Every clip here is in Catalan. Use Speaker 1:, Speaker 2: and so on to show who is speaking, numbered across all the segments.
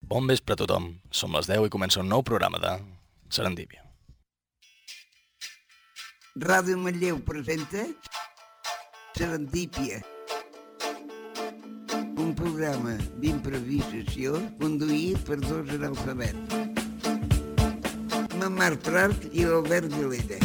Speaker 1: Bon vespre a tothom. Som les 10 i comença un nou programa de Serendípia.
Speaker 2: Ràdio Manlleu presenta Serendípia. Un programa d'improvisació conduït per dos analfabets. La Marta Trart i l'Albert Vilera.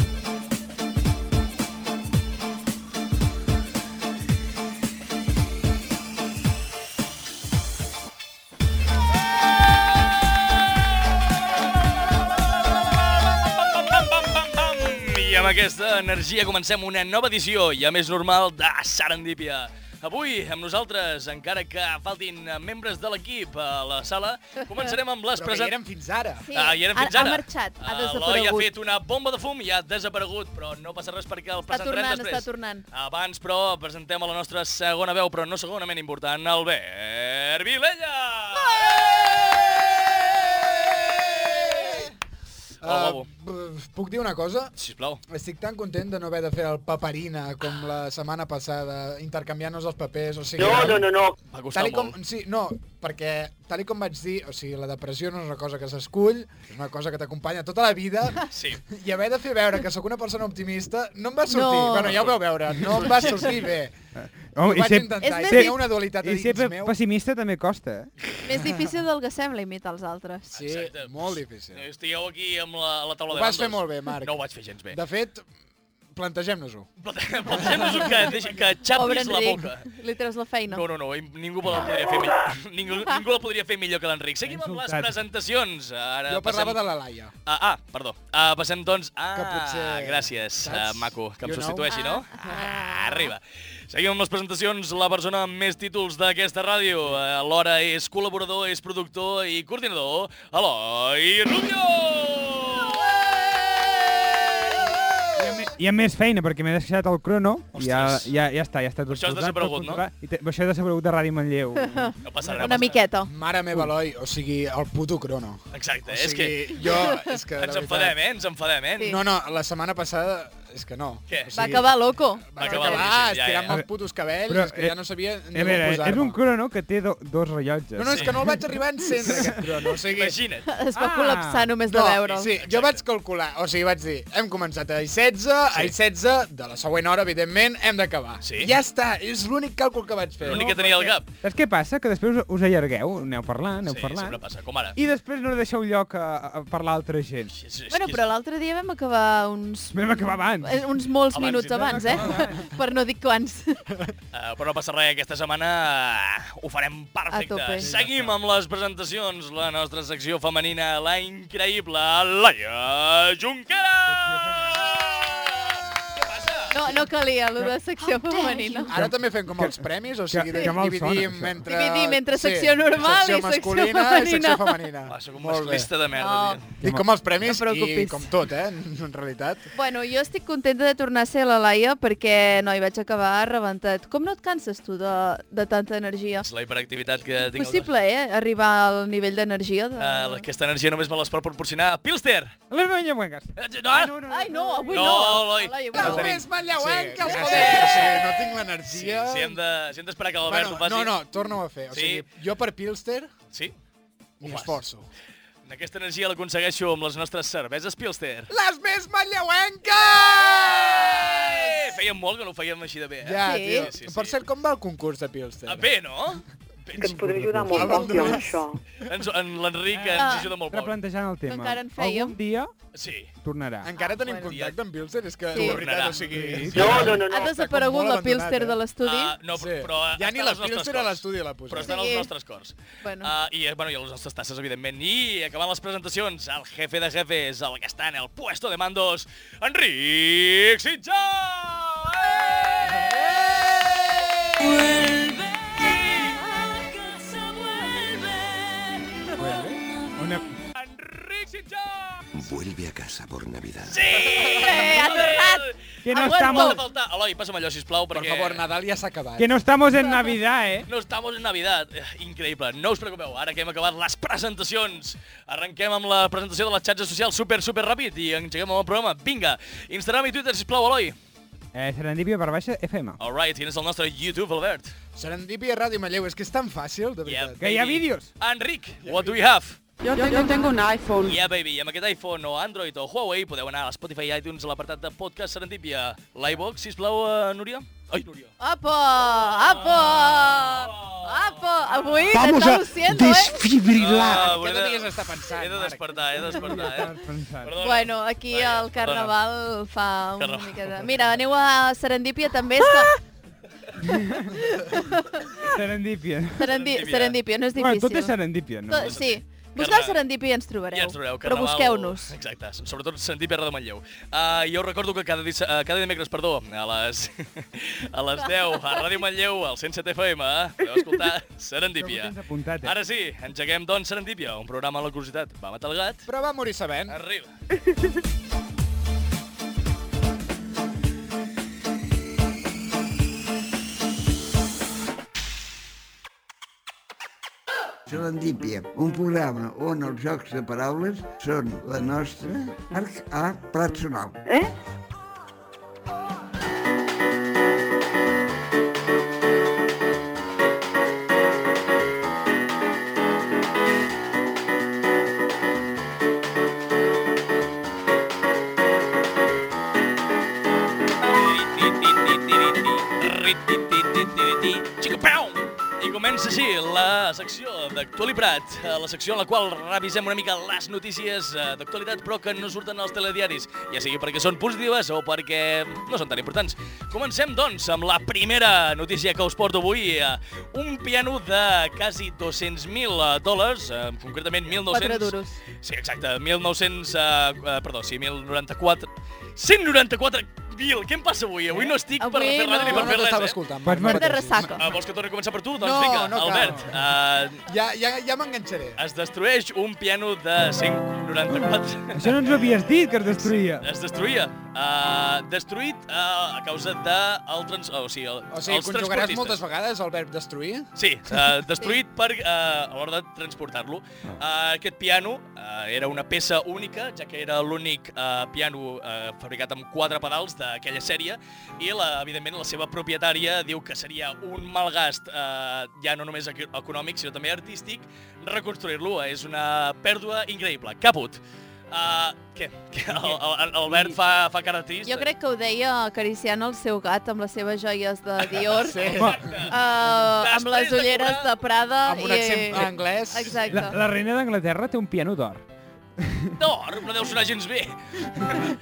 Speaker 1: I amb aquesta energia comencem una nova edició, ja més normal, de Serendípia. Avui, amb nosaltres, encara que faltin eh, membres de l'equip a la sala, començarem amb les
Speaker 3: Però que hi érem fins ara.
Speaker 4: Sí,
Speaker 1: Ah, hi érem
Speaker 4: ha-
Speaker 1: fins ara.
Speaker 4: ha marxat, ha
Speaker 1: Ah, Eloi ha
Speaker 4: desaparegut.
Speaker 1: fet una bomba de fum i ha desaparegut, però no passa res perquè el presentarem
Speaker 4: tornant,
Speaker 1: després.
Speaker 4: està tornant.
Speaker 1: Abans, però, presentem a la nostra segona veu, però no segonament important, Albert Vilella!
Speaker 3: Eh!
Speaker 1: Hola, Bobo.
Speaker 3: Uh, puc dir una cosa?
Speaker 1: Sisplau.
Speaker 3: Estic tan content de no haver de fer el paperina com la setmana passada, intercanviant-nos els papers, o sigui...
Speaker 5: No, no, no, no.
Speaker 1: Va costar
Speaker 3: Tal i com,
Speaker 1: molt.
Speaker 3: sí, no, perquè tal i com vaig dir, o sigui, la depressió no és una cosa que s'escull, és una cosa que t'acompanya tota la vida,
Speaker 1: Sí.
Speaker 3: i haver de fer veure que sóc una persona optimista no em va sortir,
Speaker 4: No.
Speaker 3: bueno, ja ho veu veure, no em va sortir bé.
Speaker 6: Oh,
Speaker 3: ho
Speaker 6: i
Speaker 3: vaig
Speaker 6: ser-
Speaker 3: intentar,
Speaker 4: És
Speaker 3: i
Speaker 4: més
Speaker 3: tenia
Speaker 4: dif-
Speaker 3: una dualitat a
Speaker 6: I ser
Speaker 3: dins meu.
Speaker 6: pessimista també costa, eh?
Speaker 4: Més difícil del que sembla imitar els altres.
Speaker 3: Sí,
Speaker 1: Exacte.
Speaker 3: molt difícil.
Speaker 1: Estigueu aquí amb la, a la taula
Speaker 3: Ho
Speaker 1: de bandos.
Speaker 3: vas fer molt bé, Marc.
Speaker 1: No ho vaig fer gens bé.
Speaker 3: De fet, plantegem-nos-ho.
Speaker 1: Plantegem-nos que, deixi- que
Speaker 4: Pobre
Speaker 1: xapis la
Speaker 4: Enric,
Speaker 1: boca.
Speaker 4: li treus la feina.
Speaker 1: No, no, no, ningú la podria fer millor, ningú, ningú la podria fer millor que l'Enric. Seguim amb les
Speaker 6: Insultat.
Speaker 1: presentacions. Ara
Speaker 3: Jo parlava
Speaker 1: Eh, passem...
Speaker 3: de la Laia.
Speaker 1: Ah, ah, perdó. Ah, passem, doncs... Ah,
Speaker 3: Que potser-
Speaker 1: gràcies,
Speaker 3: saps?
Speaker 1: uh, maco, que em
Speaker 3: You know?
Speaker 1: substitueixi, no? Ah, arriba. Seguim amb les presentacions. La persona amb més títols d'aquesta ràdio. Eh, Alhora és col·laborador, és productor i coordinador, Eloi Rubio!
Speaker 6: I amb, i amb més feina, perquè m'he deixat el crono i ja,
Speaker 1: Ostres.
Speaker 6: ja, ja està, ja està tot
Speaker 1: Això has
Speaker 6: posat, tot
Speaker 1: desaparegut, no?
Speaker 6: posat, I te, això és desaparegut de Ràdio Manlleu.
Speaker 1: No passarà, no
Speaker 4: Una
Speaker 1: passarà.
Speaker 4: miqueta.
Speaker 3: Mare meva, Eloi, o sigui, el puto crono.
Speaker 1: Exacte,
Speaker 3: O
Speaker 1: Eh, és que...
Speaker 3: sigui, jo... És que, de
Speaker 1: Ens
Speaker 3: veritat-
Speaker 1: enfadem, eh? Ens enfadem, eh?
Speaker 4: Sí.
Speaker 3: No, no, la setmana passada és que no.
Speaker 1: Què?
Speaker 3: O
Speaker 4: Va acabar loco.
Speaker 3: Va
Speaker 1: Va acabar
Speaker 3: acabar
Speaker 1: boníssim, ja,
Speaker 3: estirant-me
Speaker 6: ja.
Speaker 3: els putos cabells,
Speaker 6: Però,
Speaker 3: és que
Speaker 6: eh,
Speaker 3: ja no sabia ni
Speaker 6: a
Speaker 3: on
Speaker 6: veure,
Speaker 3: posar-me.
Speaker 6: és un crono que té do, dos rellotges.
Speaker 3: No, no, és que no el vaig arribar a encendre, aquest crono. O sigui,
Speaker 1: Imagina't.
Speaker 4: Es va
Speaker 6: Ah.
Speaker 4: col·lapsar només de
Speaker 3: no,
Speaker 4: veure'l.
Speaker 3: sí, jo vaig calcular, o sigui, vaig dir, hem començat a les 16, a les 16, de la següent hora, evidentment, hem d'acabar.
Speaker 1: Sí.
Speaker 3: Ja està, és l'únic càlcul que vaig fer.
Speaker 1: L'únic que tenia al cap.
Speaker 6: Saps què passa? Que després us, us allargueu, aneu parlant, aneu
Speaker 1: Sí, sempre
Speaker 6: parlant,
Speaker 1: passa, com ara.
Speaker 6: i després no deixeu lloc a, a parlar a altra gent.
Speaker 1: És- és- és
Speaker 4: Bueno,
Speaker 1: que
Speaker 4: però l'altre dia vam acabar uns...
Speaker 6: Vam acabar abans.
Speaker 4: eh, uns molts
Speaker 1: Abans,
Speaker 4: minuts
Speaker 1: sí, vam
Speaker 4: abans, eh? Per no dir quants.
Speaker 1: Eh, però no passa res, aquesta setmana eh, ho farem perfecte.
Speaker 4: A tope.
Speaker 1: Seguim amb les presentacions, la nostra secció femenina, la increïble Laia Junquera! Què passa?
Speaker 4: No, no calia, allò de secció femenina.
Speaker 3: Ara també fem com els premis, o sigui,
Speaker 6: que- que mal sona,
Speaker 3: dividim
Speaker 6: això.
Speaker 3: entre...
Speaker 4: Dividim entre secció normal i secció
Speaker 3: masculina i secció femenina.
Speaker 1: Va, soc un
Speaker 3: Molt bé.
Speaker 1: masclista de merda,
Speaker 4: No.
Speaker 1: tio.
Speaker 3: Dic com els premis
Speaker 4: No
Speaker 3: i
Speaker 4: preocupis.
Speaker 3: com tot, eh, en realitat.
Speaker 4: Bueno, jo estic contenta de tornar a ser la Laia perquè, noi, vaig acabar rebentat. Com no et canses tu de, de tanta energia?
Speaker 1: És la hiperactivitat que tinc. al
Speaker 4: Possible, eh? Arribar al nivell d'energia de...
Speaker 1: cos. Eh, aquesta energia només me les pot proporcionar Pilster!
Speaker 6: Les meves llengüengues.
Speaker 1: Eh, No, no, no.
Speaker 4: Ai, no, avui
Speaker 1: No,
Speaker 4: no.
Speaker 1: Eloi.
Speaker 4: Eloi, avui
Speaker 1: No,
Speaker 4: no.
Speaker 1: tenim.
Speaker 3: manlleuenca,
Speaker 4: Sí,
Speaker 3: joder! O
Speaker 4: gràcies.
Speaker 3: sigui, no tinc
Speaker 1: Si,
Speaker 3: l'energia...
Speaker 1: si hem de- si hem d'esperar que l'Albert
Speaker 3: bueno,
Speaker 1: ho faci...
Speaker 3: no, no, torna-ho a fer. O
Speaker 1: Sí.
Speaker 3: sigui, jo per Pilster
Speaker 1: Sí?
Speaker 3: m'hi
Speaker 1: fas.
Speaker 3: esforço.
Speaker 1: Aquesta energia l'aconsegueixo amb les nostres cerveses Pilster.
Speaker 3: Les més manlleuenques!
Speaker 1: Eh, fèiem molt que no ho fèiem així de bé, eh?
Speaker 3: Ja,
Speaker 4: Sí.
Speaker 3: tio.
Speaker 1: Sí, sí, sí.
Speaker 3: Per cert, com va el concurs de Pilster?
Speaker 1: Ah, Bé, no? Bé,
Speaker 5: Que et podré ajudar molt poc jo amb això.
Speaker 1: Ens, en l'Enric
Speaker 4: Ah.
Speaker 1: ens ajuda molt poc.
Speaker 6: Replantejant el tema.
Speaker 4: Encara en fèiem.
Speaker 6: Algun dia
Speaker 1: Sí.
Speaker 6: tornarà.
Speaker 3: Encara tenim
Speaker 4: Ah, bueno.
Speaker 3: contacte amb Pilster? És que,
Speaker 4: Sí.
Speaker 3: de veritat,
Speaker 1: Tornarà.
Speaker 3: o sigui...
Speaker 5: No, no, no,
Speaker 4: Ha
Speaker 5: no.
Speaker 3: com
Speaker 4: desaparegut
Speaker 3: molt
Speaker 4: la Pilster
Speaker 3: abandonat, eh?
Speaker 4: de l'estudi.
Speaker 1: Ah, no, però, però
Speaker 3: ja ni
Speaker 1: està
Speaker 3: la
Speaker 1: als nostres
Speaker 3: Pilster a
Speaker 1: cors.
Speaker 3: l'estudi la
Speaker 1: Però
Speaker 3: posem.
Speaker 1: estan als
Speaker 4: Sí.
Speaker 1: nostres cors.
Speaker 4: Bueno.
Speaker 1: Ah, i, eh, bueno, I a les nostres tasses, evidentment. I acabant les presentacions, el jefe de jefes, el que està en el puesto de mandos, Enric Sitjà!
Speaker 6: Una...
Speaker 1: Enric Sitjà!
Speaker 7: Vuelve a casa por Navidad.
Speaker 1: Sí!
Speaker 4: Eh, ha tornat!
Speaker 6: Que no,
Speaker 4: Aguanta.
Speaker 6: estamos,
Speaker 1: Molt de faltar. Eloi, passa'm allò, sisplau,
Speaker 3: Per
Speaker 1: perquè...
Speaker 3: favor, Nadal ja s'ha acabat.
Speaker 6: que no estamos en Navidad, eh?
Speaker 1: No estamos en Navidad. Eh, Increïble. No us preocupeu, ara que hem acabat les presentacions. Arrenquem amb la presentació de les xarxes socials super, super ràpid i engeguem amb el programa. Vinga, Instagram i Twitter, sisplau, Eloi.
Speaker 6: Eh, Serendipia per baixa FM.
Speaker 4: Oh.
Speaker 1: All right, quin és el nostre YouTube, Albert?
Speaker 3: Serendipia Ràdio Manlleu, és que és tan fàcil, de veritat.
Speaker 6: Que hi ha vídeos.
Speaker 1: Enric, what do we have?
Speaker 5: Yo tengo, tengo un iPhone.
Speaker 1: Yeah, baby, i amb aquest iPhone o Android o Huawei podeu anar a Spotify i iTunes a l'apartat de podcast Serendipia. L'iVox, sisplau, eh, Núria? Ai, Núria.
Speaker 4: Apa! Apa!
Speaker 6: Oh.
Speaker 4: Apa! Avui t'està luciendo, eh?
Speaker 7: desfibrilar.
Speaker 1: Ah,
Speaker 3: Què
Speaker 1: volia-
Speaker 3: devies estar pensant,
Speaker 1: He de
Speaker 3: Marc?
Speaker 1: despertar, he de despertar, eh? Perdona.
Speaker 4: Bueno, aquí
Speaker 1: Vaja,
Speaker 4: el carnaval fa una
Speaker 1: Carnaval.
Speaker 4: miqueta... Mira, aneu a Serendipia també... és que-
Speaker 6: Serendipia.
Speaker 4: Serendi...
Speaker 1: Serendipia.
Speaker 4: Serendipia, no és
Speaker 6: Bueno,
Speaker 4: difícil.
Speaker 6: tot és serendipia, no?
Speaker 4: Tot- Sí. Busqueu
Speaker 1: Carnaval.
Speaker 4: Serendipia i ens trobareu.
Speaker 1: Ja ens trobareu,
Speaker 4: Però
Speaker 1: Carnaval-
Speaker 4: busqueu-nos.
Speaker 1: Exacte, sobretot sentir Perra de Manlleu. Uh, jo us recordo que cada, dis- uh, cada dimecres, perdó, a les, a les 10, a Ràdio Manlleu, al 107 FM, eh, podeu escoltar Serendipia.
Speaker 6: Això ho tens apuntat, eh?
Speaker 1: Ara sí, engeguem, doncs, Serendipia, un programa on la curiositat va matar el gat.
Speaker 3: Però va morir sabent.
Speaker 1: Arriba.
Speaker 2: Serendípia, un programa on els jocs de paraules són la nostra arc a plat sonal.
Speaker 1: Xica-pau! I comença així la secció d'Actualitat, la secció en la qual revisem una mica les notícies eh, d'actualitat però que no surten als telediaris, ja sigui perquè són positives o perquè no són tan importants. Comencem, doncs, amb la primera notícia que us porto avui. eh, Un piano de quasi 200.000 dòlars, eh, concretament 1.900...
Speaker 4: Quatre duros.
Speaker 1: Sí, exacte, 1900... Uh, uh, perdó, sí, 1094... 194.000! Què em passa avui? Avui no estic per
Speaker 4: Avui
Speaker 1: fer ràdio
Speaker 4: no.
Speaker 1: ni
Speaker 3: No,
Speaker 1: per
Speaker 3: no
Speaker 1: fer
Speaker 3: t'estava
Speaker 1: res, eh?
Speaker 3: escoltant.
Speaker 6: Pots
Speaker 3: Marc,
Speaker 4: Mort de
Speaker 3: pateixis.
Speaker 4: ressaca.
Speaker 1: Uh, vols que torni a començar per tu? Doncs
Speaker 3: No,
Speaker 1: vinga,
Speaker 3: no cal.
Speaker 1: Albert. Uh,
Speaker 3: Ja, ja, ja m'ha enganxaré.
Speaker 1: es destrueix un piano de 194...
Speaker 6: Això no ens ho havies dit, que es destruïa.
Speaker 1: Es destruïa. Uh, destruït uh, a causa de el trans... o sigui, el,
Speaker 3: O sigui,
Speaker 1: els
Speaker 3: conjugaràs
Speaker 1: transportistes.
Speaker 3: moltes vegades el verb destruir?
Speaker 1: Sí, uh, destruït per, uh, a l'hora de transportar-lo. Uh,
Speaker 3: Ah.
Speaker 1: aquest piano uh, era una peça única, ja que era l'únic uh, piano uh, fabricat amb quatre pedals d'aquella sèrie, i la, evidentment la seva propietària diu que seria un malgast uh, ja no només equi- econòmic, sinó també artístic, reconstruir-lo. És una pèrdua increïble. Caput. Uh, què? Què? El, el, Albert fa, fa cara trista.
Speaker 4: Jo crec que ho deia acariciant el seu gat amb les seves joies de Dior, sí.
Speaker 1: Exacte.
Speaker 4: amb les
Speaker 1: Després de
Speaker 4: ulleres
Speaker 1: cobrar-
Speaker 4: de Prada.
Speaker 3: Amb un accent
Speaker 4: i...
Speaker 3: anglès.
Speaker 4: eh, Exacte.
Speaker 6: La, la reina d'Anglaterra té un piano d'or.
Speaker 1: D'or, no deu sonar gens bé.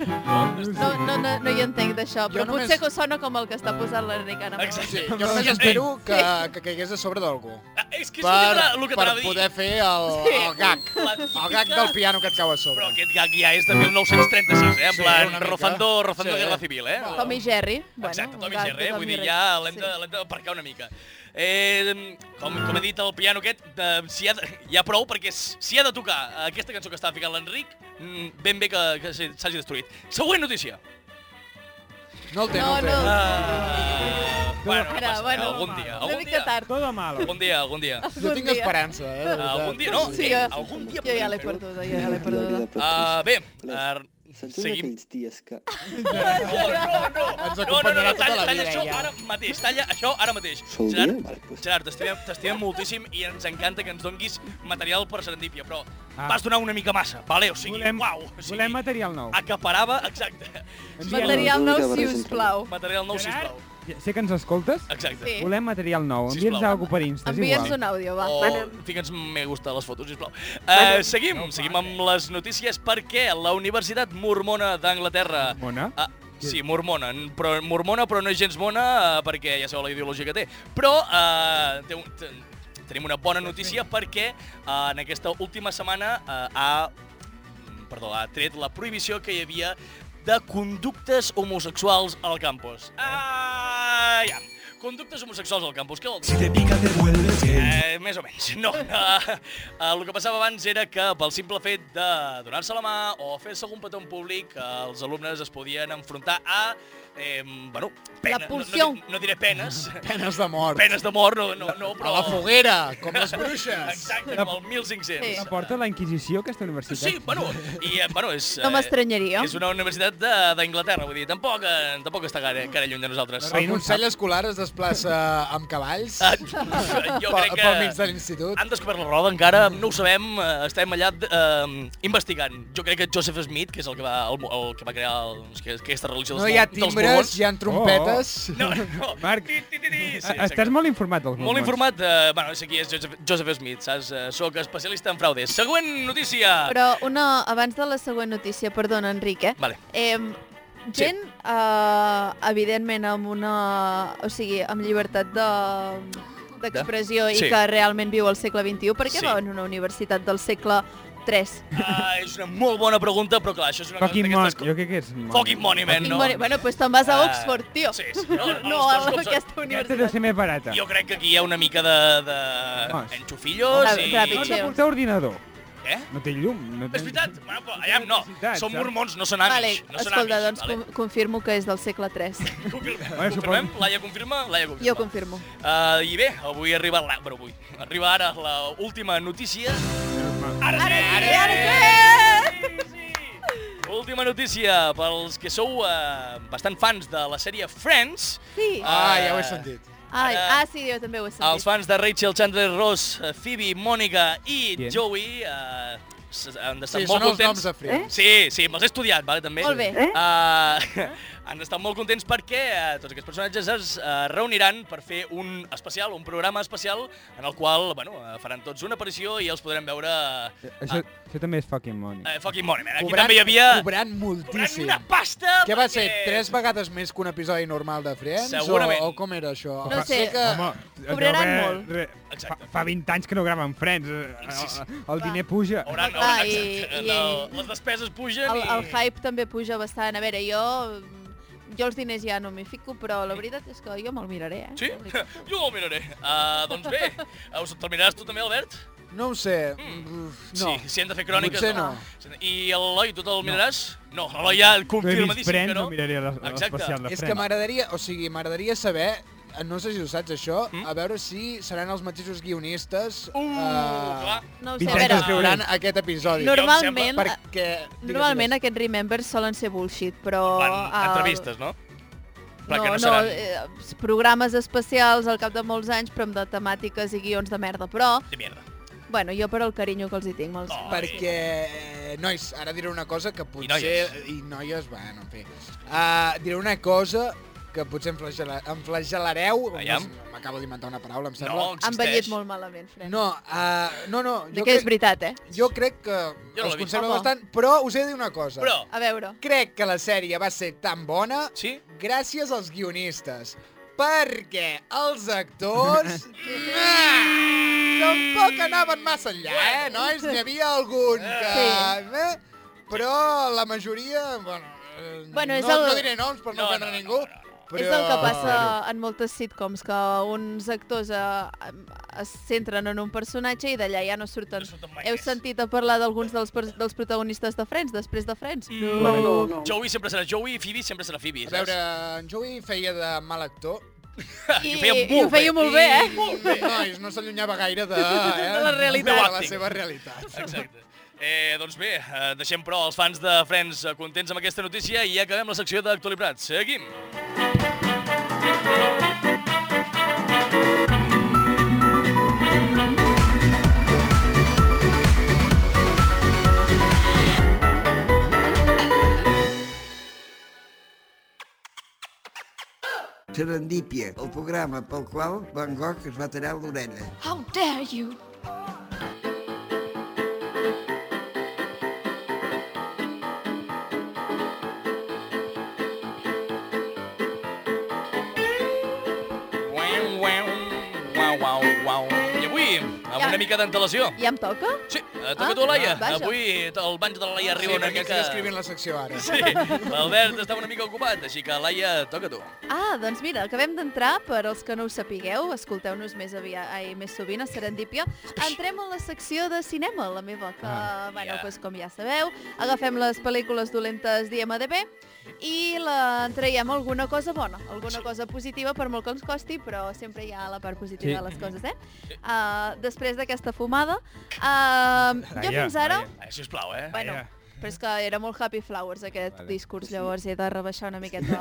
Speaker 4: No, no, no, no hi entenc d'això, però
Speaker 3: Jo només-
Speaker 4: potser que sona com el que està posant l'Enric ara. mateix.
Speaker 1: Exacte.
Speaker 3: Jo
Speaker 4: eh,
Speaker 3: només espero que, que caigués a sobre d'algú.
Speaker 1: Ah, És que és el que
Speaker 3: Per,
Speaker 1: t'anava- el que
Speaker 3: per
Speaker 1: t'anava a dir.
Speaker 3: poder fer el, el gag.
Speaker 1: La
Speaker 3: El gag del piano que et cau a
Speaker 1: Però
Speaker 3: sobre.
Speaker 1: aquest gag ja és de 1936, eh? En
Speaker 3: Sí,
Speaker 1: plan,
Speaker 3: una mica.
Speaker 1: rozando, rozando
Speaker 3: Sí.
Speaker 1: Guerra Civil, eh?
Speaker 4: Tom i Jerry. Bueno,
Speaker 1: Exacte, Tom i
Speaker 4: un gag
Speaker 1: Jerry, eh?
Speaker 4: de Tom
Speaker 1: vull
Speaker 4: i
Speaker 1: dir,
Speaker 4: Jerry.
Speaker 1: ja l'hem de-
Speaker 4: Sí.
Speaker 1: l'hem d'aparcar una mica. Eh, com, com he dit, el piano aquest, de, si hi ha, de, hi ha prou, perquè s- si ha de tocar aquesta cançó que estava ficant l'Enric, mm, ben bé que, que s'hi- s'hagi destruït. Següent notícia.
Speaker 3: No el té,
Speaker 4: No,
Speaker 3: no el té.
Speaker 4: no.
Speaker 1: Ah, bueno, no
Speaker 4: Ara,
Speaker 1: passa,
Speaker 4: bueno,
Speaker 1: algun
Speaker 4: normal.
Speaker 1: dia,
Speaker 4: Una
Speaker 1: algun
Speaker 4: mica
Speaker 1: dia.
Speaker 4: tard.
Speaker 6: Todo malo.
Speaker 1: Algun dia, algun dia.
Speaker 3: Jo tinc
Speaker 4: Algun dia.
Speaker 3: esperança, eh, de veritat.
Speaker 1: Algun dia, no,
Speaker 4: Sí,
Speaker 1: eh,
Speaker 4: jo,
Speaker 1: algun dia
Speaker 4: jo ja l'he
Speaker 1: podrem fer-ho.
Speaker 4: perduda, jo ja l'he perduda.
Speaker 1: Ah, bé, ah,
Speaker 8: Se'n
Speaker 1: seguim.
Speaker 8: aquells dies que...
Speaker 1: No, no, no.
Speaker 3: Ens
Speaker 1: No, no, no, no,
Speaker 3: acompanyarà tota
Speaker 1: talla,
Speaker 3: la
Speaker 1: talla
Speaker 3: vida,
Speaker 1: això
Speaker 3: ja.
Speaker 1: ara mateix, talla això ara mateix.
Speaker 8: Sol dia,
Speaker 1: Gerard,
Speaker 8: vale, pues.
Speaker 1: Gerard t'estimem t'estimem moltíssim i ens encanta que ens donguis material per Serendipia, però
Speaker 6: Ah.
Speaker 1: vas donar una mica massa, vale? O sigui,
Speaker 6: Volem,
Speaker 1: uau, o sigui, Ah.
Speaker 6: volem material nou.
Speaker 1: acaparava, exacte,
Speaker 4: Material nou, si us plau.
Speaker 1: material nou, sisplau.
Speaker 6: Ja Sé que ens escoltes.
Speaker 1: Exacte.
Speaker 4: Sí.
Speaker 6: Volem material nou. Envia'ns
Speaker 1: Sisplau.
Speaker 6: alguna cosa per Insta, és
Speaker 4: Envia'ns
Speaker 6: igual.
Speaker 4: un àudio, va.
Speaker 1: O fica'ns me gusta a les fotos, sisplau. Uh, seguim, seguim amb
Speaker 6: eh.
Speaker 1: les notícies perquè la Universitat Mormona d'Anglaterra...
Speaker 6: Mormona?
Speaker 1: Ah, sí, mormona, n- però, mormona, però no és gens mona eh, perquè ja sabeu la ideologia que té. Però eh, té un, te- tenim una bona notícia perquè eh, en aquesta última setmana eh, ha, mm, perdó, ha tret la prohibició que hi havia de conductes homosexuals al campus. Ah, ja. Conductes homosexuals al campus, què vol dir?
Speaker 8: Si te pica te vuelves gay.
Speaker 1: Eh, més o menys. No, eh, el que passava abans era que pel simple fet de donar-se la mà o fer-se algun petó en públic, eh, els alumnes es podien enfrontar a, eh, bueno, pena.
Speaker 4: La pulsió.
Speaker 1: No, no, di- no diré penes,
Speaker 3: Penes de mort.
Speaker 1: penes de mort, no, no, no
Speaker 3: A
Speaker 1: però...
Speaker 3: la foguera, com les bruixes.
Speaker 1: Exacte, com el 1500.
Speaker 4: Sí.
Speaker 6: La porta la Inquisició, aquesta universitat?
Speaker 1: Sí, bueno, i, eh, bueno és...
Speaker 4: No
Speaker 1: eh,
Speaker 4: m'estranyaria.
Speaker 1: És una universitat de- d'Anglaterra, vull dir, tampoc, eh, tampoc està gaire, gaire lluny de nosaltres.
Speaker 3: El Consell Escolar es desplaça amb cavalls
Speaker 1: Eh, jo
Speaker 3: pel,
Speaker 1: crec que...
Speaker 3: pel mig de l'institut.
Speaker 1: Han descobert la roda encara, no ho sabem, eh, estem allà eh, investigant. Jo crec que Joseph Smith, que és el que va, el, el que va crear el, doncs, que, aquesta religió dels,
Speaker 3: No hi ha
Speaker 1: Bou- dels
Speaker 3: timbres,
Speaker 1: Borbons.
Speaker 3: hi ha trompetes.
Speaker 1: No, no.
Speaker 6: Marc,
Speaker 1: Ti, ti, ti, ti. Sí,
Speaker 6: Ah, Estàs
Speaker 1: exacte.
Speaker 6: molt informat dels
Speaker 1: Molt informat, eh, bueno, és aquí és Joseph, Joseph Smith, saps? Eh, soc especialista en fraudes. Següent notícia!
Speaker 4: Però una, abans de la següent notícia, perdona, Enric, eh?
Speaker 1: Vale.
Speaker 4: Eh, gent, eh, evidentment, amb una... O sigui, amb llibertat de d'expressió i
Speaker 1: Sí.
Speaker 4: que realment viu al segle XXI, per què
Speaker 1: Sí.
Speaker 4: va en una universitat del segle III?
Speaker 1: Ah, és una molt bona pregunta, però clar, això és una
Speaker 6: Fucking
Speaker 1: cosa
Speaker 6: mon,
Speaker 1: d'aquestes
Speaker 6: jo crec que és...
Speaker 1: co-
Speaker 6: mon.
Speaker 1: Fucking monument, no?
Speaker 4: No. Bueno, doncs pues te'n vas a
Speaker 1: Ah,
Speaker 4: Oxford, tio.
Speaker 1: sí, sí, no, a les
Speaker 4: no a
Speaker 1: dues coses.
Speaker 4: aquesta
Speaker 6: Aquesta deu
Speaker 4: universitat.
Speaker 6: ser més barata.
Speaker 1: Jo crec que aquí hi ha una mica de... de...
Speaker 6: Home, sí.
Speaker 1: enxufillos
Speaker 4: Home,
Speaker 1: i...
Speaker 6: No has
Speaker 4: trapitxeus.
Speaker 6: de portar ordinador.
Speaker 1: Eh?
Speaker 6: No té llum. No té...
Speaker 1: És veritat, bueno, però, allà no,
Speaker 6: Necessitats,
Speaker 1: són
Speaker 6: eh?
Speaker 1: mormons, no són amics.
Speaker 4: Vale,
Speaker 1: no són
Speaker 4: escolta,
Speaker 1: amics,
Speaker 4: doncs
Speaker 1: vale?
Speaker 4: com- confirmo que és del segle
Speaker 1: Confirma.
Speaker 4: III.
Speaker 6: Bueno,
Speaker 1: Confirmem?
Speaker 6: suposo-
Speaker 1: Laia confirma? Laia confirma.
Speaker 4: Jo confirmo.
Speaker 1: Uh, I bé, avui arriba la... Bueno, avui. Arriba ara la última notícia. Ara sí! Ara sí! sí! Última notícia pels que sou uh, bastant fans de la sèrie Friends.
Speaker 4: Sí.
Speaker 3: Ah, ja ho he sentit.
Speaker 4: Ai,
Speaker 1: ara-
Speaker 4: ah, sí, jo també ho he sentit.
Speaker 1: Els fans de Rachel, Chandler, Ross, eh, Phoebe, Mònica i
Speaker 6: Bien.
Speaker 1: Joey eh, s- han d'estar
Speaker 3: Sí,
Speaker 1: molt
Speaker 3: són els
Speaker 1: contents.
Speaker 3: noms de Friends. Eh?
Speaker 1: Sí, sí, me'ls he estudiat, vale, també.
Speaker 4: Molt bé.
Speaker 1: Eh? Uh, han d'estar molt contents perquè uh, tots aquests personatges es uh, reuniran per fer un especial, un programa especial, en el qual bueno, uh, faran tots una aparició i els podrem veure... Uh,
Speaker 6: Això, això també és fucking money.
Speaker 1: uh, fucking money, man. Aquí també hi havia...
Speaker 3: Cobrant
Speaker 1: Cobrant
Speaker 3: moltíssim.
Speaker 1: una pasta!
Speaker 3: Què va
Speaker 1: perquè-
Speaker 3: ser? Tres vegades més que un episodi normal de Friends?
Speaker 1: Segurament.
Speaker 3: O, o com era això?
Speaker 4: No
Speaker 3: Sé
Speaker 4: sé.
Speaker 3: que...
Speaker 6: Home,
Speaker 4: cobraran
Speaker 6: deu haver-
Speaker 4: molt.
Speaker 6: re- fa,
Speaker 1: eh, Exacte.
Speaker 6: fa 20 anys que no graven Friends. eh,
Speaker 1: Sí, sí.
Speaker 6: El, el diner puja.
Speaker 1: Hauran,
Speaker 4: Clar,
Speaker 1: hauran,
Speaker 4: Ah, i-
Speaker 1: exacte,
Speaker 4: i-
Speaker 1: no, les despeses pugen
Speaker 4: el,
Speaker 1: i...
Speaker 4: el hype també puja bastant. A veure, jo... Jo els diners ja no m'hi fico, però la veritat és que jo me'l miraré, eh?
Speaker 1: Sí?
Speaker 4: La veritat.
Speaker 1: Jo ho miraré. Uh, doncs bé, eh, us te'l miraràs tu també, Albert?
Speaker 3: No ho sé.
Speaker 1: Mm.
Speaker 3: Uf, No.
Speaker 1: Sí, si hem de fer cròniques...
Speaker 3: Potser
Speaker 1: I l'Eloi, tu te'l miraràs? No, l'Eloi ja
Speaker 6: No he vist
Speaker 1: confirmadíssim
Speaker 6: Friends,
Speaker 1: que no.
Speaker 6: no miraria les-
Speaker 1: Exacte.
Speaker 6: l'especial de
Speaker 3: És
Speaker 6: Friends.
Speaker 3: que m'agradaria, o sigui, m'agradaria saber, no sé si ho saps això,
Speaker 1: Mm.
Speaker 3: a veure si seran els mateixos guionistes eh,
Speaker 1: Uh,
Speaker 3: Ah.
Speaker 1: clar.
Speaker 4: No ho sé, a
Speaker 6: Vicenç
Speaker 4: veure...
Speaker 6: Escriu-
Speaker 3: veuran aquest episodi.
Speaker 1: No,
Speaker 4: Normalment,
Speaker 3: perquè...
Speaker 4: normalment aquests remembers solen ser bullshit, però...
Speaker 1: Van
Speaker 4: el-
Speaker 1: entrevistes, no? Clar
Speaker 4: No,
Speaker 1: que no
Speaker 4: no,
Speaker 1: seran.
Speaker 4: eh, programes especials al cap de molts anys, però amb de temàtiques i guions de merda. Però,
Speaker 1: De mierda.
Speaker 4: bueno, jo per el carinyo que els hi tinc, me'ls...
Speaker 1: Oh.
Speaker 3: Perquè, eh, nois, ara diré una cosa que potser...
Speaker 1: noies.
Speaker 3: I noies, bueno, en fi. Uh, diré una cosa que potser em, flagela, em flagelareu.
Speaker 1: Aviam.
Speaker 3: No sé, M'acabo d'inventar una paraula, em
Speaker 1: No,
Speaker 3: sembla.
Speaker 4: Han
Speaker 1: existeix.
Speaker 4: vellit molt malament, Fred.
Speaker 3: No, uh, no, no.
Speaker 4: de que és veritat, eh?
Speaker 3: jo crec que
Speaker 1: l'he
Speaker 3: els
Speaker 1: vist.
Speaker 3: conserva
Speaker 4: Home.
Speaker 3: bastant, però us he de dir una cosa.
Speaker 1: Però,
Speaker 4: A veure...
Speaker 3: Crec que la sèrie va ser tan bona
Speaker 1: sí?
Speaker 3: gràcies als guionistes, perquè els actors... Ah, Tampoc anaven massa enllà, eh, nois? N'hi havia algun que... Eh? Però la majoria... Bueno, eh,
Speaker 4: Bueno, és
Speaker 3: no,
Speaker 4: el-
Speaker 3: no diré noms per
Speaker 1: No,
Speaker 3: no, no
Speaker 1: no,
Speaker 3: ofendre
Speaker 1: no,
Speaker 3: ningú.
Speaker 1: no, no,
Speaker 3: Però...
Speaker 4: És el que passa en moltes sitcoms, que uns actors eh, es centren en un personatge i d'allà ja no surten.
Speaker 1: No surten mai
Speaker 4: Heu
Speaker 1: més.
Speaker 4: sentit a parlar d'alguns dels, per- dels protagonistes de Friends, després de Friends?
Speaker 5: No, no, no.
Speaker 1: Joey sempre serà Joey i Phoebe sempre serà Phoebe.
Speaker 3: A veure, en Joey feia de mal actor.
Speaker 1: I ho feia molt
Speaker 4: i ho feia
Speaker 1: bé.
Speaker 4: molt bé, eh?
Speaker 3: I, nois, no s'allunyava gaire de... Eh,
Speaker 4: De la realitat.
Speaker 3: De la seva realitat.
Speaker 1: saps? Exacte. Eh, doncs bé, eh, deixem però els fans de Friends eh, contents amb aquesta notícia i acabem la secció d'actualitat. Seguim.
Speaker 2: Serendípia, el programa pel qual Van Gogh es va tallar l'orella.
Speaker 9: How dare you!
Speaker 1: Uau, uau, uau, uau. I avui, amb
Speaker 4: Ja,
Speaker 1: una mica d'antelació.
Speaker 4: Ja em toca?
Speaker 1: Sí, eh, toca
Speaker 4: Ah,
Speaker 1: ah, tu, Laia.
Speaker 4: vaja.
Speaker 1: Avui el banys de la Laia arriba
Speaker 3: Sí,
Speaker 1: una
Speaker 3: perquè estic
Speaker 1: mica...
Speaker 3: escrivint la secció ara.
Speaker 1: Sí, l'Albert estava una mica ocupat, així que, Laia, toca tu.
Speaker 4: Ah, doncs mira, acabem d'entrar, per als que no ho sapigueu, escolteu-nos més aviat, ai, més sovint a Serendípia. Entrem en la secció de cinema, la meva, que, ah, bueno,
Speaker 1: Ja.
Speaker 4: pues, com ja sabeu, agafem les pel·lícules dolentes d'IMDB i la traiem alguna cosa bona, alguna cosa positiva, per molt que ens costi, però sempre hi ha la part positiva
Speaker 6: Sí.
Speaker 4: de les coses, eh? Uh, després d'aquesta fumada, uh, jo
Speaker 6: Laia,
Speaker 4: fins ara...
Speaker 6: Laia.
Speaker 1: Eh, sisplau, eh?
Speaker 4: Bueno,
Speaker 6: Vaya.
Speaker 4: però és que era molt happy flowers aquest
Speaker 6: Vale.
Speaker 4: vale. discurs, llavors he de rebaixar una miqueta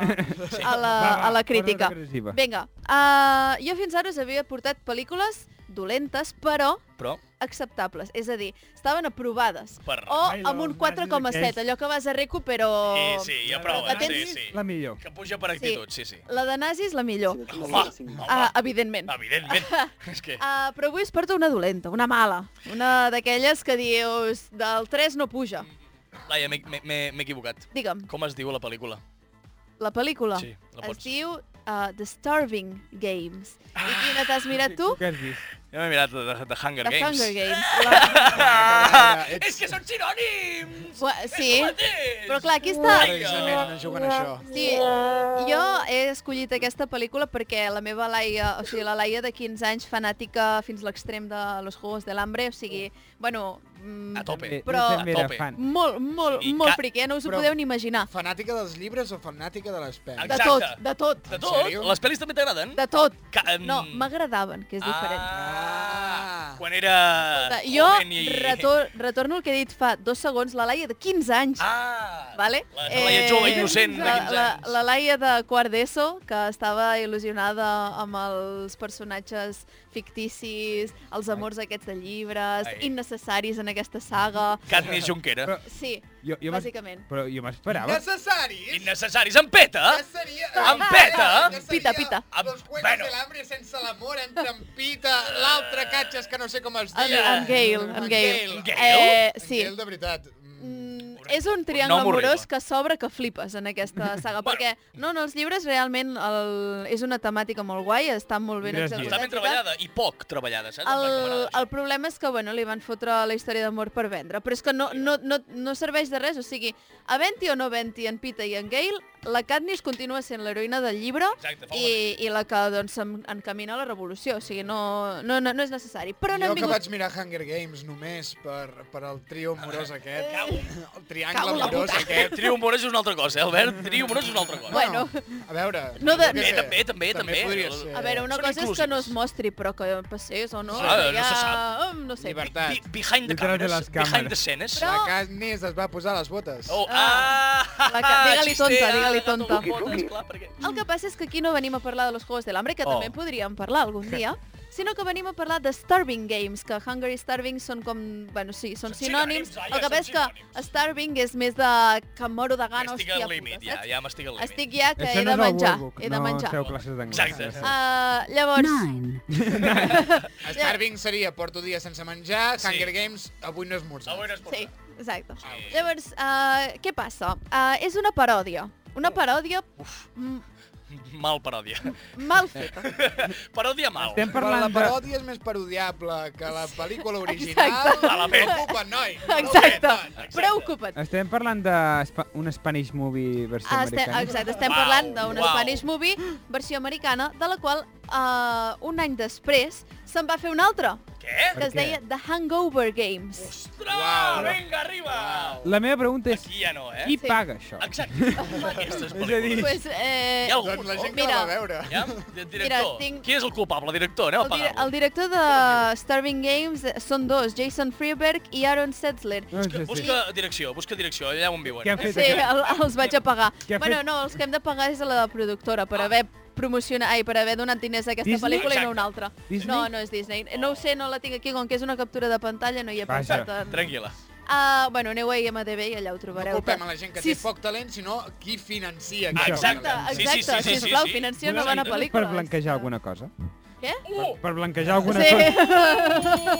Speaker 4: a la,
Speaker 6: Va, va,
Speaker 4: a la
Speaker 6: torna
Speaker 4: crítica.
Speaker 6: regressiva.
Speaker 4: Vinga, uh, jo fins ara us havia portat pel·lícules dolentes, però
Speaker 1: Però,
Speaker 4: acceptables, és a dir, estaven aprovades,
Speaker 1: Per
Speaker 4: o
Speaker 6: Ai,
Speaker 4: amb un
Speaker 6: dels
Speaker 4: 4,7, allò que vas a reco, però...
Speaker 1: eh, sí, ja prou,
Speaker 4: la
Speaker 1: eh? Sí,
Speaker 4: tens-
Speaker 1: sí.
Speaker 6: La millor.
Speaker 1: Que puja per actitud, sí, sí.
Speaker 4: La de nazi és la millor,
Speaker 1: Home, home,
Speaker 4: uh, evidentment.
Speaker 1: evidentment. És que...
Speaker 4: Uh, però avui us porto una dolenta, una mala, una d'aquelles que dius, del 3 no puja.
Speaker 1: Laia, m'he- m'he m'he- m'he equivocat.
Speaker 4: Digue'm,
Speaker 1: Com es diu la pel·lícula?
Speaker 4: la pel·lícula.
Speaker 1: Sí, la
Speaker 4: es
Speaker 1: pots. Ah,
Speaker 4: diu uh, The Starving Games. I quina t'has mirat tu?
Speaker 6: Tu què has vist?
Speaker 1: Jo m'he mirat The, The Hunger
Speaker 4: The
Speaker 1: Games.
Speaker 4: Hunger Games. La...
Speaker 1: Ah, és que són sinònims!
Speaker 4: Ua,
Speaker 1: És
Speaker 4: sí,
Speaker 1: el mateix!
Speaker 4: però clar, aquí està...
Speaker 3: Precisament, juguen a això.
Speaker 4: Sí, jo he escollit aquesta pel·lícula perquè la meva Laia, o sigui, la Laia de 15 anys, fanàtica fins a l'extrem de Los Juegos de l'Hambre, o sigui, bueno... mm,
Speaker 1: A tope.
Speaker 6: Bé,
Speaker 4: Però-
Speaker 6: jo també era
Speaker 1: Tope.
Speaker 6: Eh, fan.
Speaker 4: Molt, molt,
Speaker 1: I
Speaker 4: molt
Speaker 1: ca-
Speaker 4: friqui, eh? no us ho
Speaker 3: Però-
Speaker 4: podeu ni imaginar.
Speaker 3: Fanàtica dels llibres o fanàtica de les pel·lis?
Speaker 4: De
Speaker 1: Exacte.
Speaker 4: tot, de tot,
Speaker 1: De
Speaker 3: En
Speaker 1: tot,
Speaker 3: sèrio?
Speaker 1: les pel·lis també t'agraden?
Speaker 4: de tot.
Speaker 1: Ca- em-
Speaker 4: No, m'agradaven, que és diferent.
Speaker 1: Ah,
Speaker 3: Ah.
Speaker 1: quan era
Speaker 4: Escolta, Jo
Speaker 1: joven i...
Speaker 4: retor retorno el que he dit fa dos segons, la Laia de 15 anys.
Speaker 1: Ah,
Speaker 4: Vale?
Speaker 1: la,
Speaker 4: Eh,
Speaker 1: la Laia jove innocent de 15 anys.
Speaker 4: La, la, la Laia de quart d'ESO, que estava il·lusionada amb els personatges ficticis, els amors aquests de llibres,
Speaker 1: Ai.
Speaker 4: Ai. innecessaris en aquesta saga...
Speaker 1: Katniss Junquera.
Speaker 6: Però-
Speaker 4: Sí,
Speaker 6: Jo, jo m'es-
Speaker 4: bàsicament.
Speaker 6: Però jo m'esperava.
Speaker 3: Necessaris?
Speaker 1: Innecessaris, en peta! eh?
Speaker 3: Què seria?
Speaker 1: Amb
Speaker 3: eh?
Speaker 1: peta?
Speaker 3: Què seria
Speaker 4: Pita, pita.
Speaker 3: Los
Speaker 1: Bueno.
Speaker 3: juegos bueno. de l'hambre sense l'amor entre en Pita, l'altre catxes que no sé com es
Speaker 4: En,
Speaker 3: diu.
Speaker 4: en Gale, en Gale.
Speaker 1: Gale?
Speaker 4: Eh,
Speaker 3: En
Speaker 4: sí.
Speaker 3: Gale, de veritat. Mm.
Speaker 4: Mm, és un triangle
Speaker 1: Nom horrible.
Speaker 4: amorós que s'obre que flipes en aquesta saga, perquè no, en els llibres realment el, és una temàtica molt guai, està molt ben
Speaker 6: Llibres,
Speaker 1: Està ben
Speaker 4: executat. i tal.
Speaker 1: treballada i poc treballada, saps? En plan, com
Speaker 4: El,
Speaker 1: ara.
Speaker 4: el problema és que bueno, li van fotre la història d'amor per vendre, però és que no, no, no, no serveix de res, o sigui, a Venti o no Venti, en Pita i en Gale, la Katniss continua sent l'heroïna del llibre
Speaker 1: Exacte, fa
Speaker 4: i, i la que doncs, em- encamina a la revolució, o sigui, no, no, no, no és necessari. Però no
Speaker 3: Jo
Speaker 4: hem
Speaker 3: que
Speaker 4: vingut...
Speaker 3: vaig mirar Hunger Games només per, per el trio amorós aquest. El triangle
Speaker 4: Cago en la
Speaker 3: amorós
Speaker 4: puta.
Speaker 3: aquest.
Speaker 1: Trio amorós és una altra cosa, eh, Albert? Trio amorós és una altra cosa.
Speaker 4: Bueno.
Speaker 3: A veure...
Speaker 4: No de-
Speaker 3: jo què
Speaker 1: Bé,
Speaker 3: sé,
Speaker 1: també, també, també.
Speaker 3: podria ser.
Speaker 4: A veure, una
Speaker 1: Són
Speaker 4: cosa és que no
Speaker 1: inclusives.
Speaker 4: es mostri, però que passés o no.
Speaker 1: Ah,
Speaker 4: que
Speaker 1: no se sap.
Speaker 4: hum, No sé.
Speaker 3: Llibertat.
Speaker 1: Be- Behind the
Speaker 6: Detrás de
Speaker 1: cameras.
Speaker 6: les
Speaker 1: Behind
Speaker 6: càmeres.
Speaker 1: the scenes.
Speaker 4: Però-
Speaker 3: La Katniss es va posar les botes.
Speaker 1: Oh, ah!
Speaker 4: Ah. La ca- digue-li tonta,
Speaker 1: xistea,
Speaker 4: digue-li
Speaker 1: de tot
Speaker 4: tonta.
Speaker 1: el món, esclar, perquè-
Speaker 4: El que passa és que aquí no venim a parlar de los Juegos de l'Hambre, que
Speaker 1: Oh.
Speaker 4: també en podríem parlar algun dia, sinó que venim a parlar de Starving Games, que Hunger i Starving són com... Bueno, sí, són
Speaker 1: Són
Speaker 4: sinònims.
Speaker 1: sinònims, ai,
Speaker 4: El que
Speaker 1: són
Speaker 4: passa és que
Speaker 1: sinònims.
Speaker 4: Starving és més de que em moro de gana,
Speaker 1: Estic
Speaker 4: Ah, hòstia
Speaker 1: al
Speaker 4: puta,
Speaker 1: límit, ja,
Speaker 4: saps?
Speaker 1: ja m'estic al límit.
Speaker 4: Estic ja que
Speaker 6: Això
Speaker 4: he de
Speaker 6: no és el
Speaker 4: menjar,
Speaker 6: Workbook,
Speaker 4: he de menjar.
Speaker 6: No feu classes d'anglès.
Speaker 1: Exacte.
Speaker 6: Sí, sí.
Speaker 4: Uh, llavors,
Speaker 3: Starving seria porto dies sense menjar,
Speaker 1: Sí.
Speaker 3: Hunger Games avui no esmorzar.
Speaker 1: Avui no es pot.
Speaker 4: sí, exacte.
Speaker 1: Sí.
Speaker 4: Llavors, uh, què passa? Uh, és una paròdia. Una
Speaker 1: Oh.
Speaker 4: paròdia mm,
Speaker 1: Mal paròdia.
Speaker 4: mal feta.
Speaker 1: Paròdia mal.
Speaker 6: Estem
Speaker 3: Però la
Speaker 6: parlant de...
Speaker 3: paròdia és més parodiable que la pel·lícula original.
Speaker 1: Malament.
Speaker 3: Ocupa, noi.
Speaker 4: Exacte.
Speaker 1: Exacte.
Speaker 4: Preocupa't.
Speaker 6: Estem parlant de spa- un Spanish movie versió
Speaker 4: Ah, Este,
Speaker 6: americana.
Speaker 4: exacte, estem
Speaker 1: Uau,
Speaker 4: parlant d'un
Speaker 1: uau.
Speaker 4: Spanish movie, versió americana, de la qual eh, un any després se'n va fer una altra,
Speaker 1: Què?
Speaker 4: que es
Speaker 6: què?
Speaker 4: deia The Hangover Games.
Speaker 1: Ostres, vinga, arriba!
Speaker 6: La meva pregunta és,
Speaker 1: Aquí ja no, eh?
Speaker 6: qui paga això?
Speaker 1: Exacte. Aquestes
Speaker 6: dir-
Speaker 1: pel·lícules.
Speaker 4: Pues, eh,
Speaker 1: Hi ha algú,
Speaker 3: Doncs la
Speaker 1: no?
Speaker 3: gent que la va
Speaker 4: Mira.
Speaker 3: veure.
Speaker 1: Ja? Di- Director.
Speaker 4: tinc-
Speaker 1: Qui és el culpable? Director, anem a
Speaker 4: el, dir el
Speaker 1: pagar-lo.
Speaker 4: director de Starving Games eh, són dos, Jason Freeberg i Aaron Setzler.
Speaker 6: No sé, sí.
Speaker 1: Busca direcció, busca direcció, allà on viuen.
Speaker 6: Què han fet?
Speaker 4: Sí, el, els vaig a pagar.
Speaker 6: Què ha
Speaker 4: Bueno,
Speaker 6: fet?
Speaker 4: no, els que hem de pagar és a la productora
Speaker 1: Ah.
Speaker 4: per haver promocionat, ai, per haver donat diners a aquesta
Speaker 6: Disney?
Speaker 4: pel·lícula i
Speaker 1: Exacte.
Speaker 4: no una altra.
Speaker 6: Disney?
Speaker 4: No, no és Disney. No ho sé, no la tinc aquí, com que és una captura de pantalla, no hi he
Speaker 6: Vaja.
Speaker 4: pensat en...
Speaker 1: Tranquil·la.
Speaker 4: Uh, bueno, aneu a IMDB i allà ho trobareu.
Speaker 3: No culpem a la gent que
Speaker 4: Sí,
Speaker 3: té poc talent, sinó qui financia.
Speaker 6: Ah,
Speaker 3: aquest
Speaker 6: exacte,
Speaker 3: talent.
Speaker 1: Sí,
Speaker 4: Exacte,
Speaker 1: sí,
Speaker 4: exacte,
Speaker 1: sí, sí, sí,
Speaker 4: sisplau,
Speaker 1: sí.
Speaker 4: financia una
Speaker 1: Una
Speaker 4: bona
Speaker 1: mica.
Speaker 4: pel·lícula. eh.
Speaker 6: Per blanquejar alguna cosa.
Speaker 4: Què?
Speaker 1: Uh!
Speaker 6: Per blanquejar alguna
Speaker 4: Sí.
Speaker 6: cosa.
Speaker 1: Uh!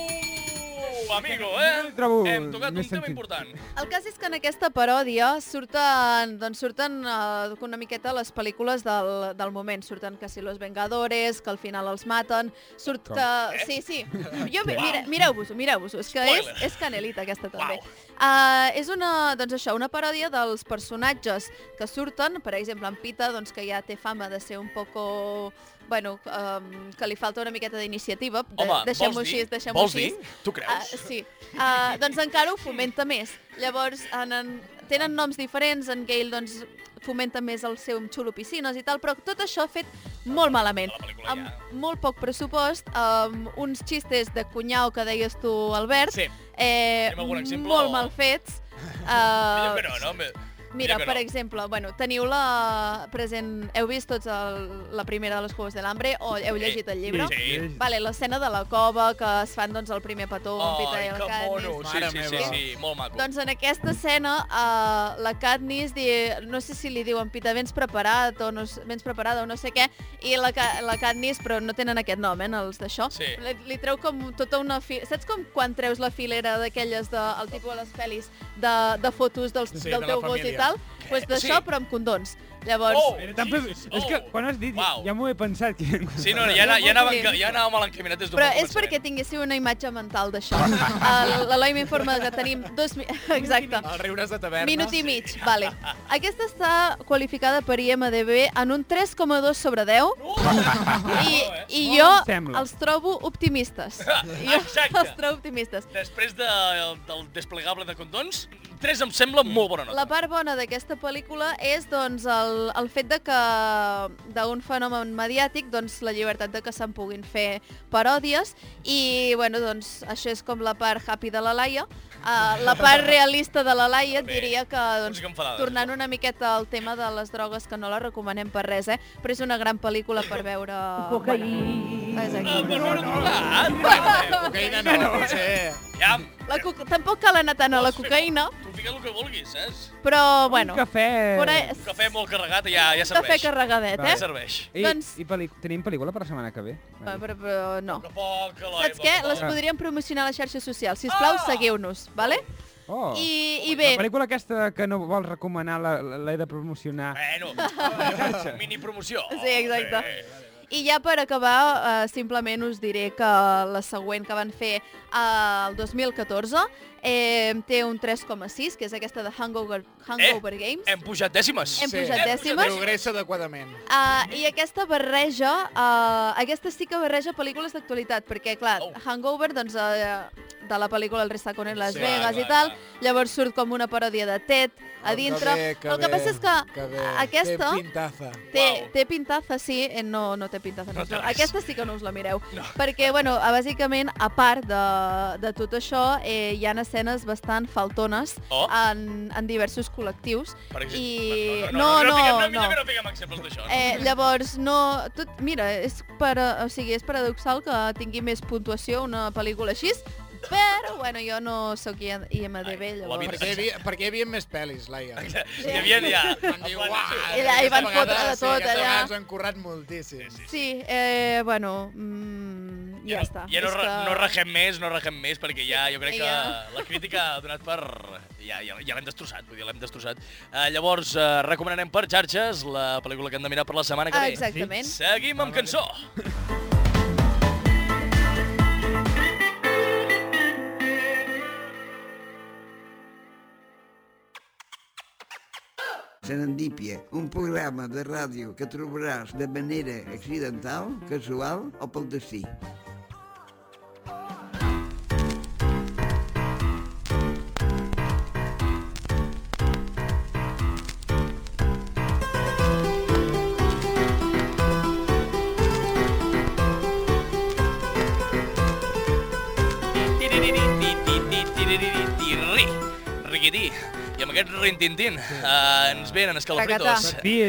Speaker 1: amigo, eh?
Speaker 6: el trobo
Speaker 1: Hem tocat un
Speaker 6: més
Speaker 1: tema
Speaker 6: senzill.
Speaker 1: important.
Speaker 4: El cas és que en aquesta paròdia surten, doncs surten eh, una miqueta les pel·lícules del, del moment. Surten que si los vengadores, que al final els maten... Surt que... Sí, sí. Jo, mi- mira, mireu-vos-ho, mireu-vos-ho. És que és,
Speaker 1: Spoiler.
Speaker 4: és canelita aquesta també.
Speaker 1: Uau.
Speaker 4: Uh, és una, doncs això, una paròdia dels personatges que surten, per exemple, en Pita, doncs, que ja té fama de ser un poco... Bueno, um, que li falta una miqueta d'iniciativa. De-
Speaker 1: Home,
Speaker 4: deixem-ho
Speaker 1: vols dir?
Speaker 4: així, deixem-ho
Speaker 1: Vols
Speaker 4: així.
Speaker 1: dir? Tu creus?
Speaker 4: Ah, sí. Uh, doncs encara ho fomenta més. Llavors, en, en, tenen noms diferents, en Gale doncs, fomenta més el seu xulo piscines i tal, però tot això fet molt malament.
Speaker 1: La pel·lícula
Speaker 4: Amb
Speaker 1: ja.
Speaker 4: molt poc pressupost, amb uns xistes de cunyau que deies tu, Albert,
Speaker 1: Sí.
Speaker 4: eh,
Speaker 1: Tenim algun exemple
Speaker 4: molt
Speaker 1: o-
Speaker 4: mal fets.
Speaker 1: Mira
Speaker 4: Uh,
Speaker 1: que no, no? Mira,
Speaker 4: Mira,
Speaker 1: que
Speaker 4: per
Speaker 1: no.
Speaker 4: exemple, bueno, teniu la present... Heu vist tots el, la primera de los Juegos de l'Hambre o heu llegit el llibre?
Speaker 1: Sí.
Speaker 6: Sí.
Speaker 4: Vale, l'escena de la cova, que es fan doncs, el primer petó, un pita i
Speaker 1: Ai,
Speaker 4: el
Speaker 1: que mono.
Speaker 4: Katniss.
Speaker 1: Sí,
Speaker 3: Mare
Speaker 1: sí, sí,
Speaker 3: meva.
Speaker 1: sí, molt maco.
Speaker 4: Doncs en aquesta escena uh, la Katniss, di, no sé si li diuen Pita, vens preparat o no, s- vens preparada o no sé què, i la, Ca- la Katniss, però no tenen aquest nom, eh, en els d'això,
Speaker 1: Sí.
Speaker 4: li, li treu com tota una filera... Saps com quan treus la filera d'aquelles, de, el tipus de les pel·lis, de, de fotos dels,
Speaker 3: Sí, de
Speaker 4: del
Speaker 3: la
Speaker 4: teu gos i
Speaker 3: família.
Speaker 4: tal? Doncs pues d'això,
Speaker 1: Sí.
Speaker 4: però amb condons. Llavors,
Speaker 1: Oh!
Speaker 6: Era tan pres-
Speaker 1: Jesus,
Speaker 6: És que
Speaker 1: oh.
Speaker 6: quan has dit,
Speaker 1: Uau.
Speaker 6: ja m'ho he pensat. Que...
Speaker 1: Sí, no, ja, ana- ja,
Speaker 4: Molt
Speaker 1: anava,
Speaker 4: dolent.
Speaker 1: ja anava mal encaminat des d'un
Speaker 4: Però
Speaker 1: bon
Speaker 4: és perquè
Speaker 1: començament.
Speaker 4: tinguéssiu una imatge mental d'això. El- L'Eloi m'informa que tenim dos... mi- Exacte.
Speaker 3: Els riures de taverna.
Speaker 4: Minut i mig, vale. Aquesta està qualificada per IMDB en un 3,2 sobre 10
Speaker 1: Oh, eh?
Speaker 3: Ah,
Speaker 4: i, i jo
Speaker 6: em sembla.
Speaker 4: els trobo optimistes. Jo
Speaker 1: Exacte.
Speaker 4: els trobo optimistes.
Speaker 1: Després de, del desplegable de condons, 3 em sembla molt bona nota.
Speaker 4: La part bona d'aquesta pel·lícula és doncs, el, el fet de que d'un fenomen mediàtic doncs, la llibertat de que se'n puguin fer paròdies i bueno, doncs, això és com la part happy de la Laia. Uh, la part realista de la Laia et
Speaker 1: Bé,
Speaker 4: diria que doncs,
Speaker 1: música enfadada,
Speaker 4: tornant una miqueta al tema de les drogues que no la recomanem per res, eh? però és una gran pel·lícula per veure... Bueno, és
Speaker 1: Ah,
Speaker 4: aquí.
Speaker 1: però no, no, no, no.
Speaker 3: Cocaïna no, potser.
Speaker 1: Ja,
Speaker 4: La coca... Tampoc cal anar tant a la cocaïna,
Speaker 1: tu fica el que vulguis, saps?
Speaker 4: però bueno...
Speaker 6: Un cafè...
Speaker 4: Por ahí-
Speaker 1: Un cafè molt carregat ja, ja
Speaker 4: Un cafè
Speaker 1: serveix.
Speaker 4: carregadet,
Speaker 1: Ja
Speaker 4: eh?
Speaker 1: serveix.
Speaker 6: I,
Speaker 4: Doncs-
Speaker 6: i pel·li- tenim pel·lícula per la setmana que ve?
Speaker 4: Però, però, però no.
Speaker 1: Poc a poc, Eloi,
Speaker 4: Saps
Speaker 1: poc
Speaker 4: què?
Speaker 1: a poc.
Speaker 4: Les podríem promocionar a les xarxes socials. Si us plau,
Speaker 1: Ah!
Speaker 4: seguiu-nos, vale?
Speaker 6: Oh.
Speaker 4: I, I
Speaker 6: La
Speaker 4: bé,
Speaker 6: pel·lícula aquesta que no vols recomanar la- la- l'he de promocionar.
Speaker 1: Eh, Bueno, mini promoció.
Speaker 4: Sí, exacte.
Speaker 1: Bé.
Speaker 4: i ja per acabar, eh, simplement us diré que la següent que van fer eh, el 2014 eh, té un 3,6, que és aquesta de Hangover, Hangover Games.
Speaker 1: Hem pujat dècimes.
Speaker 4: Hem pujat dècimes.
Speaker 3: Progressa adequadament.
Speaker 4: Uh, I aquesta barreja, uh, aquesta sí que barreja pel·lícules d'actualitat, perquè, clar,
Speaker 1: Oh.
Speaker 4: oh. Hangover, doncs, uh, de la pel·lícula El Restacón en Las
Speaker 3: Sí,
Speaker 4: sí, Vegas
Speaker 1: clar,
Speaker 4: i tal,
Speaker 1: clar, Doncs
Speaker 4: llavors surt com una paròdia de Ted a
Speaker 3: Que
Speaker 4: dintre.
Speaker 3: bé,
Speaker 4: el que
Speaker 3: bé,
Speaker 4: passa és que,
Speaker 3: bé.
Speaker 4: aquesta
Speaker 3: Té pintaza.
Speaker 4: té,
Speaker 1: Uau.
Speaker 4: té pintaza, sí, eh, no, no té pintaza. No,
Speaker 1: No té
Speaker 4: no,
Speaker 1: res.
Speaker 4: aquesta sí que no us la mireu. No. Perquè, bueno, a- bàsicament, a part de, de tot això, eh, hi ha escenes bastant faltones
Speaker 1: Oh.
Speaker 4: en, en diversos col·lectius.
Speaker 1: Per exemple.
Speaker 4: I...
Speaker 1: no, no,
Speaker 4: no,
Speaker 1: no, millor que no fiquem exemples d'això. no?
Speaker 4: Eh, llavors, no... Tot, mira, és, per, o sigui, és paradoxal que tingui més puntuació una pel·lícula així, però, bueno, jo no sóc I- IMDB,
Speaker 1: Ai, la vida.
Speaker 4: llavors... Ai,
Speaker 3: Perquè hi, havia, perquè hi havia més pel·lis, Laia.
Speaker 1: Hi havia ja...
Speaker 3: Van dir, uah,
Speaker 4: I allà hi van
Speaker 3: aquesta vegada
Speaker 4: fotre de
Speaker 3: sí,
Speaker 4: tot,
Speaker 3: aquesta
Speaker 4: allà.
Speaker 3: vegada ens han currat moltíssim.
Speaker 4: sí, eh, bueno... Mm, ja,
Speaker 1: no-
Speaker 4: està.
Speaker 1: Ja no,
Speaker 4: És
Speaker 1: que... no regem més, no regem més, perquè ja jo crec que
Speaker 4: Ja.
Speaker 1: la crítica ha donat per... Ja, ja, ja l'hem destrossat, vull dir, l'hem destrossat. Uh, llavors, uh, recomanarem per xarxes la pel·lícula que hem de mirar per la setmana que
Speaker 4: Ah,
Speaker 1: ve.
Speaker 4: exactament.
Speaker 1: Seguim amb cançó.
Speaker 2: Serendípia, un programa de ràdio que trobaràs de manera accidental, casual o pel destí.
Speaker 1: Tiriri-ri-ri-ri-ri-ri. eh, Riquití. I amb aquest rintintín uh, ens venen escalofritos.
Speaker 6: Sí,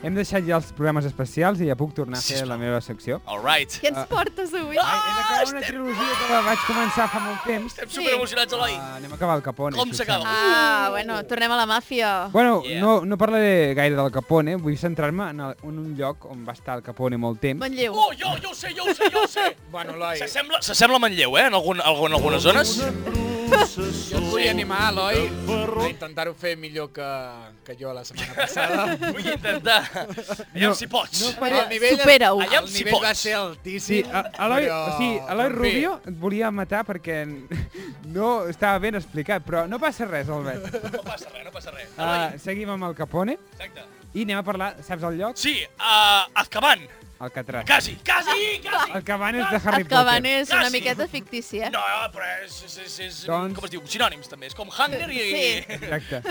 Speaker 6: Hem deixat ja els programes especials i ja puc tornar a fer
Speaker 1: Sisplau.
Speaker 6: la meva secció.
Speaker 1: All right.
Speaker 4: Què
Speaker 6: Ah.
Speaker 4: ens portes avui?
Speaker 1: Ah.
Speaker 6: Ai, he d'acabar una trilogia que la vaig començar fa molt temps.
Speaker 1: Estem superemocionats, Eloi.
Speaker 6: Ah, anem a acabar el Capone.
Speaker 1: Com
Speaker 6: si us
Speaker 1: s'acaba?
Speaker 6: sembla.
Speaker 4: Ah, bueno, tornem a la màfia.
Speaker 6: Bueno,
Speaker 1: Yeah.
Speaker 6: no, no parlaré gaire del Capone, vull centrar-me en, el, en un lloc on va estar el Capone molt temps.
Speaker 4: Manlleu.
Speaker 1: Oh, jo, jo ho sé, jo ho sé, jo ho sé.
Speaker 3: Bueno, Eloi,
Speaker 1: S'assembla s'assembla a Manlleu, eh, en, algun, algun, en algunes zones.
Speaker 3: jo et vull animar, Eloi, a intentar-ho fer millor que, que jo la setmana passada.
Speaker 1: Vull intentar. Aviam si pots.
Speaker 6: No faré...
Speaker 3: El nivell,
Speaker 4: supera-ho.
Speaker 1: Aviam
Speaker 3: el
Speaker 1: si
Speaker 3: nivell va
Speaker 1: pots.
Speaker 3: ser
Speaker 6: Sí,
Speaker 3: altíssim.
Speaker 6: a- Eloi,
Speaker 3: però,
Speaker 6: o sigui, Eloi
Speaker 3: en fi,
Speaker 6: Rubio et volia matar perquè n- no estava ben explicat, però no passa res, Albert.
Speaker 1: No passa res, no passa res.
Speaker 6: Uh, seguim amb el Capone
Speaker 1: Exacte.
Speaker 6: i anem a parlar, saps el lloc?
Speaker 1: Sí, a uh, Azkaban.
Speaker 6: El Catrat.
Speaker 1: Quasi,
Speaker 6: Ah.
Speaker 1: quasi, quasi.
Speaker 6: El Cabanes de Harry
Speaker 4: Azkaban
Speaker 6: Potter.
Speaker 4: és una
Speaker 1: Quasi.
Speaker 4: miqueta fictici, eh?
Speaker 1: Ah, No, però és, és, és, és
Speaker 6: Doncs-
Speaker 1: com es diu, sinònims també, és com Hunger i...
Speaker 4: Sí.
Speaker 6: Exacte.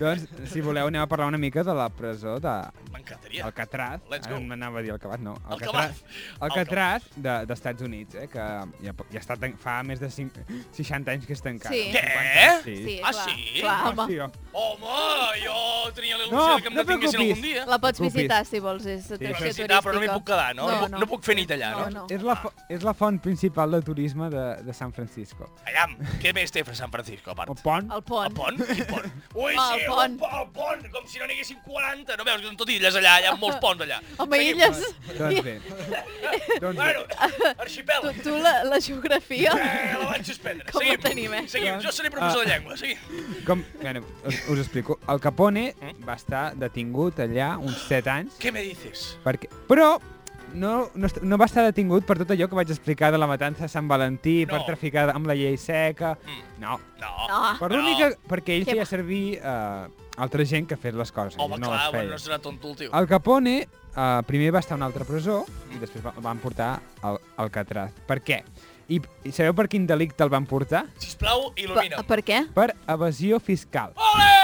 Speaker 6: doncs, si voleu, anem a parlar una mica de la presó de,
Speaker 1: M'encantaria.
Speaker 6: El Catraz,
Speaker 1: Let's go.
Speaker 6: ara m'anava a dir el Cabat, no.
Speaker 1: El Alcatraz.
Speaker 6: El
Speaker 1: Alcatraz.
Speaker 6: Catraz de- d'Estats Units, eh, que ja, ja està tan- fa més de cinc- 60 anys que està encara.
Speaker 4: Sí.
Speaker 1: Què?
Speaker 6: Sí.
Speaker 1: Ah,
Speaker 4: clar,
Speaker 1: sí?
Speaker 4: Clar,
Speaker 6: Hòstia,
Speaker 4: home.
Speaker 1: Home, jo tenia la il·lusió
Speaker 6: No,
Speaker 1: que em
Speaker 6: no
Speaker 1: detinguessin
Speaker 6: preocupis.
Speaker 1: algun dia.
Speaker 4: La pots
Speaker 6: Ocupis.
Speaker 4: visitar, si vols, és atracció
Speaker 1: Però,
Speaker 4: turística.
Speaker 1: necessitar, però eh? no m'hi puc quedar, no? No, puc- no puc fer nit allà, no?
Speaker 4: Ah, No, no.
Speaker 6: És la, fo-
Speaker 1: Ah.
Speaker 6: és la font principal de turisme de, de San Francisco.
Speaker 1: Allà, què més té San Francisco, a
Speaker 6: El
Speaker 1: part?
Speaker 6: pont,
Speaker 4: El pont.
Speaker 1: El pont? Quin pont? Ui,
Speaker 4: Ah, el
Speaker 1: sí,
Speaker 4: pont.
Speaker 1: El, pont, el pont, com si no n'hi haguessin 40. No veus que són tot illes allà, hi ha molts ponts allà.
Speaker 4: Home,
Speaker 1: Seguim.
Speaker 4: illes,
Speaker 6: doncs bé. doncs bé.
Speaker 1: Bueno, arxipel.
Speaker 4: tu, tu la, la geografia...
Speaker 1: Eh, la vaig suspendre.
Speaker 4: Com
Speaker 1: seguim,
Speaker 4: la tenim, eh?
Speaker 1: Seguim, jo seré professor
Speaker 6: Ah.
Speaker 1: de llengua, seguim.
Speaker 6: Com, bueno, us, us explico. El Capone
Speaker 1: Mm.
Speaker 6: va estar detingut allà uns 7 anys,
Speaker 1: Què me dices?
Speaker 6: perquè, però no, no, est- no va estar detingut per tot allò que vaig explicar de la matança de Sant Valentí,
Speaker 1: No.
Speaker 6: per traficar amb la llei seca...
Speaker 1: Mm.
Speaker 6: No,
Speaker 1: No.
Speaker 4: No,
Speaker 6: Per
Speaker 1: No.
Speaker 6: l'única... Perquè ell
Speaker 4: Què
Speaker 6: feia
Speaker 4: va?
Speaker 6: servir eh, altra gent que fes les coses.
Speaker 1: Home,
Speaker 6: ell no
Speaker 1: clar,
Speaker 6: les feia. Ah.
Speaker 1: bueno, no serà tonto el tio.
Speaker 6: El Capone eh, primer va estar a una altra presó i després va, van portar al, al Catraz. Per què? I, I sabeu per quin delicte el van portar?
Speaker 1: Sisplau, il·lumina'm.
Speaker 4: per, per què?
Speaker 6: Per evasió fiscal.
Speaker 1: Ole!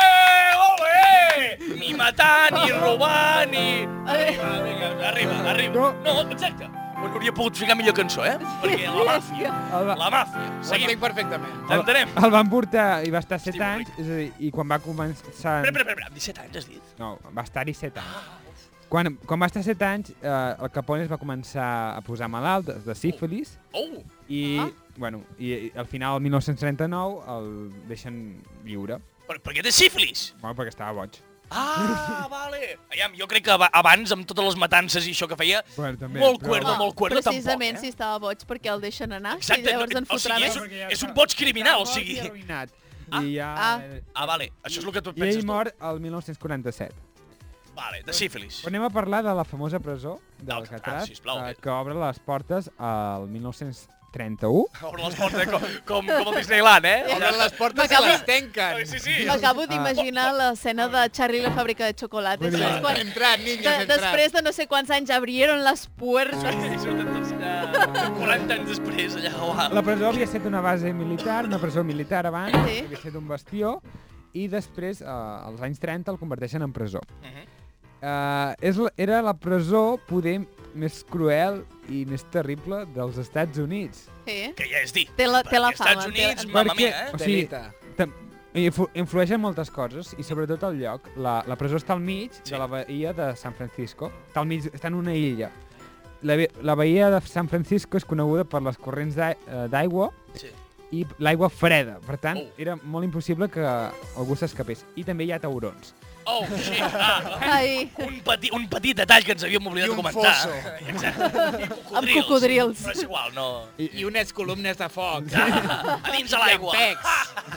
Speaker 1: Ole! Ni matar, ni robar, ni... Arriba, vinga, arriba, arriba. No, exacte. Bueno, hauria pogut ficar millor cançó, eh? Perquè la màfia,
Speaker 6: El,
Speaker 1: Oh,
Speaker 6: va- Ah.
Speaker 1: la màfia.
Speaker 3: Ho
Speaker 1: Seguim.
Speaker 3: entenc perfectament.
Speaker 6: el,
Speaker 1: T'entenem.
Speaker 6: el van portar i va estar 7
Speaker 1: Hosti,
Speaker 6: anys, és a dir, i quan va començar...
Speaker 1: Espera, espera, espera, amb 17 anys has dit?
Speaker 6: No, va estar-hi 7 anys. Quan, quan va estar 7 anys, eh, el Capone es va començar a posar malalt de, de sífilis
Speaker 1: Oh,
Speaker 6: I,
Speaker 4: Ah.
Speaker 6: bueno, i, i al final, el 1939, el deixen lliure.
Speaker 1: per, per què té sífilis?
Speaker 6: Bueno, perquè estava boig.
Speaker 1: Ah, vale. Aviam, jo crec que aba- abans, amb totes les matances i això que feia,
Speaker 6: Bueno, també,
Speaker 1: molt
Speaker 6: però-
Speaker 1: cuerdo, molt cuerdo tampoc, eh?
Speaker 4: precisament si estava boig perquè el deixen anar
Speaker 1: Exacte,
Speaker 4: i llavors
Speaker 1: no,
Speaker 4: en
Speaker 1: o
Speaker 4: fotrà
Speaker 1: sigui,
Speaker 4: més.
Speaker 1: és un, és un boig criminal, o sigui...
Speaker 6: I arruïnat. I ja... eh,
Speaker 4: Ah.
Speaker 1: Ah, vale, això és el que tu et
Speaker 6: I ell
Speaker 1: penses.
Speaker 6: mor el 1947.
Speaker 1: Tu. Vale, de sífilis.
Speaker 6: Però anem a parlar de la famosa presó
Speaker 1: Del
Speaker 6: del
Speaker 1: Catrat,
Speaker 6: Catrat,
Speaker 1: sisplau.
Speaker 6: eh, que obre les portes al 1931.
Speaker 1: Obre les portes eh, com, com, com el Disneyland, eh?
Speaker 3: Obren les portes i
Speaker 4: M'acabo-
Speaker 3: les tenquen.
Speaker 1: Sí, sí.
Speaker 4: M'acabo d'imaginar l'escena de Charlie i la fàbrica de xocolata.
Speaker 6: Vull dir-
Speaker 4: saps? Quan,
Speaker 3: Entrad, niños,
Speaker 4: de,
Speaker 3: entrad.
Speaker 4: després de no sé quants anys abrieron les puertas.
Speaker 1: I surten tots allà, 40 anys després, allà, uau.
Speaker 6: La presó havia estat una base militar, una presó militar abans,
Speaker 4: Sí.
Speaker 6: havia estat un bastió, i després, eh, als anys 30, el converteixen en presó. Uh
Speaker 1: Mhm.
Speaker 6: -huh. és, la- era la presó, poder, més cruel i més terrible dels Estats Units.
Speaker 4: Sí.
Speaker 1: Que ja és dir.
Speaker 4: Té la- té la
Speaker 1: Ah. Perquè Estats
Speaker 4: fama, té-
Speaker 1: Units, mamma mia,
Speaker 6: o
Speaker 1: eh?
Speaker 6: sigui,
Speaker 3: Delita.
Speaker 6: tam- influ- influeixen moltes coses, i sobretot el lloc. La, la presó està al mig sí.
Speaker 1: Sí.
Speaker 6: de la bahia de San Francisco. Està, al mig, està en una illa. La, bi- la bahia de San Francisco és coneguda per les corrents d'ai- eh, d'aigua,
Speaker 1: Sí.
Speaker 6: i l'aigua freda. Per tant,
Speaker 1: Oh.
Speaker 6: oh. era molt impossible que algú s'escapés. I també hi ha taurons.
Speaker 1: Oh, shit. Ah,
Speaker 4: Ai,
Speaker 1: un, petit, un petit detall que ens havíem oblidat de
Speaker 3: I un
Speaker 1: comentar.
Speaker 3: fosso.
Speaker 1: Exacte. I cocodrils.
Speaker 4: Amb cocodrils.
Speaker 1: Però és igual, no...
Speaker 3: I unes columnes de foc.
Speaker 1: Ah, a dins de l'aigua.
Speaker 6: Ah.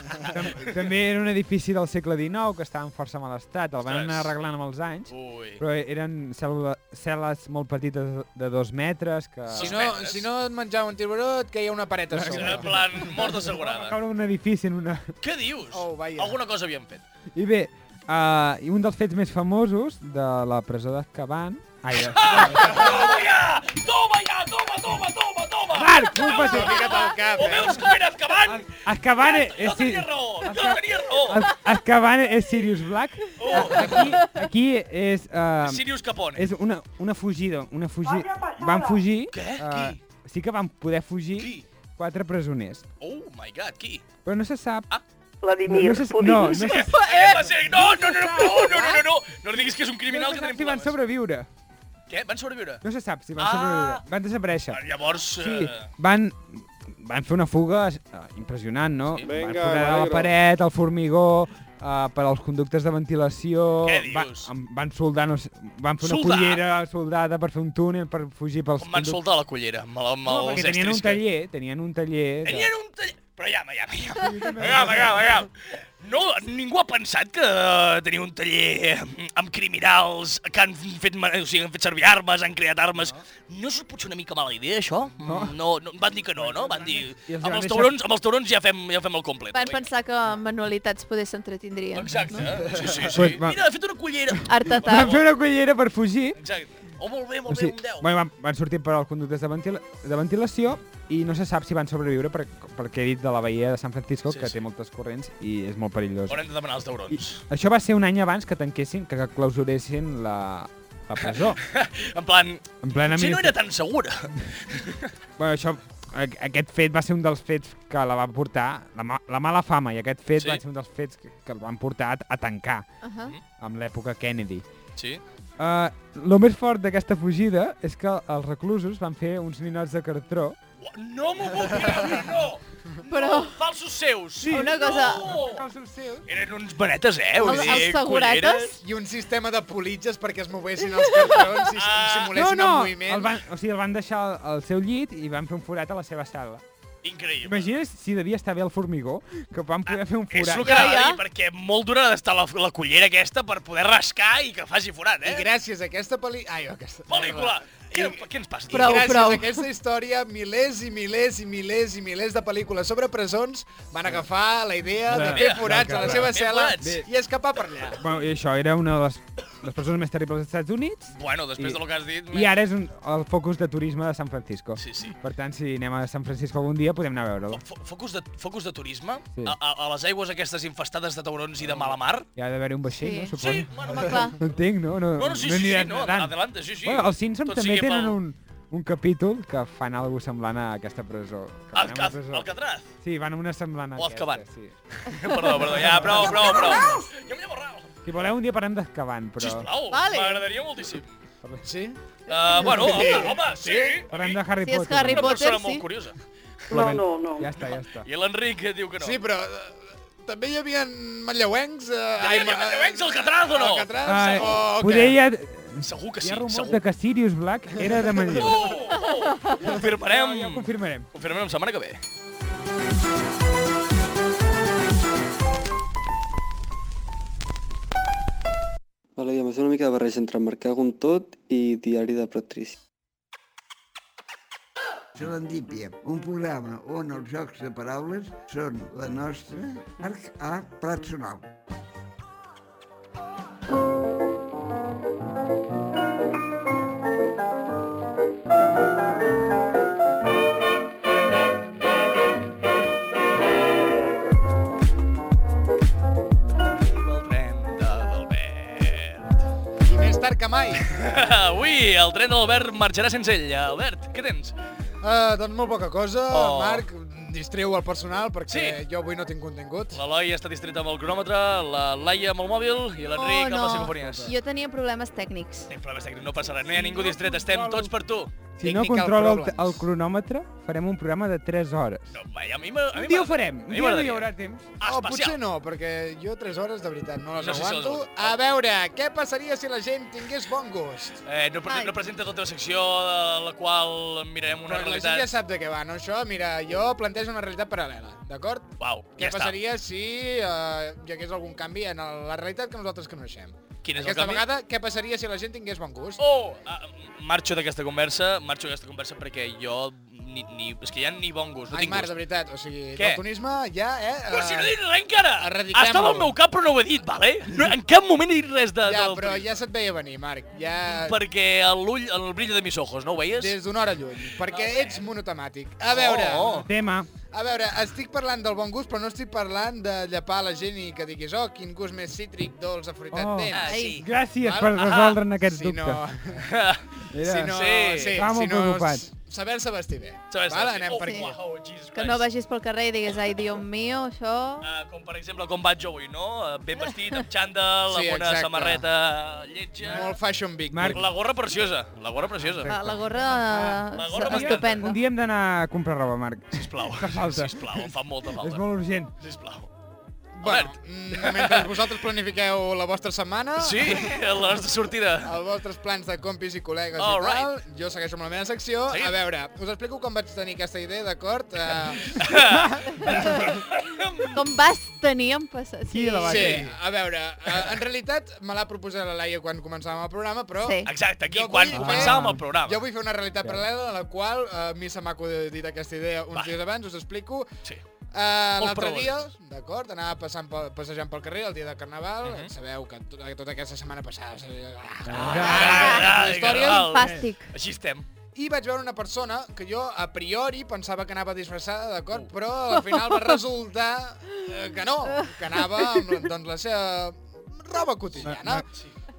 Speaker 3: Pecs.
Speaker 6: Tam també era un edifici del segle XIX que estava en força mal estat, el van
Speaker 1: Ostres.
Speaker 6: anar arreglant amb els anys,
Speaker 1: Ui.
Speaker 6: però eren cèl·lula- cel·les molt petites de- de dos metres que...
Speaker 3: Si
Speaker 1: Sí.
Speaker 3: no, si no et menjava un tiburó, et caia una paret a sobre.
Speaker 1: En plan, mort
Speaker 6: Va
Speaker 1: assegurada.
Speaker 6: caure un edifici en una...
Speaker 1: Què dius?
Speaker 3: Oh, vaya.
Speaker 1: Alguna cosa havíem fet.
Speaker 6: I bé, uh, i un dels fets més famosos de la presó d'Azkaban... Ai, de...
Speaker 1: Toma ja! Toma ja! Toma, toma, toma, toma!
Speaker 6: Marc, Ah, eh, culpa tu!
Speaker 3: Fica't al cap,
Speaker 1: O
Speaker 3: eh?
Speaker 1: veus com era Azkaban?
Speaker 6: Azkaban és...
Speaker 1: Jo tenia raó!
Speaker 6: Ah,
Speaker 1: Jo
Speaker 6: eh,
Speaker 1: tenia raó! Oh,
Speaker 6: Az- Azkaban és Sirius Black. A- Aquí, aquí és... Uh,
Speaker 1: Sirius Capone.
Speaker 6: És una, una fugida, una fugida. Van fugir.
Speaker 1: Què?
Speaker 6: eh, sí que van poder fugir
Speaker 1: Qui?
Speaker 6: quatre presoners.
Speaker 1: Oh my god, qui?
Speaker 6: Però no se sap
Speaker 1: Ah.
Speaker 9: Vladimir
Speaker 6: No sé si-
Speaker 9: Putin.
Speaker 6: no, no sé si-
Speaker 1: Aquest va
Speaker 6: Eh.
Speaker 1: ser... No, no, no, no, no, no, no, no, no. No li diguis que és un criminal que
Speaker 6: no se
Speaker 1: tenim
Speaker 6: sap si van
Speaker 1: problemes.
Speaker 6: sobreviure.
Speaker 1: Què? Van sobreviure?
Speaker 6: No se sap si van
Speaker 1: Ah.
Speaker 6: sobreviure. Van desaparèixer.
Speaker 1: Ah, Llavors...
Speaker 6: Sí,
Speaker 1: eh,
Speaker 6: van, van fer una fuga eh, impressionant, no?
Speaker 1: Sí.
Speaker 6: van
Speaker 10: Vinga,
Speaker 6: forar la
Speaker 10: m'alegro.
Speaker 6: paret, el formigó, uh, per als conductes de ventilació...
Speaker 1: Què
Speaker 6: Van,
Speaker 1: dius?
Speaker 6: em- van soldar, no sé, van fer una
Speaker 1: Soldar?
Speaker 6: cullera soldada per fer un túnel, per fugir pels
Speaker 1: Com van soldar la cullera? Amb, la- amb
Speaker 6: No,
Speaker 1: els
Speaker 6: perquè tenien
Speaker 1: estris
Speaker 6: un taller, tenien un taller...
Speaker 1: Que...
Speaker 6: de-
Speaker 1: Tenien un taller... Però ja, ja, ja. Agam, agam, agam. No, ningú ha pensat que teniu un taller eh, amb criminals que han fet, ma- o sigui, han fet servir armes, han creat armes. No, és potser una mica mala idea, això? No. no, no van dir que no, no? Van dir...
Speaker 6: I els van
Speaker 1: Amb els
Speaker 6: deixar-
Speaker 1: taurons, amb els taurons ja fem, ja fem el complet.
Speaker 4: Van
Speaker 1: vinga.
Speaker 4: pensar que amb manualitats poder s'entretindrien.
Speaker 1: Exacte. eh? Sí, sí, sí.
Speaker 6: Ah, Pues va-
Speaker 1: Mira, ha fet una cullera.
Speaker 4: Art attack.
Speaker 6: Van fer una cullera per fugir...
Speaker 1: Exacte. Oh, molt bé,
Speaker 6: O
Speaker 1: molt bé,
Speaker 6: sigui,
Speaker 1: un 10.
Speaker 6: bueno, van, van sortir per als conductes de, ventila de ventilació i no se sap si van sobreviure per, perquè he dit de la bahia de San Francisco,
Speaker 1: Sí,
Speaker 6: que
Speaker 1: sí.
Speaker 6: té moltes corrents i és molt perillós.
Speaker 1: Haurem de demanar els taurons.
Speaker 6: Això va ser un any abans que tanquessin, que clausuressin la, la presó.
Speaker 1: En plan,
Speaker 6: En plena
Speaker 1: si no
Speaker 6: administra-
Speaker 1: era tan segura.
Speaker 6: bueno, això, a- aquest fet va ser un dels fets que la va portar, la, ma la mala fama, i aquest fet
Speaker 1: Sí.
Speaker 6: sí. va ser un dels fets que, que el van portar a, a tancar
Speaker 4: Uh -huh.
Speaker 6: amb l'època Kennedy.
Speaker 1: Sí?
Speaker 6: Uh, lo més fort d'aquesta fugida és que els reclusos van fer uns ninots de cartró
Speaker 1: No m'ho puc creure, no!
Speaker 4: Però-
Speaker 1: No, falsos seus! Sí,
Speaker 4: Una cosa-
Speaker 1: No! Eren uns benetes, eh?
Speaker 4: Els, els segurates?
Speaker 3: I un sistema de politges perquè es moguessin els cartrons i
Speaker 1: Ah.
Speaker 6: No,
Speaker 3: simulessin
Speaker 6: no,
Speaker 3: el moviment.
Speaker 6: el van, o sigui, el van deixar al- al seu llit i van fer un forat a la seva sala.
Speaker 1: Increïble.
Speaker 6: Imagines si devia estar bé el formigó, que van poder fer un
Speaker 1: Ah, És el
Speaker 6: forat.
Speaker 1: que
Speaker 4: Ja,
Speaker 1: anava a
Speaker 4: ja.
Speaker 1: dir, perquè molt dura ha d'estar la, la cullera aquesta per poder rascar i que faci forat,
Speaker 3: I
Speaker 1: eh?
Speaker 3: gràcies a aquesta pel·li... Ai, aquesta...
Speaker 1: Pel·lícula! Què, què ens passa?
Speaker 4: Prou,
Speaker 3: I gràcies
Speaker 4: prou.
Speaker 3: a aquesta història, milers i milers i milers i milers de pel·lícules sobre presons van agafar la idea de
Speaker 6: Bé,
Speaker 3: fer forats a la seva
Speaker 1: Fer
Speaker 3: cel·la
Speaker 1: forats.
Speaker 3: i escapar per allà.
Speaker 6: Bueno, I això era una de les, les persones més terribles dels Estats Units
Speaker 1: Bueno, després
Speaker 6: I-
Speaker 1: del que has dit...
Speaker 6: i ara és un, el focus de turisme de San Francisco.
Speaker 1: Sí, sí.
Speaker 6: Per tant, si anem a San Francisco algun dia, podem anar a veure-lo.
Speaker 1: Fo- Focus de, focus de turisme?
Speaker 6: Sí.
Speaker 1: A, a, a les aigües aquestes infestades de taurons i de mala mar?
Speaker 6: Hi ha d'haver un vaixell,
Speaker 4: Sí.
Speaker 6: no? Suposo.
Speaker 1: Sí, bueno, va,
Speaker 4: Clar.
Speaker 6: No entenc, no? No,
Speaker 1: Bueno, sí,
Speaker 6: no
Speaker 1: sí, sí,
Speaker 6: aniran
Speaker 1: no,
Speaker 6: nedant.
Speaker 1: adelante, sí, sí.
Speaker 6: Bueno, els Simpsons
Speaker 1: Tot
Speaker 6: també
Speaker 1: sigui
Speaker 6: tenen
Speaker 1: pel-
Speaker 6: un, un capítol que fan alguna semblant a aquesta presó. Que
Speaker 1: El,
Speaker 6: van a una
Speaker 1: ca-
Speaker 6: presó.
Speaker 1: el catraz.
Speaker 6: Sí, van a una semblant a
Speaker 1: O Azkaban.
Speaker 6: aquesta. Sí.
Speaker 1: perdó, perdó, ja, prou, prou, prou. Jo m'he borrat.
Speaker 6: Si voleu, un dia parlem d'Azkaban, però...
Speaker 1: Sisplau,
Speaker 4: Vale.
Speaker 1: m'agradaria moltíssim.
Speaker 3: Sí?
Speaker 1: Uh, bueno, home, home, sí.
Speaker 6: Parlem de Harry
Speaker 4: Si és
Speaker 6: Potter.
Speaker 4: Harry
Speaker 1: Una
Speaker 4: Potter,
Speaker 1: persona molt
Speaker 4: sí.
Speaker 1: curiosa.
Speaker 9: No, no, no.
Speaker 6: Ja està, ja està.
Speaker 1: I l'Enric diu que no.
Speaker 3: Sí, però eh, també hi havia manlleuencs... Eh,
Speaker 1: havia manlleuencs al Catraz o no?
Speaker 3: Alcatraz, Oh,
Speaker 6: Ah,
Speaker 3: o què?
Speaker 6: poder hi ha...
Speaker 1: Segur que
Speaker 6: Hi
Speaker 1: Oh, sí,
Speaker 6: ha rumors
Speaker 1: segur.
Speaker 6: de que Sirius Black era de Manlleu.
Speaker 1: Oh, oh, confirmarem.
Speaker 6: Ah, Ja ho confirmarem.
Speaker 1: confirmarem setmana que ve.
Speaker 10: Vale, i a més una mica de barreja entre marcar un tot i diari de Patrici.
Speaker 2: Serendípia, un programa on els jocs de paraules són la nostra arc a plat sonor.
Speaker 1: El tren de l'Albert.
Speaker 3: I més tard que mai.
Speaker 1: Avui el tren de l'Albert marxarà sense ell. Albert, què tens?
Speaker 3: Uh, doncs molt poca cosa,
Speaker 1: Oh.
Speaker 3: oh. Marc. Distreu el personal perquè
Speaker 1: Sí.
Speaker 3: jo avui no tinc contingut.
Speaker 1: L'Eloi està distret amb el cronòmetre, la Laia amb el mòbil i l'Enric amb les psicofonies.
Speaker 4: Oh, Jo tenia problemes tècnics.
Speaker 1: Tenim problemes tècnics, no passarà, no hi ha ningú distret, estem tots per tu.
Speaker 6: Si no
Speaker 3: Technical
Speaker 6: controla el,
Speaker 3: problems.
Speaker 6: el cronòmetre, farem un programa de 3 hores.
Speaker 1: No, vai, a mi m'a- a mi
Speaker 6: Un dia ho
Speaker 1: m'agrada-
Speaker 6: farem.
Speaker 1: a
Speaker 6: Un
Speaker 1: mi
Speaker 6: dia no hi
Speaker 1: m'agradaria. Ah,
Speaker 6: haurà temps.
Speaker 3: O
Speaker 1: Especial.
Speaker 3: Oh, potser no, perquè jo 3 hores de veritat no les
Speaker 1: No sé si les
Speaker 3: aguanto.
Speaker 1: aguanto.
Speaker 3: a veure, què passaria si la gent tingués bon gust?
Speaker 1: Eh, no, pre
Speaker 4: Ai.
Speaker 1: no presentes la teva secció de la qual mirarem una
Speaker 3: Però la gent
Speaker 1: realitat.
Speaker 3: ja sap de què va, no, això? Mira, jo plantejo una realitat paral·lela, d'acord?
Speaker 1: Uau,
Speaker 3: Què
Speaker 1: ja està.
Speaker 3: passaria si eh, hi hagués algun canvi en el- la realitat que nosaltres coneixem?
Speaker 1: Quin és el
Speaker 3: Aquesta
Speaker 1: canvi?
Speaker 3: vegada, què passaria si la gent tingués bon gust?
Speaker 1: Oh, ah, marxo d'aquesta conversa, marxo d'aquesta conversa perquè jo ni, ni, és que ja ni bon gust, no
Speaker 3: Ai,
Speaker 1: tinc
Speaker 3: Marc, de
Speaker 1: gust.
Speaker 3: veritat, o sigui,
Speaker 1: Què?
Speaker 3: l'autonisme ja, eh?
Speaker 1: Però si no he
Speaker 3: eh,
Speaker 1: dit res encara!
Speaker 3: erradiquem-ho.
Speaker 1: Estava al meu cap però no ho he dit, vale? No, en cap moment he dit res de...
Speaker 3: Ja,
Speaker 1: del
Speaker 3: però
Speaker 1: turisme.
Speaker 3: ja se't veia venir, Marc. Ja...
Speaker 1: Perquè l'ull, el brillo de mis ojos, no ho veies?
Speaker 3: Des d'una hora lluny, perquè ets monotemàtic. A veure,
Speaker 1: eh. Oh.
Speaker 6: Tema.
Speaker 3: a veure, estic parlant del bon gust, però no estic parlant de llepar la gent i que diguis, oh, quin gust més cítric, dolç, afruitat
Speaker 6: Oh.
Speaker 3: oh. tens.
Speaker 1: Ah, sí. Ah,
Speaker 6: Gràcies
Speaker 3: Val?
Speaker 6: per
Speaker 3: Ah,
Speaker 6: resoldre'ns aquests
Speaker 3: si no,
Speaker 6: dubtes. Era-
Speaker 3: si no,
Speaker 1: Sí.
Speaker 3: sí,
Speaker 6: Estava
Speaker 3: si
Speaker 6: molt
Speaker 3: no,
Speaker 6: preocupat.
Speaker 3: Saber-se vestir bé.
Speaker 1: Saber-se
Speaker 3: Val?
Speaker 1: vestir.
Speaker 3: Anem
Speaker 1: Oh,
Speaker 3: per aquí.
Speaker 1: wow, Jesus
Speaker 4: Que no
Speaker 1: Christ.
Speaker 4: vagis pel carrer i diguis, ai, Dios mío, això...
Speaker 1: Uh, com per exemple com vaig jo avui, no? Eh, Ben vestit, amb xandall,
Speaker 3: Sí,
Speaker 1: amb una
Speaker 3: exacte.
Speaker 1: samarreta lletja...
Speaker 3: Molt fashion big.
Speaker 6: Marc.
Speaker 1: La gorra preciosa, la gorra preciosa.
Speaker 4: Ah, La
Speaker 6: Ah,
Speaker 4: gorra...
Speaker 1: La gorra
Speaker 4: eh,
Speaker 1: m'encanta.
Speaker 4: estupenda.
Speaker 6: Un dia hem d'anar a comprar roba, Marc.
Speaker 1: Sisplau,
Speaker 6: Que falta.
Speaker 1: sisplau, em fa molta falta.
Speaker 6: És molt urgent.
Speaker 1: Sisplau.
Speaker 3: Bueno,
Speaker 1: Albert.
Speaker 3: mm, mentre vosaltres planifiqueu la vostra setmana,
Speaker 1: Sí,
Speaker 3: Ah.
Speaker 1: la nostra sortida.
Speaker 3: els vostres plans de compis i col·legues
Speaker 1: All
Speaker 3: i tal, jo segueixo amb la meva secció.
Speaker 1: Sí.
Speaker 3: A veure, us explico com vaig tenir aquesta idea, d'acord? Uh,
Speaker 4: Com vas tenir en passat?
Speaker 6: Qui la va
Speaker 3: sí,
Speaker 6: tenir?
Speaker 3: a veure, uh, en realitat me l'ha proposat la Laia quan començàvem el programa, però...
Speaker 4: Sí.
Speaker 1: Exacte, aquí,
Speaker 3: Jo vull
Speaker 1: quan
Speaker 3: fer-
Speaker 1: començàvem el programa.
Speaker 3: Jo vull fer una realitat paral·lela a la qual eh, a mi se m'ha acudit aquesta idea uns
Speaker 1: Va.
Speaker 3: dies abans, us explico.
Speaker 1: Sí.
Speaker 3: Uh,
Speaker 1: Molt
Speaker 3: L'altre dia,
Speaker 1: probable.
Speaker 3: d'acord, anava passant pel, passejant pel carrer el dia de Carnaval,
Speaker 1: Mhm.
Speaker 3: uh -huh. sabeu que to tota aquesta setmana passada... Ah,
Speaker 1: Ah,
Speaker 3: ah, històries,
Speaker 1: Garral.
Speaker 4: Fàstic.
Speaker 1: Així estem.
Speaker 3: i vaig veure una persona que jo a priori pensava que anava disfressada, d'acord?
Speaker 1: Uh.
Speaker 3: Però al final va resultar eh, que no, que anava amb la- doncs, la seva roba quotidiana.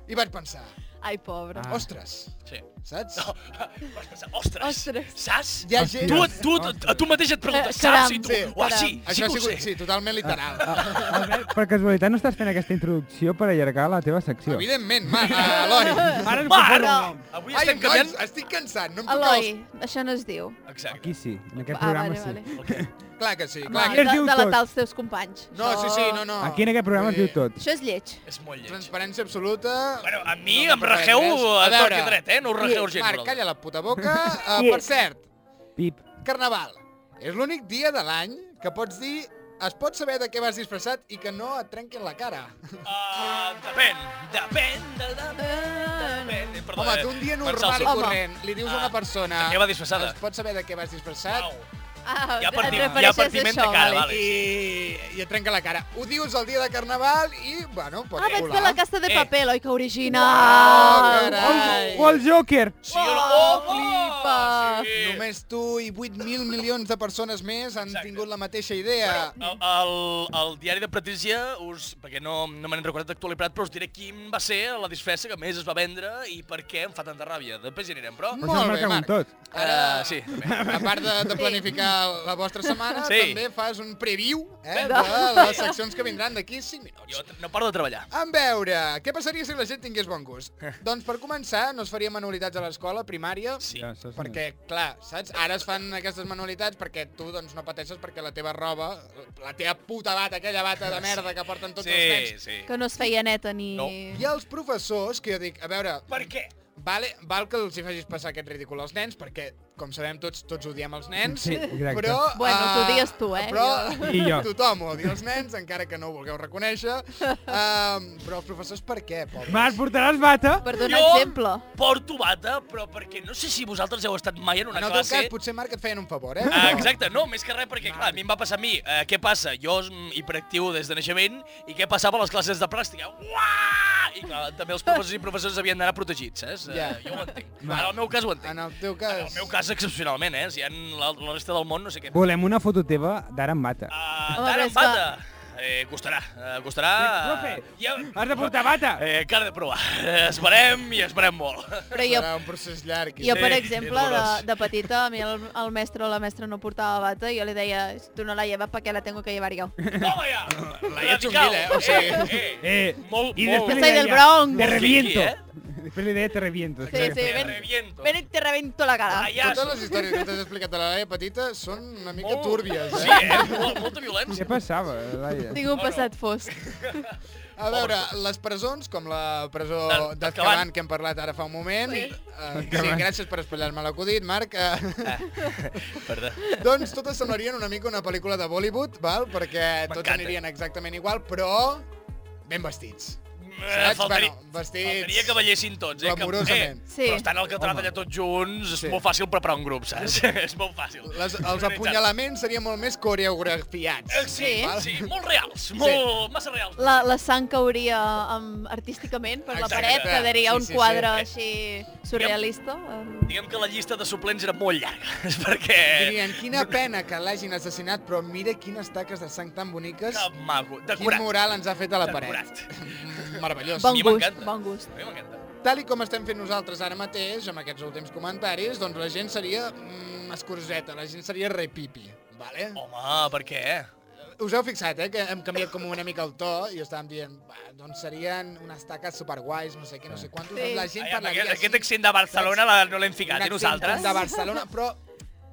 Speaker 3: I vaig pensar,
Speaker 4: Ai, pobre.
Speaker 6: Ah.
Speaker 3: ostres,
Speaker 1: Sí.
Speaker 3: saps?
Speaker 1: No, vas pensar, ostres,
Speaker 4: Ostres.
Speaker 1: saps?
Speaker 3: Hi ha gent...
Speaker 1: Tu, tu, a tu mateix et preguntes,
Speaker 4: Eh,
Speaker 1: saps?
Speaker 4: caram.
Speaker 1: I tu,
Speaker 3: Sí,
Speaker 1: uah, sí, sí
Speaker 3: Això
Speaker 1: que
Speaker 3: ha
Speaker 1: ho sé.
Speaker 3: sigut, sí, totalment literal.
Speaker 6: Albert, per casualitat no estàs fent aquesta introducció per allargar la teva secció.
Speaker 3: Evidentment, ma, eh, Eloi.
Speaker 6: Ara
Speaker 1: Marc!
Speaker 6: ens confonen el nom.
Speaker 1: Avui
Speaker 3: Ai,
Speaker 1: estem
Speaker 3: nois,
Speaker 1: canviant...
Speaker 3: estic cansat, no em toqueu els...
Speaker 4: Eloi, això no es diu.
Speaker 1: Exacte.
Speaker 6: Aquí sí, en aquest
Speaker 4: Ah,
Speaker 6: programa
Speaker 4: vale, vale.
Speaker 6: sí.
Speaker 3: Clar que sí, clar
Speaker 4: Va,
Speaker 6: Aquí
Speaker 3: que...
Speaker 4: de,
Speaker 6: es diu tot.
Speaker 4: delatar els teus companys.
Speaker 3: No, sí, sí, no, no.
Speaker 6: Aquí en aquest programa es diu
Speaker 3: Vull dir,
Speaker 6: tot.
Speaker 4: Això és lleig.
Speaker 1: És molt lleig.
Speaker 3: Transparència absoluta.
Speaker 1: Bueno, a mi
Speaker 3: Doncs- No
Speaker 1: em regeu
Speaker 3: preparem res.
Speaker 1: a
Speaker 3: A
Speaker 1: tort
Speaker 3: veure.
Speaker 1: i dret, eh? No us regeu gent.
Speaker 3: Marc,
Speaker 1: vosaltres.
Speaker 3: calla la puta boca. Uh, per cert,
Speaker 6: Pip.
Speaker 3: Carnaval. És l'únic dia de l'any que pots dir es pot saber de què vas disfressat i que no et trenquin la cara.
Speaker 1: Ah, depèn, depèn, de, depèn, depèn. Eh, Perdó,
Speaker 3: Home,
Speaker 1: eh,
Speaker 3: tu un dia
Speaker 1: quan
Speaker 3: normal i
Speaker 1: s'alça.
Speaker 3: corrent li dius a una
Speaker 1: Ah,
Speaker 3: persona
Speaker 1: de què va disfressada?
Speaker 3: es pot saber de què vas disfressat
Speaker 1: Au,
Speaker 4: Ah,
Speaker 1: Hi ha
Speaker 4: et
Speaker 1: partim- hi ha
Speaker 4: refereixes a
Speaker 1: partiment de
Speaker 4: això,
Speaker 1: cara, vale.
Speaker 3: i, i et trenca la cara. Ho dius el dia de Carnaval i, bueno, pot
Speaker 4: Ah, vaig
Speaker 3: colar.
Speaker 4: fer la Casa de
Speaker 1: Eh.
Speaker 4: Papel, oi, que
Speaker 3: Ah,
Speaker 4: original!
Speaker 3: carai.
Speaker 6: O el Joker!
Speaker 1: Sí, o no?
Speaker 4: Oh,
Speaker 1: Oh,
Speaker 4: flipa.
Speaker 1: sí.
Speaker 3: Només tu i 8.000 milions de persones més han
Speaker 1: Exacte.
Speaker 3: tingut la mateixa idea.
Speaker 1: El, el, el diari de Patrícia, us, perquè no, no me n'he recordat d'actualitat, però us diré quin va ser la disfressa que més es va vendre i per què em fa tanta ràbia. Després hi anirem, però...
Speaker 6: Però això
Speaker 3: Molt
Speaker 6: es
Speaker 3: bé,
Speaker 6: marca un
Speaker 3: Marc.
Speaker 6: tot.
Speaker 1: Ara, sí.
Speaker 3: A part de, de planificar la vostra setmana,
Speaker 1: Sí.
Speaker 3: també fas un preview eh, de les seccions que vindran d'aquí 5 minuts.
Speaker 1: Jo no paro de treballar.
Speaker 3: A veure, què passaria si la gent tingués bon gust? doncs per començar, no es faria manualitats a l'escola primària,
Speaker 1: Sí.
Speaker 6: Ja, això és
Speaker 3: perquè, clar, saps? Ara es fan aquestes manualitats perquè tu doncs, no pateixes perquè la teva roba, la teva puta bata, aquella bata de merda que porten tots els
Speaker 1: Sí,
Speaker 3: nens,
Speaker 1: sí.
Speaker 4: Que no es feia neta ni...
Speaker 1: No.
Speaker 3: hi ha els professors que jo dic, a veure,
Speaker 1: Per què?
Speaker 3: Vale, val que els hi facis passar aquest ridícul als nens, perquè, com sabem, tots tots odiem els nens,
Speaker 6: Sí, exacte.
Speaker 3: però...
Speaker 4: Bueno,
Speaker 3: eh,
Speaker 4: t'odies tu, eh,
Speaker 3: Però
Speaker 6: jo. I jo.
Speaker 3: tothom odia els nens, encara que no ho vulgueu reconèixer. Um, però els professors per què, pobres?
Speaker 6: Marc, portaràs bata?
Speaker 4: Per donar
Speaker 1: Jo
Speaker 4: exemple.
Speaker 1: porto bata, però perquè no sé si vosaltres heu estat mai en una
Speaker 3: en el teu
Speaker 1: classe...
Speaker 3: cas, potser, Marc, et feien un favor, eh?
Speaker 1: Ah, exacte, no, més que res, perquè clar, a mi em va passar a mi. Eh, què passa? Jo mm, hiperactiu des de naixement i què passava a les classes de pràctica? Uah! I clar, també els professors i professores havien d'anar protegits, saps? Eh,
Speaker 3: Ja.
Speaker 1: Jo ho entenc. En el meu cas ho entenc.
Speaker 3: En el teu
Speaker 1: En
Speaker 3: cas...
Speaker 1: el meu cas, excepcionalment, eh? Si hi ha la, la resta del món, no sé què. Uh,
Speaker 6: Volem una foto teva d'ara amb bata.
Speaker 1: D'ara
Speaker 4: Home, però
Speaker 1: en
Speaker 4: és que-
Speaker 1: bata. Eh, costarà, eh, costarà...
Speaker 6: Sí, profe, has de portar bata.
Speaker 1: Eh, que de provar. Eh, esperem i esperem molt.
Speaker 4: Però jo,
Speaker 3: Serà un procés llarg. i
Speaker 4: jo per
Speaker 1: Sí,
Speaker 4: exemple, de,
Speaker 1: dolorós.
Speaker 4: de petita, a mi el, el mestre o la mestra no portava bata i jo li deia, tu no la llevas perquè la tengo que llevar yo.
Speaker 1: Toma ja!
Speaker 3: La Ia Chunguila, eh? O sigui-
Speaker 1: eh, eh,
Speaker 6: Eh,
Speaker 1: molt,
Speaker 6: i
Speaker 1: molt. eh?
Speaker 6: després li
Speaker 4: Soy del
Speaker 6: deia,
Speaker 4: Bronx.
Speaker 6: Te
Speaker 1: Molt
Speaker 6: reviento.
Speaker 1: kinky,
Speaker 6: Després li deia, te reviento.
Speaker 4: Sí, sí,
Speaker 1: Te
Speaker 4: ven,
Speaker 1: reviento.
Speaker 4: ven y te revento la cara.
Speaker 1: Pallasso.
Speaker 3: Totes les històries que t'has explicat a la Laia petita són una mica
Speaker 1: Molt-
Speaker 3: túrbies, eh?
Speaker 1: Oh. Sí, eh? Mol- Molta
Speaker 6: Què
Speaker 1: violència.
Speaker 6: passava, Laia?
Speaker 4: Tinc un passat fosc.
Speaker 3: A veure, les presons, com la presó
Speaker 1: D'Az-
Speaker 3: d'Azkaban
Speaker 1: d'Azkaban.
Speaker 3: que hem parlat ara fa un moment, sí,
Speaker 4: Sí.
Speaker 3: sí gràcies per espatllar-me l'acudit, Marc, eh,
Speaker 1: Perdó.
Speaker 3: doncs totes semblarien una mica una pel·lícula de Bollywood, val? perquè tots
Speaker 1: M'encanta.
Speaker 3: anirien exactament igual, però ben vestits.
Speaker 1: Eh, faltaria,
Speaker 3: Bueno, vestits
Speaker 1: faltaria que ballessin tots, eh? Que, eh
Speaker 3: glamurosament.
Speaker 4: Sí.
Speaker 1: Però estan al catrat allà tots junts, és
Speaker 3: Sí.
Speaker 1: molt fàcil preparar un grup, saps? és molt fàcil.
Speaker 3: Les, els
Speaker 1: Organitzat.
Speaker 3: apunyalaments serien molt més
Speaker 1: Eh,
Speaker 3: coreografiats.
Speaker 1: Sí,
Speaker 4: Sí.
Speaker 1: sí, molt reals, molt, massa reals.
Speaker 4: La, la sang cauria um, artísticament per
Speaker 1: Exacte.
Speaker 4: la paret, quedaria
Speaker 3: Sí,
Speaker 4: un
Speaker 3: sí, sí.
Speaker 4: quadre
Speaker 1: Eh.
Speaker 4: així surrealista. em.
Speaker 1: Diguem que la llista de suplents era molt llarga, és perquè...
Speaker 3: Dirien, quina pena que l'hagin assassinat, però mira quines taques de sang tan boniques.
Speaker 1: Que maco,
Speaker 3: Quin
Speaker 1: decorat.
Speaker 3: moral ens ha fet a la paret.
Speaker 1: Decorat.
Speaker 3: Meravellós.
Speaker 4: Bon
Speaker 1: mi
Speaker 4: gust,
Speaker 1: m'encanta.
Speaker 4: bon gust.
Speaker 1: A mi m'encanta.
Speaker 3: tal i com estem fent nosaltres ara mateix, amb aquests últims comentaris, doncs la gent seria mm, escorseta, la gent seria repipi, vale?
Speaker 1: Home, per què?
Speaker 3: Us heu fixat, eh, que hem canviat com una mica el to i estàvem dient, "Va, doncs serien unes taques superguais, no sé què, no sé quantos,
Speaker 4: Sí.
Speaker 3: doncs la gent
Speaker 1: Ai, amb
Speaker 3: parlaria
Speaker 1: aquest,
Speaker 3: així.
Speaker 1: aquest accent de Barcelona la, no l'hem
Speaker 3: un
Speaker 1: ficat, i
Speaker 3: accent
Speaker 1: nosaltres?
Speaker 3: de Barcelona, però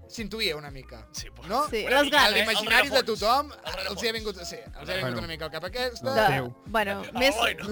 Speaker 3: s'intuïa una mica.
Speaker 1: Sí, però-
Speaker 3: No?
Speaker 4: Sí,
Speaker 1: Una
Speaker 4: les
Speaker 1: mica,
Speaker 4: ganes.
Speaker 3: A
Speaker 1: eh?
Speaker 3: l'imaginari de
Speaker 1: El rerefons.
Speaker 3: tothom
Speaker 1: El
Speaker 3: els
Speaker 1: rerefons.
Speaker 3: hi ha vingut, sí, els hi ha vingut
Speaker 6: Bueno.
Speaker 3: una mica el cap aquesta.
Speaker 6: De- Déu.
Speaker 4: Bueno,
Speaker 1: Ah,
Speaker 4: més,
Speaker 1: bueno.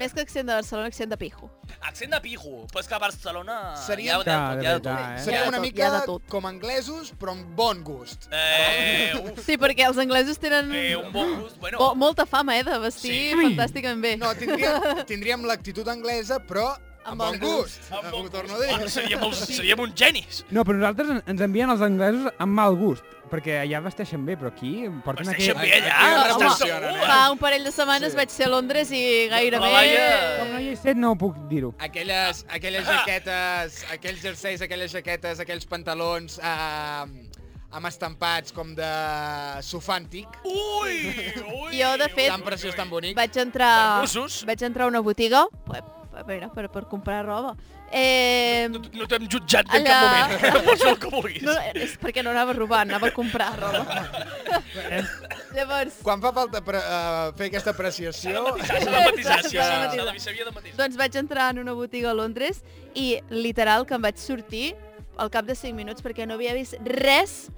Speaker 4: més que accent de Barcelona, accent de pijo.
Speaker 1: Accent de pijo, però és que a Barcelona...
Speaker 3: Seria-
Speaker 1: hi ha de tot,
Speaker 6: Clar, de
Speaker 1: hi ha de tot.
Speaker 6: veritat,
Speaker 4: Hi
Speaker 6: eh?
Speaker 4: ha
Speaker 3: Seria
Speaker 4: de
Speaker 3: una
Speaker 4: tot,
Speaker 3: mica
Speaker 4: hi ha de tot.
Speaker 3: com anglesos, però amb bon gust.
Speaker 1: Eh, uf,
Speaker 4: Sí, perquè els anglesos tenen
Speaker 1: eh, un bon gust. Bueno,
Speaker 4: bo, molta fama, eh, de vestir
Speaker 1: Sí.
Speaker 4: fantàsticament bé.
Speaker 3: No, tindríem, tindríem l'actitud anglesa, però amb, bon
Speaker 4: bon
Speaker 3: gust.
Speaker 1: amb bon
Speaker 3: Ho torno a
Speaker 1: gust.
Speaker 3: dir.
Speaker 1: Bueno, seríem, els, seríem uns genis.
Speaker 6: No, però nosaltres en- ens envien els anglesos amb mal gust, perquè allà vesteixen bé, però aquí porten
Speaker 1: Vesteixen
Speaker 6: aquest...
Speaker 1: bé allà,
Speaker 3: Aquí
Speaker 1: ah,
Speaker 3: ens
Speaker 1: estem
Speaker 3: revolucionen,
Speaker 1: segurs.
Speaker 3: eh?
Speaker 4: Fa un parell de setmanes sí. vaig ser a Londres i gairebé...
Speaker 1: vaja.
Speaker 6: Com no hi he estat, no ho puc dir-ho.
Speaker 3: Aquelles, aquelles jaquetes, aquells jerseis, aquelles jaquetes, aquells pantalons eh, amb estampats com de sofà antic.
Speaker 1: Ui, ui.
Speaker 4: Jo, de fet,
Speaker 3: Tan preciós, tan bonic.
Speaker 4: Vaig entrar,
Speaker 1: Russos.
Speaker 4: vaig entrar a una botiga pues, a veure, per, per comprar roba. Eh,
Speaker 1: No, no t'hem jutjat en cap
Speaker 4: Allà.
Speaker 1: moment. Pots fer el que vulguis.
Speaker 4: no, és perquè no anava a robar, anava a comprar roba. Llavors,
Speaker 3: Quan fa falta pre eh, fer aquesta apreciació...
Speaker 1: S'ha de matisar, sí, sí,
Speaker 4: S'ha de
Speaker 1: s'ha de-
Speaker 4: matisar.
Speaker 1: s'havia de matisar.
Speaker 4: doncs vaig entrar en una botiga a Londres i literal que em vaig sortir al cap de 5 minuts perquè no havia vist res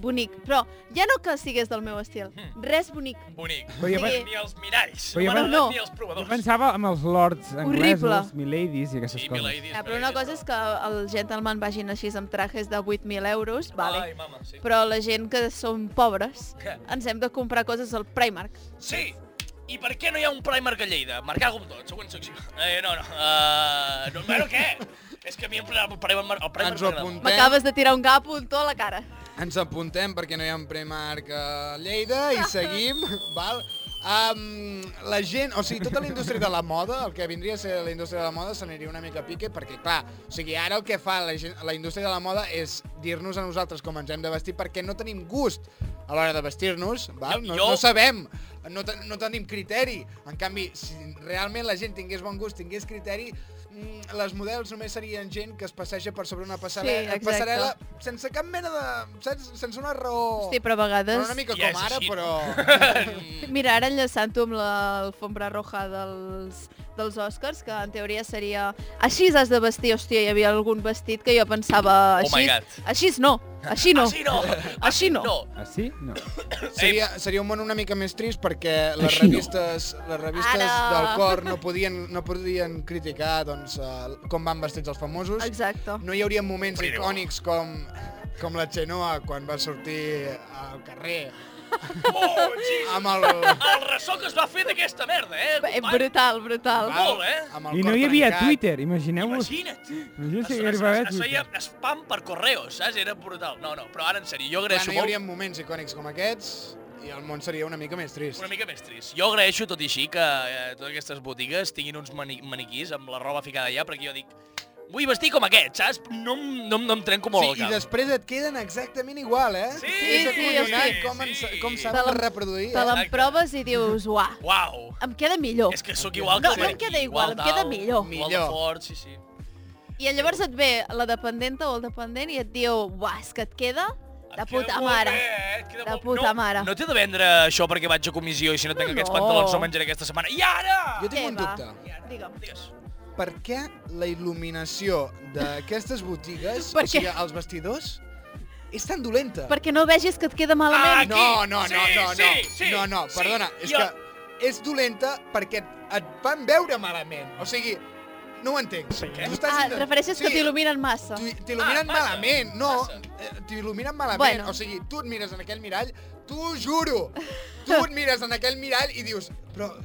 Speaker 4: bonic. Però ja no que sigués del meu estil,
Speaker 1: Hmm.
Speaker 4: res bonic.
Speaker 1: Bonic.
Speaker 6: Però jo, pe-
Speaker 4: Sí.
Speaker 1: Ni els miralls,
Speaker 6: Però jo
Speaker 1: no m'han
Speaker 6: pe-
Speaker 1: agradat ni
Speaker 4: no.
Speaker 1: els
Speaker 6: jo
Speaker 1: provadors.
Speaker 6: pensava en els lords anglesos,
Speaker 4: Horrible.
Speaker 6: miladies i aquestes
Speaker 1: Sí,
Speaker 6: coses.
Speaker 1: miladies,
Speaker 4: Ja, Eh, Ah, però una
Speaker 1: miladies,
Speaker 4: cosa és que el gentleman vagin així amb trajes de 8.000 euros, vale.
Speaker 1: Ai, mama, sí.
Speaker 4: però la gent que som pobres
Speaker 1: Què?
Speaker 4: ens hem de comprar coses al Primark.
Speaker 1: Sí! I per què no hi ha un Primark a Lleida? Marcar com tot, següent secció. Eh, no, no. Uh, no bueno, què? És que a mi el Primark, el Primark, el Primark
Speaker 3: Ens ho apuntem.
Speaker 4: M'acabes de tirar un gap un to a la cara.
Speaker 3: Ens apuntem perquè no hi ha un Primark a Lleida i seguim, val? Um, la gent, o sigui, tota la indústria de la moda, el que vindria a ser la indústria de la moda s'aniria una mica a pique perquè, clar, o sigui, ara el que fa la, gent, la indústria de la moda és dir-nos a nosaltres com ens hem de vestir perquè no tenim gust a l'hora de vestir-nos, val? No,
Speaker 1: Jo-
Speaker 3: no sabem, no, te, no tenim criteri. En canvi, si realment la gent tingués bon gust, tingués criteri, mm, les models només serien gent que es passeja per sobre una passarel·la,
Speaker 4: exacte.
Speaker 3: passarel·la sense cap mena de... Saps? Sense una
Speaker 1: Oh.
Speaker 3: raó...
Speaker 4: Hosti, però a
Speaker 3: Però
Speaker 4: vegades...
Speaker 3: una mica
Speaker 1: Ja és
Speaker 3: com ara,
Speaker 1: així.
Speaker 3: però...
Speaker 4: Mira, ara enllaçant-ho amb l'alfombra roja dels, dels Oscars, que en teoria seria... Així has de vestir, hòstia, hi havia algun vestit que jo pensava
Speaker 1: Oh my
Speaker 4: així...
Speaker 1: God.
Speaker 4: així no, així no.
Speaker 1: Així no!
Speaker 4: Així no.
Speaker 6: Ah, sí? No.
Speaker 3: Seria, seria un món una mica més trist perquè les
Speaker 6: Així no.
Speaker 3: revistes, les revistes
Speaker 4: Ara.
Speaker 3: del cor no podien, no podien criticar doncs, eh, com van vestits els famosos.
Speaker 4: Exacte.
Speaker 3: No hi hauria moments
Speaker 1: Primo.
Speaker 3: icònics com, com la Xenoa quan va sortir al carrer
Speaker 1: Oh, Jesus!
Speaker 3: amb el...
Speaker 1: El ressò que es va fer d'aquesta merda, eh,
Speaker 4: Eh,
Speaker 1: company?
Speaker 4: brutal, brutal.
Speaker 1: Va. Molt, eh?
Speaker 3: Amb
Speaker 6: I no hi havia
Speaker 3: trencat.
Speaker 6: Twitter, imagineu-vos.
Speaker 1: Imagina't.
Speaker 6: Imagina't
Speaker 1: Es,
Speaker 6: si hi
Speaker 1: es,
Speaker 6: arribava
Speaker 1: es, es
Speaker 6: Twitter.
Speaker 1: feia spam per correos, saps? Era brutal. No, no, però ara en sèrio, jo
Speaker 3: Clar, no
Speaker 1: agraeixo
Speaker 3: hi
Speaker 1: molt...
Speaker 3: hauria moments icònics com aquests i el món seria una mica més trist.
Speaker 1: Una mica més trist. Jo agraeixo, tot i així, que eh, totes aquestes botigues tinguin uns mani maniquís amb la roba ficada allà, perquè jo dic, vull vestir com aquest, saps? No, em- no, em- no em trenco molt
Speaker 3: Sí,
Speaker 1: el
Speaker 3: i
Speaker 1: cap.
Speaker 3: després et queden exactament igual, eh?
Speaker 1: Sí,
Speaker 3: és
Speaker 4: sí,
Speaker 3: acollonant
Speaker 1: sí,
Speaker 3: com, ens,
Speaker 1: sí.
Speaker 3: com
Speaker 4: Te
Speaker 3: saben
Speaker 4: la-
Speaker 3: reproduir.
Speaker 4: Te
Speaker 3: Eh?
Speaker 4: l'emproves i dius, uà,
Speaker 1: Uau!
Speaker 4: em queda millor.
Speaker 1: És que sóc igual
Speaker 4: No,
Speaker 1: que...
Speaker 4: no em queda igual, em
Speaker 1: d'alt,
Speaker 4: queda millor.
Speaker 1: Igual de
Speaker 3: Millor.
Speaker 1: fort, sí, sí.
Speaker 4: I llavors et ve la dependenta o el dependent i et diu, uah, és que et queda de puta mare.
Speaker 1: eh?
Speaker 4: De puta
Speaker 1: no,
Speaker 4: mare.
Speaker 1: No t'he de vendre això perquè vaig a comissió i si no tinc
Speaker 4: No,
Speaker 1: aquests
Speaker 4: no.
Speaker 1: pantalons no menjaré aquesta setmana. I ara!
Speaker 3: Jo tinc
Speaker 4: Què
Speaker 3: un
Speaker 4: va?
Speaker 3: dubte.
Speaker 4: Digue'm.
Speaker 1: Digues.
Speaker 3: Per què la il·luminació d'aquestes botigues,
Speaker 4: Per
Speaker 3: o sigui, els vestidors, és tan dolenta?
Speaker 4: Perquè no vegis que et queda
Speaker 1: Ah,
Speaker 4: malament.
Speaker 1: aquí.
Speaker 3: No, no, no,
Speaker 1: Sí,
Speaker 3: no, no,
Speaker 1: sí, sí,
Speaker 3: no, no,
Speaker 1: sí.
Speaker 3: perdona, és
Speaker 1: Jo-
Speaker 3: que és dolenta perquè et, et van veure malament. O sigui, no ho entenc. Sí,
Speaker 1: què?
Speaker 4: ah, et refereixes que t'il·luminen massa.
Speaker 3: T'hi- T'il·luminen
Speaker 1: Ah,
Speaker 3: ah,
Speaker 1: passa,
Speaker 3: malament, no,
Speaker 1: passa.
Speaker 3: eh, t'il·luminen malament,
Speaker 4: Bueno.
Speaker 3: bueno. o sigui, tu et mires en aquell mirall, t'ho juro, tu et mires en aquell mirall i dius, però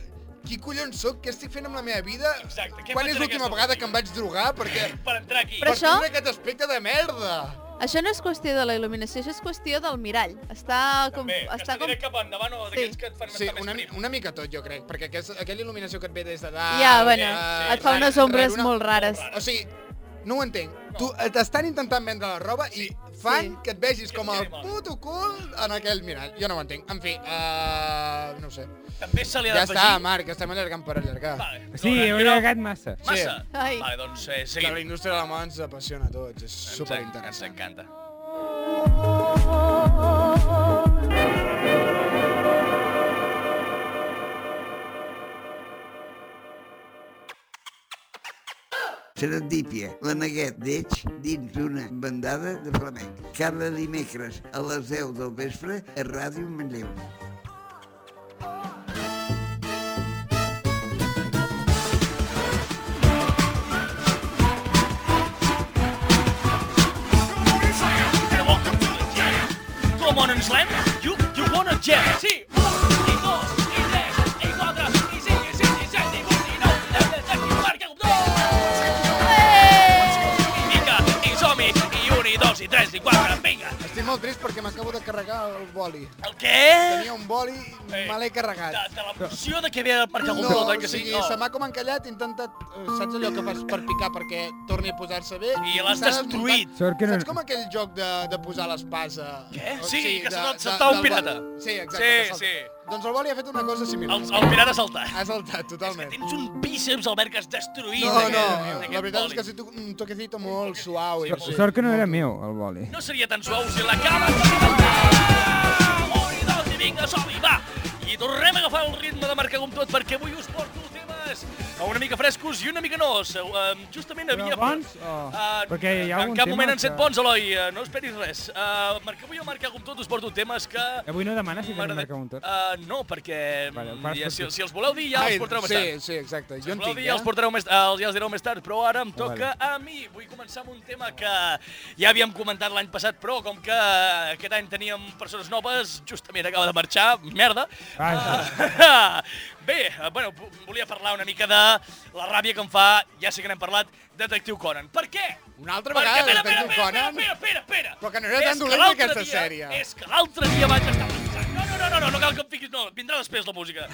Speaker 3: qui collons sóc, què estic fent amb la meva vida,
Speaker 1: Exacte, què
Speaker 3: quan
Speaker 1: faig
Speaker 3: és
Speaker 1: en
Speaker 3: l'última
Speaker 1: aquesta
Speaker 3: vegada que em vaig drogar, perquè
Speaker 1: Per entrar aquí.
Speaker 4: Però
Speaker 3: per
Speaker 4: això-
Speaker 3: tindre aquest aspecte de merda.
Speaker 4: Això no és qüestió de la il·luminació, això és qüestió del mirall. Està com...
Speaker 1: Bé,
Speaker 4: està com...
Speaker 1: cap endavant o d'aquells
Speaker 4: Sí.
Speaker 1: que et fan
Speaker 3: Sí,
Speaker 1: estar
Speaker 3: una,
Speaker 1: més prim.
Speaker 3: una mica tot, jo crec, perquè aquest, aquella il·luminació que et ve des de dalt...
Speaker 4: Ja, bueno,
Speaker 3: eh,
Speaker 4: et fa
Speaker 3: rara-
Speaker 4: unes ombres
Speaker 3: rara, una-
Speaker 4: molt rares.
Speaker 3: O sigui, no ho entenc. Tu t'estan intentant eh, vendre la roba i fan
Speaker 4: Sí.
Speaker 3: sí. que et vegis com el
Speaker 1: quedi molt.
Speaker 3: puto cul en aquell mirall. Jo no ho entenc. En fi, uh, no ho sé.
Speaker 1: També se li ha
Speaker 3: Ja
Speaker 1: d'afegir...
Speaker 3: està, Marc, estem allargant per allargar.
Speaker 1: Vale,
Speaker 6: Sí,
Speaker 1: no,
Speaker 6: heu
Speaker 1: no,
Speaker 6: llegat massa.
Speaker 1: Massa.
Speaker 3: Sí.
Speaker 4: Ai.
Speaker 1: Vale, doncs eh,
Speaker 3: Que la
Speaker 1: seguim.
Speaker 3: indústria de la moda ens apassiona a tots, és
Speaker 1: Ens- Ens
Speaker 3: superinteressant.
Speaker 1: encanta.
Speaker 2: Serendípia, la neguet d'Eix dins d'una bandada de flamenc. Cada dimecres a les 10 del vespre a Ràdio Manlleu.
Speaker 1: Welcome to the jam. Come on and slam. You, you wanna jam. Sí, un, i dos, i tres, i quatre, i cinc, i sis, i set, i vuit, i nou, i deu, i set, i marca un dos. Vinga, i som-hi, i un, i dos, i tres, i quatre, vinga.
Speaker 3: Estic molt trist perquè m'acabo de carregar el boli.
Speaker 1: El què?
Speaker 3: Tenia un boli,
Speaker 1: Eh,
Speaker 3: me l'he carregat.
Speaker 1: De, de l'opció de que havia de marcar un
Speaker 3: No,
Speaker 1: dos,
Speaker 3: o
Speaker 1: oi que sí?
Speaker 3: sigui, se m'ha com encallat, he intentat... eh, Saps allò que fas per picar perquè torni a posar-se bé?
Speaker 1: I l'has
Speaker 3: s'ha desmuntat.
Speaker 1: destruït.
Speaker 6: Sort que no-
Speaker 3: Saps com aquell joc de, de posar l'espasa?
Speaker 1: Què?
Speaker 3: O
Speaker 1: Sí,
Speaker 3: sigui,
Speaker 1: que
Speaker 3: de-
Speaker 1: s'ha
Speaker 3: de-
Speaker 1: saltat un
Speaker 3: del
Speaker 1: pirata.
Speaker 3: boli. Sí,
Speaker 1: Sí,
Speaker 3: exacte. que salta.
Speaker 1: sí.
Speaker 3: Doncs el boli ha fet una cosa similar.
Speaker 1: El, el mirada saltar.
Speaker 3: Ha saltat, totalment.
Speaker 1: Tens un bíceps, Albert, que has destruït.
Speaker 3: Ah, No,
Speaker 1: d'aquest-
Speaker 3: no,
Speaker 1: d'aquest
Speaker 3: la veritat és
Speaker 1: boli.
Speaker 3: que ha sigut un toquecito molt suau. i molt-
Speaker 6: Sort que no era meu, el boli.
Speaker 1: No seria tan suau si l'acaba de rebentar! Un i dos i vinga, som -hi, va! I tornem a agafar el ritme de marcar com tot perquè avui us porto temes una mica frescos i una mica no. Seu, eh, Justament havia...
Speaker 6: Però bons o-
Speaker 1: Eh,
Speaker 6: perquè hi ha
Speaker 1: en
Speaker 6: algun
Speaker 1: cap
Speaker 6: tema
Speaker 1: moment han set
Speaker 6: que-
Speaker 1: bons, Eloi, eh, no esperis res. Uh, perquè avui a Marcar com tot us porto temes que...
Speaker 6: Avui no demana si tenim
Speaker 1: M'agrada-
Speaker 6: marcar un tot.
Speaker 1: Eh, no, perquè
Speaker 6: Vale, ho
Speaker 1: mm,
Speaker 6: fas
Speaker 1: ja,
Speaker 6: per
Speaker 1: si,
Speaker 6: tu.
Speaker 1: si els voleu dir ja els portareu més
Speaker 3: sí,
Speaker 1: tard.
Speaker 3: sí, exacte. Jo en
Speaker 1: Voleu
Speaker 3: tinc,
Speaker 1: dir, ja els
Speaker 3: eh?
Speaker 1: portareu més, els, ja els direu més tard, però ara em toca
Speaker 6: Vale.
Speaker 1: a mi. Vull començar amb un tema que ja havíem comentat l'any passat, però com que aquest any teníem persones noves, justament acaba de marxar, merda. Ah, bé, eh, bueno, vo- volia parlar una mica de la ràbia que em fa, ja sé que n'hem parlat, Detectiu Conan. Per què?
Speaker 3: Una altra
Speaker 1: Perquè,
Speaker 3: vegada,
Speaker 1: espera, espera,
Speaker 3: Detectiu
Speaker 1: espera,
Speaker 3: Conan.
Speaker 1: Espera, espera, espera.
Speaker 3: Però que no era
Speaker 1: És
Speaker 3: tan dolenta
Speaker 1: l'altre
Speaker 3: aquesta
Speaker 1: dia-
Speaker 3: sèrie.
Speaker 1: És que l'altre dia vaig estar pensant... No, no, no, no, no, no cal que em fiquis... No, vindrà després la música.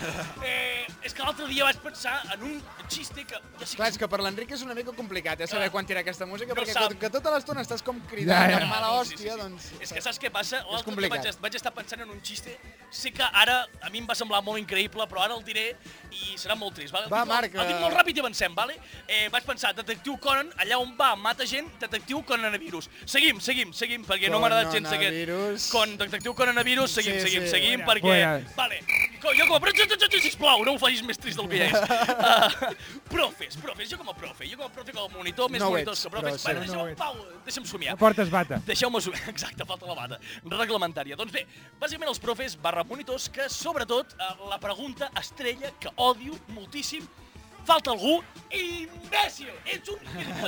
Speaker 1: Eh, és que l'altre dia vaig pensar en un xiste que... Ja sé
Speaker 3: Clar, és que per l'Enric és una mica complicat, eh, saber quan tirar aquesta
Speaker 1: Ah.
Speaker 3: música,
Speaker 1: No
Speaker 3: perquè
Speaker 1: sap.
Speaker 3: tot, que tota l'estona estàs com cridant
Speaker 6: Ja,
Speaker 3: ja,
Speaker 6: ja.
Speaker 3: ja. mala
Speaker 1: Sí,
Speaker 3: hòstia,
Speaker 1: sí, sí.
Speaker 3: doncs...
Speaker 1: És que saps què passa? L'altre dia
Speaker 3: complicat.
Speaker 1: vaig, vaig estar pensant en un xiste. Sé que ara a mi em va semblar molt increïble, però ara el diré i serà molt trist. Vale? El
Speaker 3: Va,
Speaker 1: dic molt-
Speaker 3: Marc,
Speaker 1: El dic
Speaker 3: eh,
Speaker 1: molt ràpid i avancem, vale? Eh, vaig pensar, detectiu Conan, allà on va, mata gent, detectiu coronavirus. Seguim, seguim, seguim, perquè no m'ha agradat gens aquest.
Speaker 3: Coronavirus.
Speaker 1: Con detectiu coronavirus, seguim,
Speaker 3: Sí,
Speaker 1: seguim,
Speaker 3: sí.
Speaker 1: seguim,
Speaker 6: Fuera,
Speaker 1: perquè...
Speaker 6: fuera.
Speaker 1: Vale. Co- Jo com a profe, sisplau, no ho facis més trist del que ja és. Uh, profes, profes, jo com a profe, jo com a profe, com a monitor, més
Speaker 3: No ho
Speaker 1: monitors
Speaker 3: ets,
Speaker 1: que profes.
Speaker 3: però
Speaker 1: Bueno,
Speaker 3: sí. No
Speaker 1: deixa'm en pau, deixa'm somiar.
Speaker 6: No portes bata.
Speaker 1: Deixeu-me assumir. Exacte, falta la bata. Reglamentària. Doncs bé, bàsicament els profes barra monitors que, sobretot, eh, la pregunta estrella que odio moltíssim falta algú imbècil. Ets un...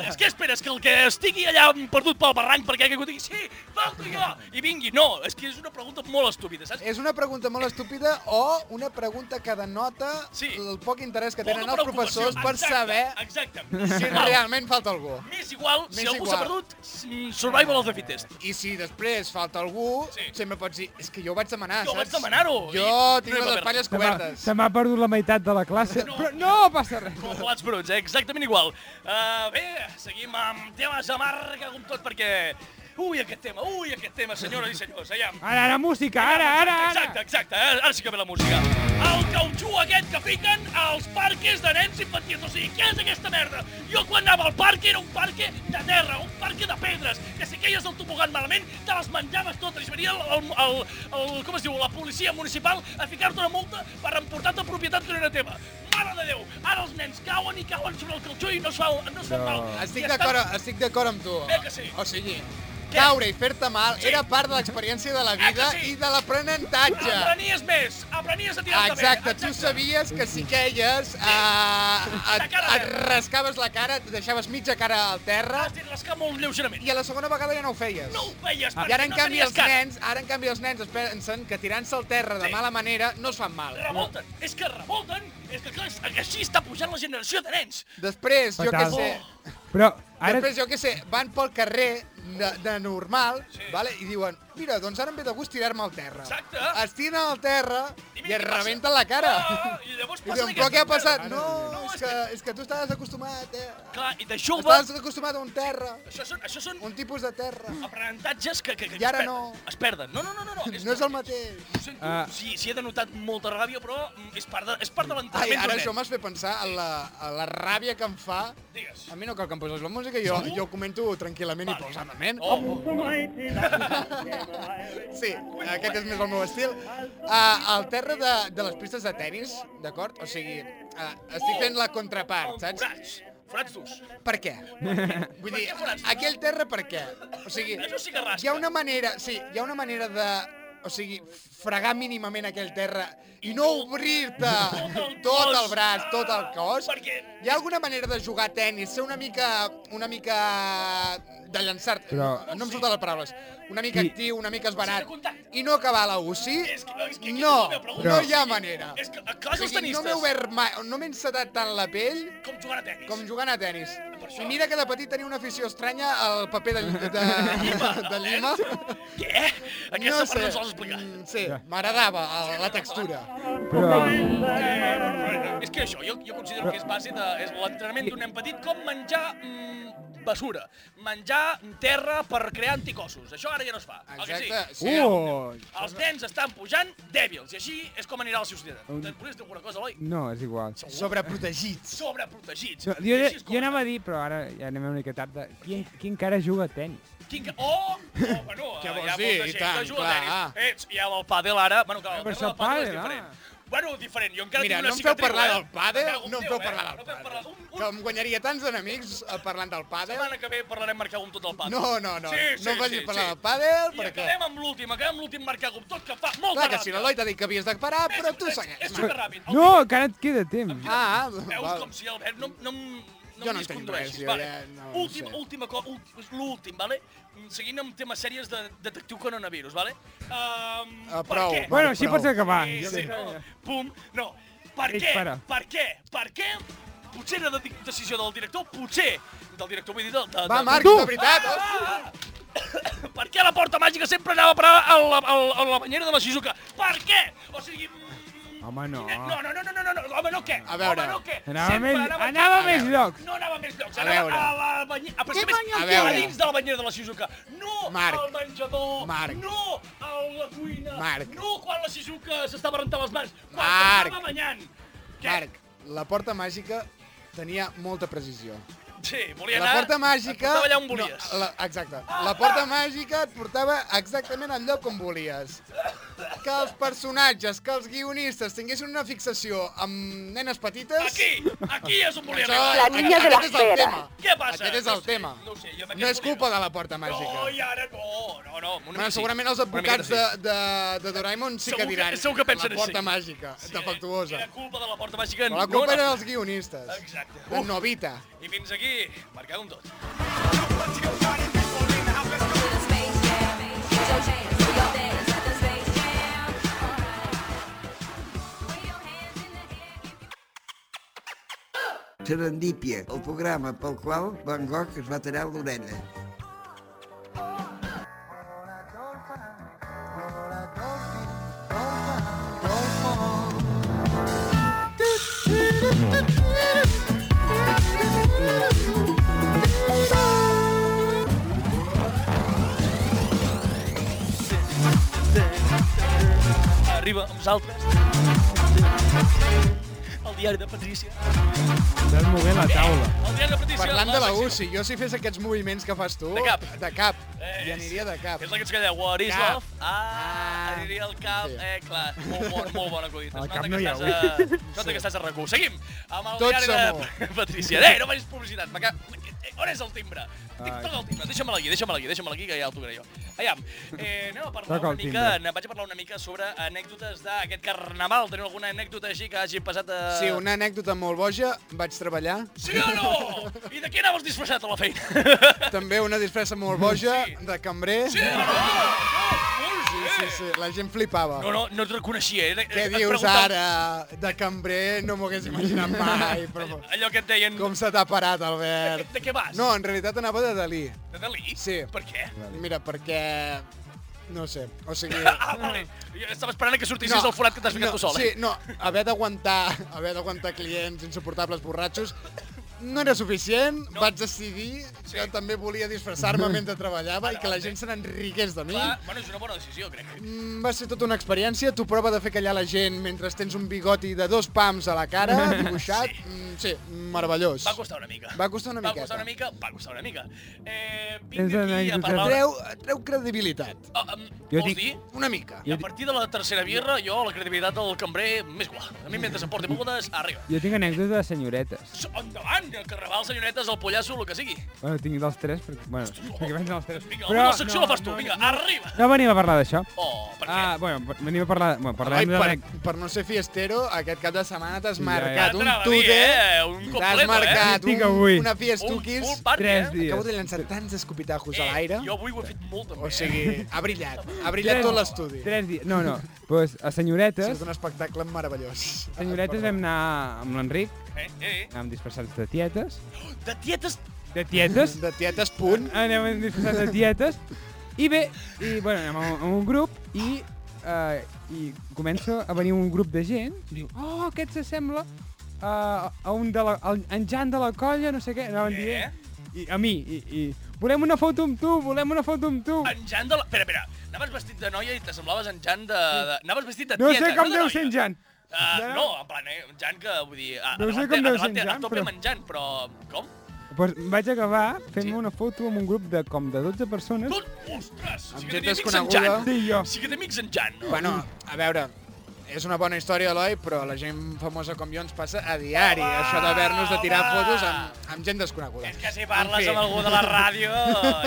Speaker 1: És que esperes que el que estigui allà perdut pel barranc perquè ha caigut digui sí, falta jo, i vingui. No, és que és una pregunta molt estúpida, saps?
Speaker 3: És una pregunta molt estúpida o una pregunta que denota
Speaker 1: Sí.
Speaker 3: el poc interès que
Speaker 1: Poca
Speaker 3: tenen els
Speaker 1: preocupació.
Speaker 3: professors per
Speaker 1: Exacte,
Speaker 3: saber
Speaker 1: Exacte.
Speaker 3: si realment falta algú.
Speaker 1: M'és igual, si
Speaker 3: M'és
Speaker 1: algú s'ha
Speaker 3: igual.
Speaker 1: perdut, mm, survival of the fittest.
Speaker 3: I si després falta algú,
Speaker 1: Sí.
Speaker 3: sí. sempre pots dir, és que jo ho vaig demanar,
Speaker 1: Jo
Speaker 3: saps?
Speaker 1: vaig demanar-ho, i
Speaker 3: Jo
Speaker 1: no hi
Speaker 3: tinc
Speaker 1: va
Speaker 3: les
Speaker 1: haver
Speaker 3: espatlles
Speaker 6: Se m'ha-
Speaker 3: cobertes.
Speaker 6: Se m'ha perdut la meitat de la classe,
Speaker 1: No.
Speaker 6: però no passa res.
Speaker 1: Com plats bruts, eh? exactament igual. Uh, bé, seguim amb temes de marca com tot, perquè... Ui, aquest tema, ui, aquest tema, senyores i senyors, allà.
Speaker 6: Ara, ara, música, ara, ara, ara.
Speaker 1: Exacte, exacte, eh? ara sí que ve la música. El cautxú aquest que fiquen als parques de nens infantils, o sigui, què és aquesta merda? Jo quan anava al parc era un parque de terra, un parque de pedres, que si queies del tobogan malament te les menjaves totes, i venia el, el, el, el, com es diu, la policia municipal a ficar-te una multa per emportar-te propietat que no era teva. Mare de Déu, ara els nens cauen i cauen sobre el cautxú i no es fa, no es fa
Speaker 6: No.
Speaker 1: mal. I
Speaker 3: Estic
Speaker 1: estan-
Speaker 3: d'acord estic d'acord amb tu.
Speaker 1: Eh que sí?
Speaker 3: O sigui,
Speaker 1: Què? Eh
Speaker 3: caure i fer-te mal era part de l'experiència de la
Speaker 1: que
Speaker 3: vida
Speaker 1: sí?
Speaker 3: i de l'aprenentatge.
Speaker 1: Aprenies més, aprenies a tirar-te bé.
Speaker 3: Exacte, tu sabies que si queies eh,
Speaker 1: La
Speaker 3: et,
Speaker 1: cara
Speaker 3: et
Speaker 1: verda.
Speaker 3: rascaves la cara, et deixaves mitja cara al terra
Speaker 1: Has dit l'escar molt lleugerament.
Speaker 3: i a la segona vegada ja no ho feies.
Speaker 1: No ho veies,
Speaker 3: I ara, en
Speaker 1: no
Speaker 3: canvi,
Speaker 1: tenies
Speaker 3: els
Speaker 1: cara.
Speaker 3: nens, ara, en canvi, els nens es pensen que tirant-se al terra de
Speaker 1: Sí.
Speaker 3: mala manera no es fan mal.
Speaker 1: Revolten, és que revolten, és que clar, és- així està pujant la generació de nens. Oh,
Speaker 3: Després, jo què
Speaker 6: Fatal.
Speaker 3: sé,
Speaker 6: Però
Speaker 3: Ara...
Speaker 6: ara...
Speaker 3: Després, jo què sé, van pel carrer de, de normal, sí. vale? i diuen, mira, doncs ara em ve de gust tirar-me al terra.
Speaker 1: Exacte.
Speaker 3: Es tiren al terra
Speaker 1: I
Speaker 3: i,
Speaker 1: mira
Speaker 3: et
Speaker 1: què passa.
Speaker 3: rebenten la cara.
Speaker 1: Ah, I llavors
Speaker 3: I
Speaker 1: passa
Speaker 3: diuen, però què ha passat? No, és que, és que tu estaves acostumat, eh?
Speaker 1: Clar, i de jove...
Speaker 3: Estaves acostumat a un terra,
Speaker 1: Això són, això són
Speaker 3: un tipus de terra.
Speaker 1: aprenentatges que, que, que
Speaker 3: I ara
Speaker 1: es, per-
Speaker 3: no.
Speaker 1: es perden. No, no, no, no. no.
Speaker 3: No és el mateix.
Speaker 1: Ho sento,
Speaker 6: Ah.
Speaker 1: sí, sí he denotat molta ràbia, però mm, és part de, és part de
Speaker 3: Ai,
Speaker 1: l'entrenament.
Speaker 3: ara
Speaker 1: d'un nen.
Speaker 3: això m'has fet pensar en la, en la ràbia que em fa.
Speaker 1: Digues.
Speaker 3: A mi no cal que em posis la música, jo,
Speaker 1: Segur?
Speaker 3: jo ho comento tranquil·lament i
Speaker 1: Vale.
Speaker 3: pausadament.
Speaker 1: Oh, oh,
Speaker 3: Oh, Sí, aquest és més el meu estil. Uh, el terra de, de les pistes de tennis, d'acord? O sigui, uh, estic fent la contrapart,
Speaker 1: amb
Speaker 3: saps?
Speaker 1: forats, forats durs.
Speaker 3: Per què? Vull dir, aquell terra per què? O sigui,
Speaker 1: Això sí que rasca.
Speaker 3: hi ha una manera, sí, hi ha una manera de, o sigui, fregar mínimament aquell terra i no obrir-te tot el braç, tot el cos.
Speaker 1: Perquè
Speaker 3: Hi ha alguna manera de jugar a tennis, ser una mica... una mica... de llançar-te,
Speaker 6: Però-
Speaker 3: no, no em surten les paraules, una mica
Speaker 6: I-
Speaker 3: actiu, una mica esbanat,
Speaker 1: Sí, de contacte.
Speaker 3: i no acabar a la UCI,
Speaker 1: És que- és que- és que
Speaker 3: no,
Speaker 1: és la meva
Speaker 3: no
Speaker 1: pregunta.
Speaker 3: hi ha manera.
Speaker 1: és que a classe els
Speaker 3: O sigui, no m'he
Speaker 1: tenistes,
Speaker 3: obert mai, no m'he encetat tant la pell
Speaker 1: com jugar a tenis.
Speaker 3: com jugant a tennis.
Speaker 1: Per això.
Speaker 3: I mira que de petit tenia una afició estranya al paper de, de, de, de llima.
Speaker 1: Què? Aquesta part
Speaker 3: no
Speaker 1: no
Speaker 3: sé,
Speaker 1: ens l'has explicat.
Speaker 3: mm, Sí, m'agradava el- la textura.
Speaker 6: Però,
Speaker 1: És que això, jo, jo considero que és base de... És l'entrenament d'un nen petit com menjar mm, basura. Menjar mm, terra per crear anticossos. Això ara ja no es fa. oi Ah, que
Speaker 3: Exacte,
Speaker 1: Sí? Uh!
Speaker 3: sí.
Speaker 6: Ui!
Speaker 1: Els nens estan pujant dèbils i així és com anirà la societat. Um... Te'n ponies alguna cosa, Eloi?
Speaker 6: no, és igual.
Speaker 3: Sobreprotegits.
Speaker 1: Sobreprotegits.
Speaker 6: No, jo, jo anava a dir, però ara ja anem una mica tard, de... qui, qui encara juga a tenis?
Speaker 1: Quin... ca- Oh! oh bueno, eh,
Speaker 3: Què vols
Speaker 1: hi ha
Speaker 3: dir?
Speaker 1: molta
Speaker 3: I
Speaker 1: gent
Speaker 3: tant,
Speaker 1: que juga
Speaker 3: clar.
Speaker 1: a tenis. Ets, hi ha el pàdel ara... Bueno, clar, el
Speaker 6: Però
Speaker 1: terra del
Speaker 6: això
Speaker 1: pàdel és
Speaker 6: pàdel,
Speaker 1: diferent.
Speaker 6: ah.
Speaker 1: Bueno, diferent. Jo encara
Speaker 3: Mira,
Speaker 1: tinc una
Speaker 3: no em feu
Speaker 1: cicatriu,
Speaker 3: parlar
Speaker 1: eh?
Speaker 3: del pàdel,
Speaker 1: Me cago en
Speaker 3: no em
Speaker 1: Déu,
Speaker 3: feu
Speaker 1: eh?
Speaker 3: parlar del
Speaker 1: No feu parlar d'un...
Speaker 3: Que em guanyaria tants enemics eh, parlant del
Speaker 1: La
Speaker 3: pàdel.
Speaker 1: setmana que ve parlarem marcar un tot el pàdel.
Speaker 3: No, no, no, no em facis parlar del pàdel,
Speaker 1: I
Speaker 3: perquè-
Speaker 1: acabem amb l'últim, acabem amb l'últim marcar un tot que fa molta
Speaker 3: Clar que si l'Eloi t'ha dit que havies de parar, però tu
Speaker 1: és,
Speaker 3: segueix.
Speaker 1: És superràpid. El-
Speaker 6: No, encara et queda temps.
Speaker 3: Ah,
Speaker 1: Veus
Speaker 3: val.
Speaker 1: com si Albert no, no, em- no
Speaker 3: Jo
Speaker 1: em
Speaker 3: no entenc
Speaker 1: descondueixis,
Speaker 3: res, jo
Speaker 1: vale.
Speaker 3: ja no- no
Speaker 1: últim,
Speaker 3: sé.
Speaker 1: última cosa, l'últim, vale? Mm, Seguint amb temes sèries de detectiu coronavirus, vale? Um,
Speaker 3: Ah, prou.
Speaker 1: Per què?
Speaker 6: Bueno,
Speaker 3: Vale,
Speaker 6: així
Speaker 3: prou.
Speaker 6: pots acabar.
Speaker 1: Sí, sí, no. Pum, no. Per
Speaker 6: Ell
Speaker 1: què?
Speaker 6: para.
Speaker 1: Per què? Per què? Potser era de decisió del director, potser del director, vull dir, de, de,
Speaker 3: Va,
Speaker 1: de-
Speaker 3: Marc,
Speaker 6: Tu!
Speaker 3: de veritat.
Speaker 1: Ah! Per què la porta màgica sempre anava a parar a la, a la, a la banyera de la Shizuka? Per què? O sigui... mm,
Speaker 6: Home, no.
Speaker 1: quina- No, no, no, no, no, no, home, no què?
Speaker 3: A veure.
Speaker 1: Home, no què?
Speaker 6: Anava a
Speaker 1: Sempre
Speaker 6: més,
Speaker 1: anava-
Speaker 6: anava a més
Speaker 3: veure.
Speaker 6: llocs.
Speaker 1: No anava a més llocs,
Speaker 3: A
Speaker 1: anava
Speaker 3: veure.
Speaker 1: a la banyera... A,
Speaker 3: Què
Speaker 1: més,
Speaker 3: coño
Speaker 1: a,
Speaker 3: veure.
Speaker 1: a dins de la banyera de la Shizuka. No
Speaker 3: Marc.
Speaker 1: al menjador,
Speaker 3: Marc.
Speaker 1: no a la cuina,
Speaker 3: Marc.
Speaker 1: no quan la Shizuka s'estava rentant les mans, quan
Speaker 3: Marc.
Speaker 1: s'estava banyant. Què?
Speaker 3: Marc, la porta màgica tenia molta precisió.
Speaker 1: Sí, volia anar...
Speaker 3: La porta màgica...
Speaker 1: Et portava allà on volies.
Speaker 3: No, la, exacte. La porta màgica et portava exactament al lloc on volies. Que els personatges, que els guionistes tinguessin una fixació amb nenes petites...
Speaker 1: Aquí, aquí és on volia
Speaker 3: Això,
Speaker 1: anar.
Speaker 5: La niña de
Speaker 3: aquest
Speaker 5: la
Speaker 3: és el
Speaker 5: pera.
Speaker 3: tema.
Speaker 1: Què passa?
Speaker 3: Aquest és
Speaker 1: No
Speaker 3: el
Speaker 1: sé,
Speaker 3: tema.
Speaker 1: no ho sé, jo amb
Speaker 3: no
Speaker 1: aquest
Speaker 3: és
Speaker 1: volia-
Speaker 3: culpa de la porta màgica.
Speaker 1: No, i ara no, no, no. una mica
Speaker 3: Bueno,
Speaker 1: sí.
Speaker 3: segurament els
Speaker 1: Una miqueta
Speaker 3: advocats
Speaker 1: sí.
Speaker 3: de, de, de Doraemon sí
Speaker 1: Segur
Speaker 3: que
Speaker 1: que-
Speaker 3: diran
Speaker 1: segur que pensen
Speaker 3: la porta
Speaker 1: així."
Speaker 3: màgica,
Speaker 1: Sí,
Speaker 3: defectuosa.
Speaker 1: Era culpa de la porta màgica.
Speaker 3: Però la culpa
Speaker 1: no,
Speaker 3: era dels guionistes.
Speaker 1: Exacte.
Speaker 3: De
Speaker 1: Uf.
Speaker 3: Novita.
Speaker 1: I fins aquí, marcar un tot.
Speaker 2: Serendípia, el programa pel qual Van Gogh es va tallar l'orella.
Speaker 1: Arriba amb saltes. El diari de Patrícia.
Speaker 6: Estàs movent la taula.
Speaker 1: El diari de Patrícia.
Speaker 3: Parlant de la
Speaker 1: secció-
Speaker 3: UCI, jo si fes aquests moviments que fas tu...
Speaker 1: De cap.
Speaker 3: De cap.
Speaker 1: Eh,
Speaker 3: I aniria de cap.
Speaker 1: És la cançó que deia, what is
Speaker 3: Cap.
Speaker 1: love? Ah, aniria al cap,
Speaker 3: Sí.
Speaker 1: eh, clar. Molt bon, molt bon acudit.
Speaker 6: Al
Speaker 1: Es nota
Speaker 6: cap
Speaker 1: que
Speaker 6: no hi ha
Speaker 1: estàs a- es Nota que estàs a rac Seguim amb el
Speaker 3: Tots
Speaker 1: diari
Speaker 3: som
Speaker 1: de Patricia. Ei, no facis publicitat. m'aca- Eh, On és el timbre? Dic,
Speaker 6: Ai.
Speaker 1: Toca el timbre, deixa'm-la aquí, deixa'm-la aquí, deixa'm-la aquí, que ja el tocaré jo. Aviam, eh, anem a parlar
Speaker 6: Toca
Speaker 1: una
Speaker 6: el
Speaker 1: mica,
Speaker 6: timbre.
Speaker 1: ne- vaig a parlar una mica sobre anècdotes d'aquest carnaval. Teniu alguna anècdota així que hagi passat a...
Speaker 3: Sí, una anècdota molt boja, vaig treballar.
Speaker 1: Sí o no? I de què anaves disfressat a la feina?
Speaker 3: També una disfressa molt boja,
Speaker 1: Sí.
Speaker 3: de cambrer.
Speaker 1: Sí o no? No, molt
Speaker 3: Sí,
Speaker 1: bé.
Speaker 3: sí, sí, la gent flipava.
Speaker 1: No, no, no et reconeixia. Era,
Speaker 3: Què
Speaker 1: et
Speaker 3: dius
Speaker 1: preguntava-
Speaker 3: ara? De cambrer no m'ho hagués imaginat mai, però...
Speaker 1: Allò que et deien...
Speaker 3: Com se t'ha parat, Albert?
Speaker 1: De què vas?
Speaker 3: No, en realitat anava de Dalí.
Speaker 1: De Dalí?
Speaker 3: Sí.
Speaker 1: Per què?
Speaker 3: Mira, perquè No sé, o sigui...
Speaker 1: Ah, vale. Jo Estava esperant que sortissis del forat que t'has ficat
Speaker 3: no,
Speaker 1: tu sol,
Speaker 3: Sí,
Speaker 1: eh?
Speaker 3: no, haver d'aguantar haver d'aguantar clients insuportables borratxos no era suficient, no. vaig decidir sí. que també volia
Speaker 6: Mm.
Speaker 3: disfressar-me mentre treballava i que la gent se n'enriqués de mi.
Speaker 1: Clar, bueno, és una bona decisió, crec.
Speaker 3: Mm, va ser tota una experiència, tu prova de fer callar la gent mentre tens un bigoti de dos pams a la cara, dibuixat,
Speaker 1: Sí.
Speaker 3: mm, sí, meravellós.
Speaker 1: Va costar una mica.
Speaker 3: Va costar una
Speaker 1: Va costar
Speaker 3: miqueta.
Speaker 1: una mica, va costar una mica. Eh,
Speaker 6: És
Speaker 1: vinc
Speaker 6: una
Speaker 1: aquí a
Speaker 6: anècdota.
Speaker 1: parlar...
Speaker 3: Treu, treu credibilitat,
Speaker 1: Oh, um,
Speaker 6: Jo
Speaker 1: vols
Speaker 6: dic-
Speaker 1: dir?
Speaker 3: una mica.
Speaker 1: I a partir de la tercera birra, jo, la credibilitat del cambrer, més guà. A mi, mentre em porti begudes, arriba.
Speaker 6: Jo tinc anècdotes de senyoretes.
Speaker 1: So- Endavant, carnaval, senyoretes, el pollasso, el que sigui.
Speaker 6: Bueno, tinc dels tres, perquè... Bueno, perquè vaig dels tres.
Speaker 1: Vinga, Però, la secció no, la fas tu, vinga, no, arriba.
Speaker 6: No venim a parlar d'això.
Speaker 1: Oh, per què?
Speaker 6: Ah, bueno, venim a parlar... Bueno,
Speaker 3: Ai,
Speaker 6: parlem de...
Speaker 3: per, per no ser fiestero, aquest cap de setmana t'has
Speaker 6: Ja, ja.
Speaker 3: marcat un
Speaker 1: Anava a dir,
Speaker 3: tude,
Speaker 1: eh? Un
Speaker 3: t'has
Speaker 1: completo,
Speaker 3: marcat
Speaker 6: Estic
Speaker 3: un,
Speaker 6: avui.
Speaker 3: una
Speaker 1: eh? Un
Speaker 3: fiestuquis,
Speaker 1: full party,
Speaker 6: Tres
Speaker 1: eh?
Speaker 6: dies.
Speaker 3: acabo de lançar tants escopitajos a l'aire,
Speaker 1: Eh, jo avui ho he fet molt, també.
Speaker 3: o sigui, ha brillat, ha brillat tot l'estudi.
Speaker 6: Tres dies. No, no. Pues a
Speaker 3: Ha
Speaker 6: senyoretes,
Speaker 3: sigut un espectacle meravellós.
Speaker 6: senyoretes vam anar amb l'Enric,
Speaker 1: Eh, eh,
Speaker 6: anàvem disfressats de tietes.
Speaker 1: eh. De tietes...
Speaker 6: De tietes?
Speaker 3: De tietes punt.
Speaker 6: Anàvem disfressats de tietes. I bé, i, bueno, anem amb, amb un grup i, eh, i comença a venir un grup de gent. i Diu, oh, aquest s'assembla eh, a un de la, al, en Jan de la colla, no sé què. Anàvem
Speaker 1: Eh?
Speaker 6: dient. I a mi, i, i, volem una foto amb tu, volem una foto amb tu.
Speaker 1: En Jan de la... Espera, espera. Anaves vestit de noia i t'assemblaves en Jan de... de... Anaves vestit de
Speaker 6: No
Speaker 1: tieta,
Speaker 6: sé com
Speaker 1: de
Speaker 6: deu
Speaker 1: noia.
Speaker 6: ser en Jan.
Speaker 1: Uh,
Speaker 6: Ja.
Speaker 1: no, en plan, eh, en Jan que, vull dir... A,
Speaker 6: No sé
Speaker 1: adelante-
Speaker 6: com deu ser en
Speaker 1: adelante,
Speaker 6: Jan,
Speaker 1: A tope
Speaker 6: però-
Speaker 1: amb en Jan, però... Com?
Speaker 6: Pues vaig acabar fent
Speaker 1: Sí.
Speaker 6: me una foto amb un grup de com de 12 persones.
Speaker 1: Tot, ostres! Sí
Speaker 3: Amb
Speaker 1: que
Speaker 3: gent
Speaker 1: té amics en
Speaker 3: desconeguda.
Speaker 1: Jan.
Speaker 6: Sí, jo.
Speaker 1: Sí que té amics en Jan, no?
Speaker 3: Bueno, a veure, és una bona història, Eloi, però la gent famosa com jo ens passa a diari, això d'haver-nos de tirar
Speaker 1: home.
Speaker 3: fotos amb, amb gent desconeguda.
Speaker 1: És que si parles
Speaker 3: En fi.
Speaker 1: amb algú de la ràdio,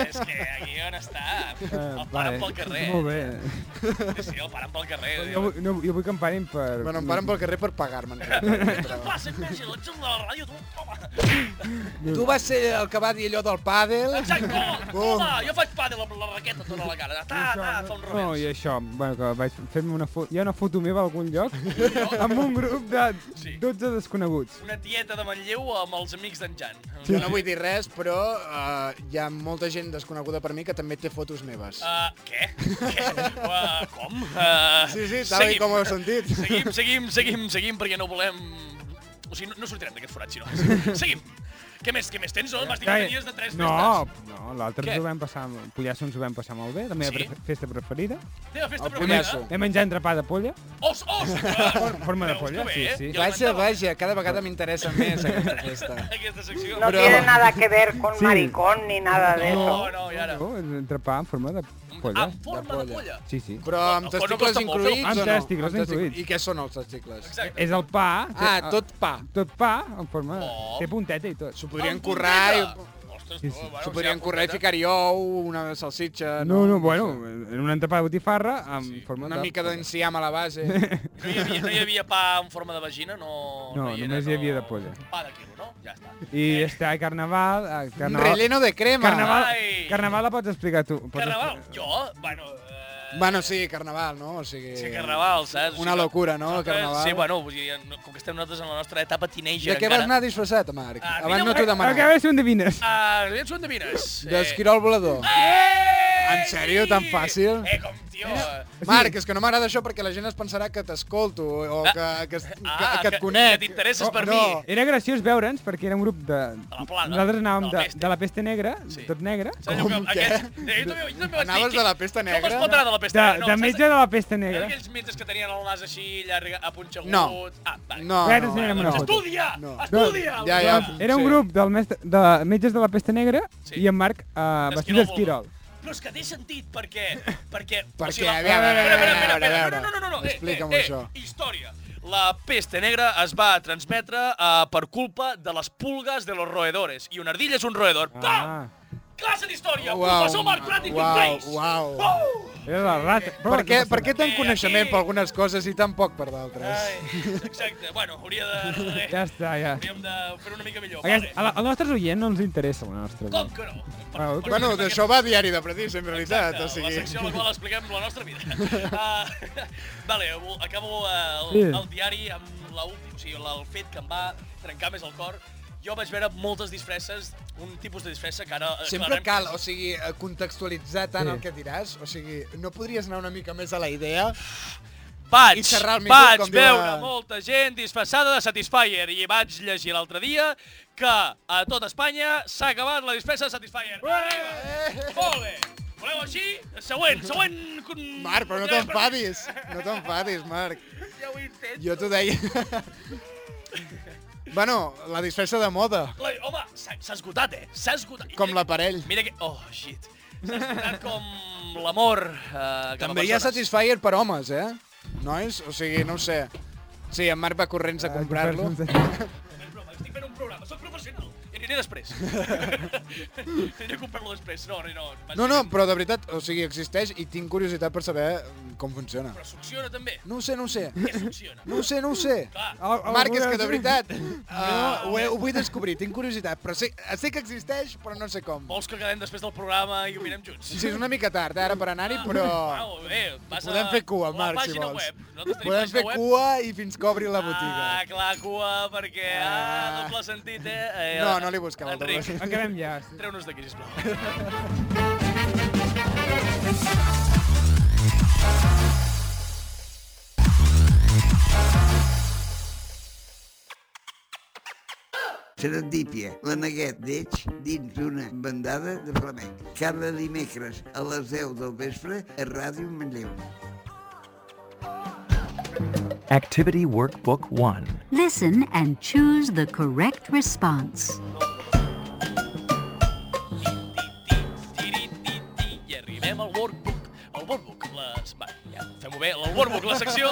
Speaker 1: és que aquí on està? El paren pel carrer.
Speaker 6: Eh, Molt bé.
Speaker 1: Sí, sí, el paren pel carrer.
Speaker 6: Jo, vull- no, jo vull que em parin per...
Speaker 3: Bueno, em paren pel carrer per pagar-me'n. però-
Speaker 1: Passa, imbècil, ets el de la ràdio, tu, home.
Speaker 3: Tu vas ser el que va dir allò del pàdel.
Speaker 1: Exacte,
Speaker 3: Bum.
Speaker 1: home, jo faig pàdel amb la raqueta tota la cara. Ta, ta, fa un
Speaker 6: No, i
Speaker 1: revés.
Speaker 6: això, bueno, que vaig fer-me una foto... Hi ha una foto meva a algun lloc amb un grup de
Speaker 1: Sí.
Speaker 6: 12 desconeguts.
Speaker 1: Una tieta de Manlleu amb els amics d'en Jan.
Speaker 3: Jo no vull dir res, però uh, hi ha molta gent desconeguda per mi que també té fotos meves.
Speaker 1: Uh, què? què? Uh, com? Uh,
Speaker 3: Sí, sí, tal i com ho heu sentit.
Speaker 1: Seguim, seguim, seguim, seguim, perquè no volem... O sigui, no, no sortirem d'aquest forat, si no. Seguim. Què més, què més tens? No? M'has dit que tenies de tres
Speaker 6: no,
Speaker 1: festes.
Speaker 6: no, l'altre
Speaker 1: Què?
Speaker 6: ens ho vam passar... amb- Pollasso ens ho vam passar molt bé, la meva
Speaker 1: Sí?
Speaker 6: pre festa preferida.
Speaker 1: Teva festa
Speaker 3: El
Speaker 1: preferida? eh?
Speaker 3: pollasso.
Speaker 6: Vam menjar entrepà de polla.
Speaker 1: Os, os! En
Speaker 6: forma de polla, sí, sí.
Speaker 3: Vaja, vaja, cada vegada m'interessa més aquesta festa.
Speaker 1: Aquesta secció.
Speaker 3: No Però- tiene
Speaker 9: nada que ver con
Speaker 6: Sí. maricón
Speaker 9: ni nada de
Speaker 1: No, no, i ara. Ah,
Speaker 6: No, entrepà en forma de polla.
Speaker 1: En forma de
Speaker 3: De polla.
Speaker 1: polla.
Speaker 6: Sí, sí.
Speaker 3: Però amb
Speaker 1: El cono
Speaker 3: testicles
Speaker 1: costa molt,
Speaker 3: incluïts o
Speaker 6: però-
Speaker 3: no?
Speaker 6: Amb testicles
Speaker 3: testic-
Speaker 6: incluïts.
Speaker 3: I què són els testicles?
Speaker 1: Exacte.
Speaker 6: És el pa...
Speaker 3: Ah,
Speaker 6: té-
Speaker 3: tot pa.
Speaker 6: Tot pa en forma... de-
Speaker 1: Oh.
Speaker 6: Té punteta i tot.
Speaker 3: S'ho podrien
Speaker 1: Amb
Speaker 3: currar i...
Speaker 1: punteta. Ostres,
Speaker 6: Sí,
Speaker 1: tu,
Speaker 6: sí.
Speaker 1: bueno,
Speaker 3: S'ho
Speaker 1: si hi
Speaker 3: podrien
Speaker 1: ha
Speaker 3: currar i
Speaker 1: punteta.
Speaker 3: ficar-hi ou, una salsitxa...
Speaker 6: No, no, bueno, en un entrepà de botifarra amb
Speaker 1: Sí.
Speaker 6: forma
Speaker 3: Una
Speaker 6: de...
Speaker 3: mica d'enciam a la base.
Speaker 1: No hi, havia, no hi havia pa en forma de vagina? No,
Speaker 6: No, només hi havia de polla.
Speaker 1: Pa de quilo, no? Ja està.
Speaker 6: I està Carnaval... eh,
Speaker 3: Un
Speaker 6: Carnaval...
Speaker 3: relleno de crema.
Speaker 6: Carnaval,
Speaker 1: Ai.
Speaker 6: carnaval la pots explicar tu. Pots
Speaker 1: Carnaval?
Speaker 6: expli-
Speaker 1: Jo? Bueno... Eh...
Speaker 3: Bueno, sí, carnaval, no? O sigui...
Speaker 1: Sí, carnaval, saps? O sigui,
Speaker 3: Una locura, no, el
Speaker 1: nosaltres-
Speaker 3: carnaval?
Speaker 1: Sí, bueno, vull dir, no- com que estem nosaltres en la nostra etapa teenager
Speaker 3: De què vas anar disfressat, Marc?
Speaker 1: Ah,
Speaker 3: Abans
Speaker 1: mira,
Speaker 3: no t'ho he
Speaker 6: A veure
Speaker 3: demanat.
Speaker 6: si ho endevines.
Speaker 1: Uh, ja ens ho endevines.
Speaker 3: D'esquirol volador.
Speaker 1: Eh!
Speaker 3: En sèrio, tan fàcil?
Speaker 1: Eh, com, tio...
Speaker 3: Marc, és que no m'agrada això perquè la gent es pensarà que t'escolto o que, que, que, que,
Speaker 1: Ah,
Speaker 3: que et conec. Oh,
Speaker 1: Que t'interesses per
Speaker 3: no.
Speaker 1: mi.
Speaker 6: Era graciós veure'ns perquè era un grup de...
Speaker 1: la plaga,
Speaker 6: Nosaltres anàvem
Speaker 1: de la
Speaker 6: de,
Speaker 1: peste.
Speaker 6: de la peste negra,
Speaker 1: Sí.
Speaker 6: tot negre.
Speaker 1: Saps allò
Speaker 3: Com
Speaker 1: que-
Speaker 3: què?
Speaker 1: aquest- eh, jo també- jo també vaig
Speaker 3: Anaves
Speaker 1: dir,
Speaker 3: de la
Speaker 1: qui-
Speaker 3: pesta
Speaker 1: Com es
Speaker 3: negra?
Speaker 1: pot anar de la pesta
Speaker 6: De,
Speaker 1: negra?
Speaker 6: de
Speaker 1: saps?
Speaker 6: metge de la peste
Speaker 1: Era
Speaker 6: negra.
Speaker 1: aquells metges que tenien el nas així llarg, apunxegut...
Speaker 3: No.
Speaker 1: Ah, vale.
Speaker 3: No,
Speaker 6: Ara
Speaker 3: no,
Speaker 6: t'ensenyarem
Speaker 1: Doncs
Speaker 6: una foto.
Speaker 1: estudia!
Speaker 3: No.
Speaker 1: Estudia! Doncs
Speaker 3: Ja, ja.
Speaker 6: Era un
Speaker 3: Sí.
Speaker 6: grup del mestre, de metges de la peste negra
Speaker 1: Sí.
Speaker 6: i en Marc uh, vestit
Speaker 1: Esquirol
Speaker 6: d'esquirol.
Speaker 1: Però és que té sentit, perquè... perquè
Speaker 3: Per
Speaker 1: o sigui,
Speaker 3: què?
Speaker 1: la-
Speaker 3: A veure, a
Speaker 1: espera,
Speaker 3: veure, a veure, a
Speaker 1: espera,
Speaker 3: veure.
Speaker 1: No, no, no, no, no.
Speaker 3: Explica'm
Speaker 1: eh, eh,
Speaker 3: això.
Speaker 1: Eh, història. La peste negra es va transmetre eh, per culpa de les pulgues de los roedores. I una ardilla és un roedor. Pam!
Speaker 6: Ah,
Speaker 1: Classe d'història!
Speaker 3: Uau,
Speaker 1: Professor Marc Prat i
Speaker 3: uau,
Speaker 1: Contreix!
Speaker 3: uau.
Speaker 6: era la rata. Però
Speaker 3: Per
Speaker 6: no
Speaker 3: què,
Speaker 6: passa
Speaker 3: per què
Speaker 6: res.
Speaker 3: tant
Speaker 1: Aquí,
Speaker 3: coneixement
Speaker 1: aquí.
Speaker 3: per algunes coses i tan poc per d'altres?
Speaker 1: Exacte, bueno, hauria de... eh,
Speaker 6: Ja està, ja.
Speaker 1: Hauríem de fer una mica millor.
Speaker 6: Aquest,
Speaker 1: vale.
Speaker 6: a la, al nostre oient no ens interessa la nostra
Speaker 1: Com
Speaker 6: vida.
Speaker 1: que no? Per-
Speaker 6: Ah,
Speaker 1: per-
Speaker 3: Bueno,
Speaker 1: per-
Speaker 3: d'això va a diari de pretís, en realitat.
Speaker 1: Exacte,
Speaker 3: O
Speaker 1: La secció
Speaker 3: sigui...
Speaker 1: en la qual expliquem la nostra vida. Uh, vale, vol- acabo uh,
Speaker 6: Sí.
Speaker 1: el, el diari amb la última, o sigui, la- el fet que em va trencar més el cor. Jo vaig veure moltes disfresses un tipus de disfressa que ara... eh,
Speaker 3: Sempre
Speaker 1: aclararem.
Speaker 3: cal, o sigui, eh, contextualitzar tant
Speaker 6: Sí.
Speaker 3: el que diràs, o sigui, no podries anar una mica més a la idea?
Speaker 1: Vaig,
Speaker 3: i xerrar al micro,
Speaker 1: vaig
Speaker 3: com diu
Speaker 1: veure
Speaker 3: la-
Speaker 1: molta gent disfressada de Satisfyer i vaig llegir l'altre dia que a tot Espanya s'ha acabat la disfressa de Satisfyer. Arriba! Molt bé! Voleu així? Següent, següent... con-
Speaker 3: Marc, però no t'enfadis, no t'enfadis, Marc.
Speaker 1: Ja ho he fet.
Speaker 3: Jo t'ho deia. bueno, la disfressa de moda,
Speaker 1: La, home, oh, s'ha s'ha esgotat, eh? S'ha esgotat. Mira
Speaker 3: com
Speaker 1: que-
Speaker 3: l'aparell.
Speaker 1: Mira que... Oh, shit. S'ha esgotat com l'amor eh, cap a
Speaker 3: També hi ha
Speaker 1: persones.
Speaker 3: Satisfyer per homes, eh? Nois? O sigui, no ho sé. Sí, en Marc va corrents
Speaker 6: Ah,
Speaker 3: a comprar-lo.
Speaker 1: És broma, estic fent un programa, soc professional. I aniré després. aniré a comprar-lo després. No, no, no.
Speaker 3: No, no, però de veritat, o sigui, existeix i tinc curiositat per saber mm, com funciona.
Speaker 1: Però succiona també.
Speaker 3: No ho sé, no ho sé.
Speaker 1: Què succiona?
Speaker 3: No ho sé, no ho sé.
Speaker 1: Clar.
Speaker 3: Marc, és que de veritat, uh, ho, he, ho vull descobrir, tinc curiositat, però sé, sé que existeix, però no sé com.
Speaker 1: Vols que quedem després del programa i ho mirem junts?
Speaker 3: Sí, és una mica tard eh, ara per anar-hi, però
Speaker 1: Au, bé, Ah, vas a...
Speaker 3: podem fer cua,
Speaker 1: a la
Speaker 3: Marc, si
Speaker 1: pàgina
Speaker 3: vols.
Speaker 1: Web. Nosaltres tenim
Speaker 3: Podem
Speaker 1: pàgina
Speaker 3: fer
Speaker 1: web.
Speaker 3: cua i fins que obri la
Speaker 1: Ah,
Speaker 3: botiga.
Speaker 1: clar, cua, perquè... Ah,
Speaker 3: Ah.
Speaker 1: doble sentit, eh? eh
Speaker 3: No, no li buscava el doble
Speaker 1: Enric,
Speaker 3: sentit.
Speaker 6: Acabem ja. sí.
Speaker 1: treu-nos d'aquí, sisplau.
Speaker 2: Serendípia, la neguet d'Eix dins d'una bandada de flamenc. Cada dimecres a les 10 del vespre a Ràdio Manlleu.
Speaker 9: Activity Workbook 1.
Speaker 11: Listen and choose the correct response.
Speaker 1: I arribem al workbook. El workbook, les... Va, ja, fem-ho bé. El workbook, la secció...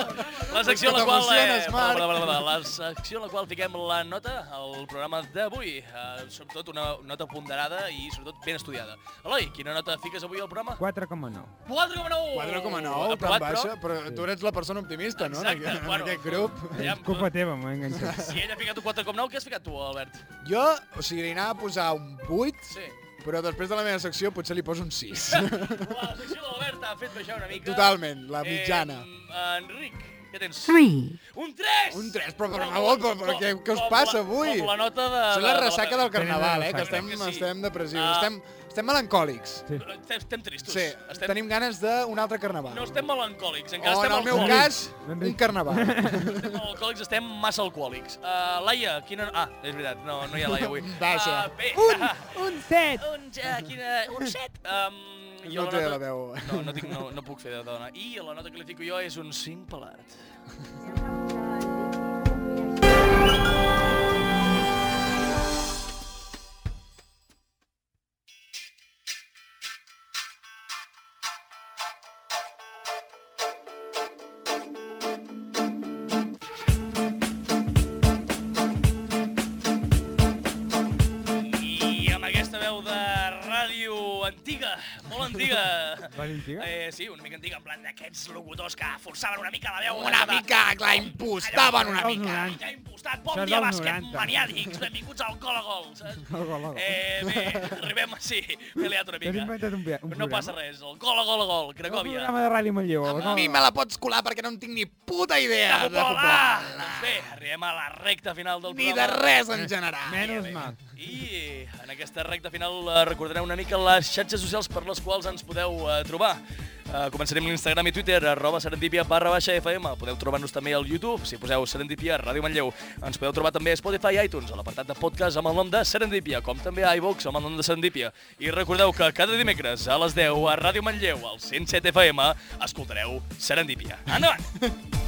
Speaker 1: La secció en la qual... eh,
Speaker 3: T'emociones,
Speaker 1: bla,
Speaker 3: Marc.
Speaker 1: bla, bla, bla, bla, la secció en la qual fiquem la nota al programa d'avui. Uh, sobretot una nota ponderada i sobretot ben estudiada. Eloi, quina nota fiques avui al programa?
Speaker 6: 4,9.
Speaker 1: 4,9!
Speaker 3: 4,9, tan
Speaker 1: Aprovat,
Speaker 3: baixa, però tu eres la persona optimista, no?
Speaker 1: Eh,
Speaker 3: En
Speaker 1: Exacte,
Speaker 3: aquest, en
Speaker 1: bueno.
Speaker 3: aquest grup.
Speaker 1: Aviam,
Speaker 6: Culpa teva, m'ho he enganxat.
Speaker 1: Si ell ha ficat un 4,9, què has ficat tu, Albert?
Speaker 3: Jo, o sigui, li anava a posar un 8,
Speaker 1: Sí.
Speaker 3: però després de la meva secció potser li poso un 6.
Speaker 1: La secció de l'Albert ha fet baixar una mica.
Speaker 3: Totalment, la mitjana.
Speaker 1: Eh, Enric, què tens?
Speaker 11: 3.
Speaker 1: Un 3!
Speaker 3: Un tres, però per favor, però- però què- què us passa avui?
Speaker 1: Com la nota de...
Speaker 3: Això és la ressaca del
Speaker 6: Tenen
Speaker 3: carnaval, eh?
Speaker 6: ressaca.
Speaker 3: Que estem,
Speaker 1: Crec que sí.
Speaker 3: estem depressius,
Speaker 1: Ah.
Speaker 3: estem, estem melancòlics.
Speaker 1: Estem, estem tristos.
Speaker 3: Sí,
Speaker 1: estem...
Speaker 3: tenim ganes d'un altre carnaval.
Speaker 1: No estem melancòlics, encara
Speaker 3: O en
Speaker 1: estem
Speaker 3: el meu
Speaker 1: alcohòlics.
Speaker 3: cas, un carnaval.
Speaker 1: Estem melancòlics, estem massa alcohòlics. Uh, Laia, quina... Ah, és veritat, no, no hi ha Laia avui.
Speaker 3: Vaja.
Speaker 1: Uh, bé,
Speaker 6: Un,
Speaker 1: ah,
Speaker 6: un set.
Speaker 1: un, ja, quina... Un set. Um, jo
Speaker 3: No
Speaker 1: la
Speaker 3: té
Speaker 1: nota-
Speaker 3: la veu.
Speaker 1: No, no, tinc, no, no puc fer de dona. I la nota que li fico jo és un 5 pelat. I amb aquesta veu de ràdio antiga, molt antiga.
Speaker 6: Ràdio antiga?
Speaker 1: Eh, sí, una mica antiga, en plan d'aquests locutors que forçaven una mica la veu.
Speaker 3: Una mica, clar, impostaven una
Speaker 6: Els
Speaker 1: Mica,
Speaker 3: mica.
Speaker 1: mica impostat. Bon
Speaker 6: Això és
Speaker 1: dia,
Speaker 6: dels
Speaker 1: bàsquet
Speaker 6: 90.
Speaker 1: maniàtics. Benvinguts al Gol a Gol. saps?
Speaker 6: Al Gol a Gol.
Speaker 1: Eh, bé, arribem així. M'he liat una
Speaker 6: T'has
Speaker 1: mica.
Speaker 6: inventat un pia- un
Speaker 1: no
Speaker 6: programa?
Speaker 1: passa res. El Gol a Gol a Gol,
Speaker 6: Un
Speaker 1: Cracòvia.
Speaker 6: programa de Ràdio Manlleu.
Speaker 3: A mi me la pots colar perquè no en tinc ni puta idea de
Speaker 1: Hola!
Speaker 3: futbol.
Speaker 1: Doncs bé, arribem a la recta final del
Speaker 3: Ni
Speaker 1: programa.
Speaker 3: de res en general.
Speaker 6: Menys mal.
Speaker 1: I en aquesta recta final eh, recordareu una mica les xarxes socials per les quals ens podeu eh, trobar. Eh, començarem l'Instagram i Twitter, arroba serendipia barra baixa FM. Podeu trobar-nos també al YouTube, si poseu Serendipia Ràdio Manlleu. Ens podeu trobar també a Spotify i iTunes, a l'apartat de podcast amb el nom de Serendipia, com també a iVox amb el nom de Serendipia. I recordeu que cada dimecres a les 10 a Ràdio Manlleu, al 107 FM, escoltareu Serendipia. Endavant!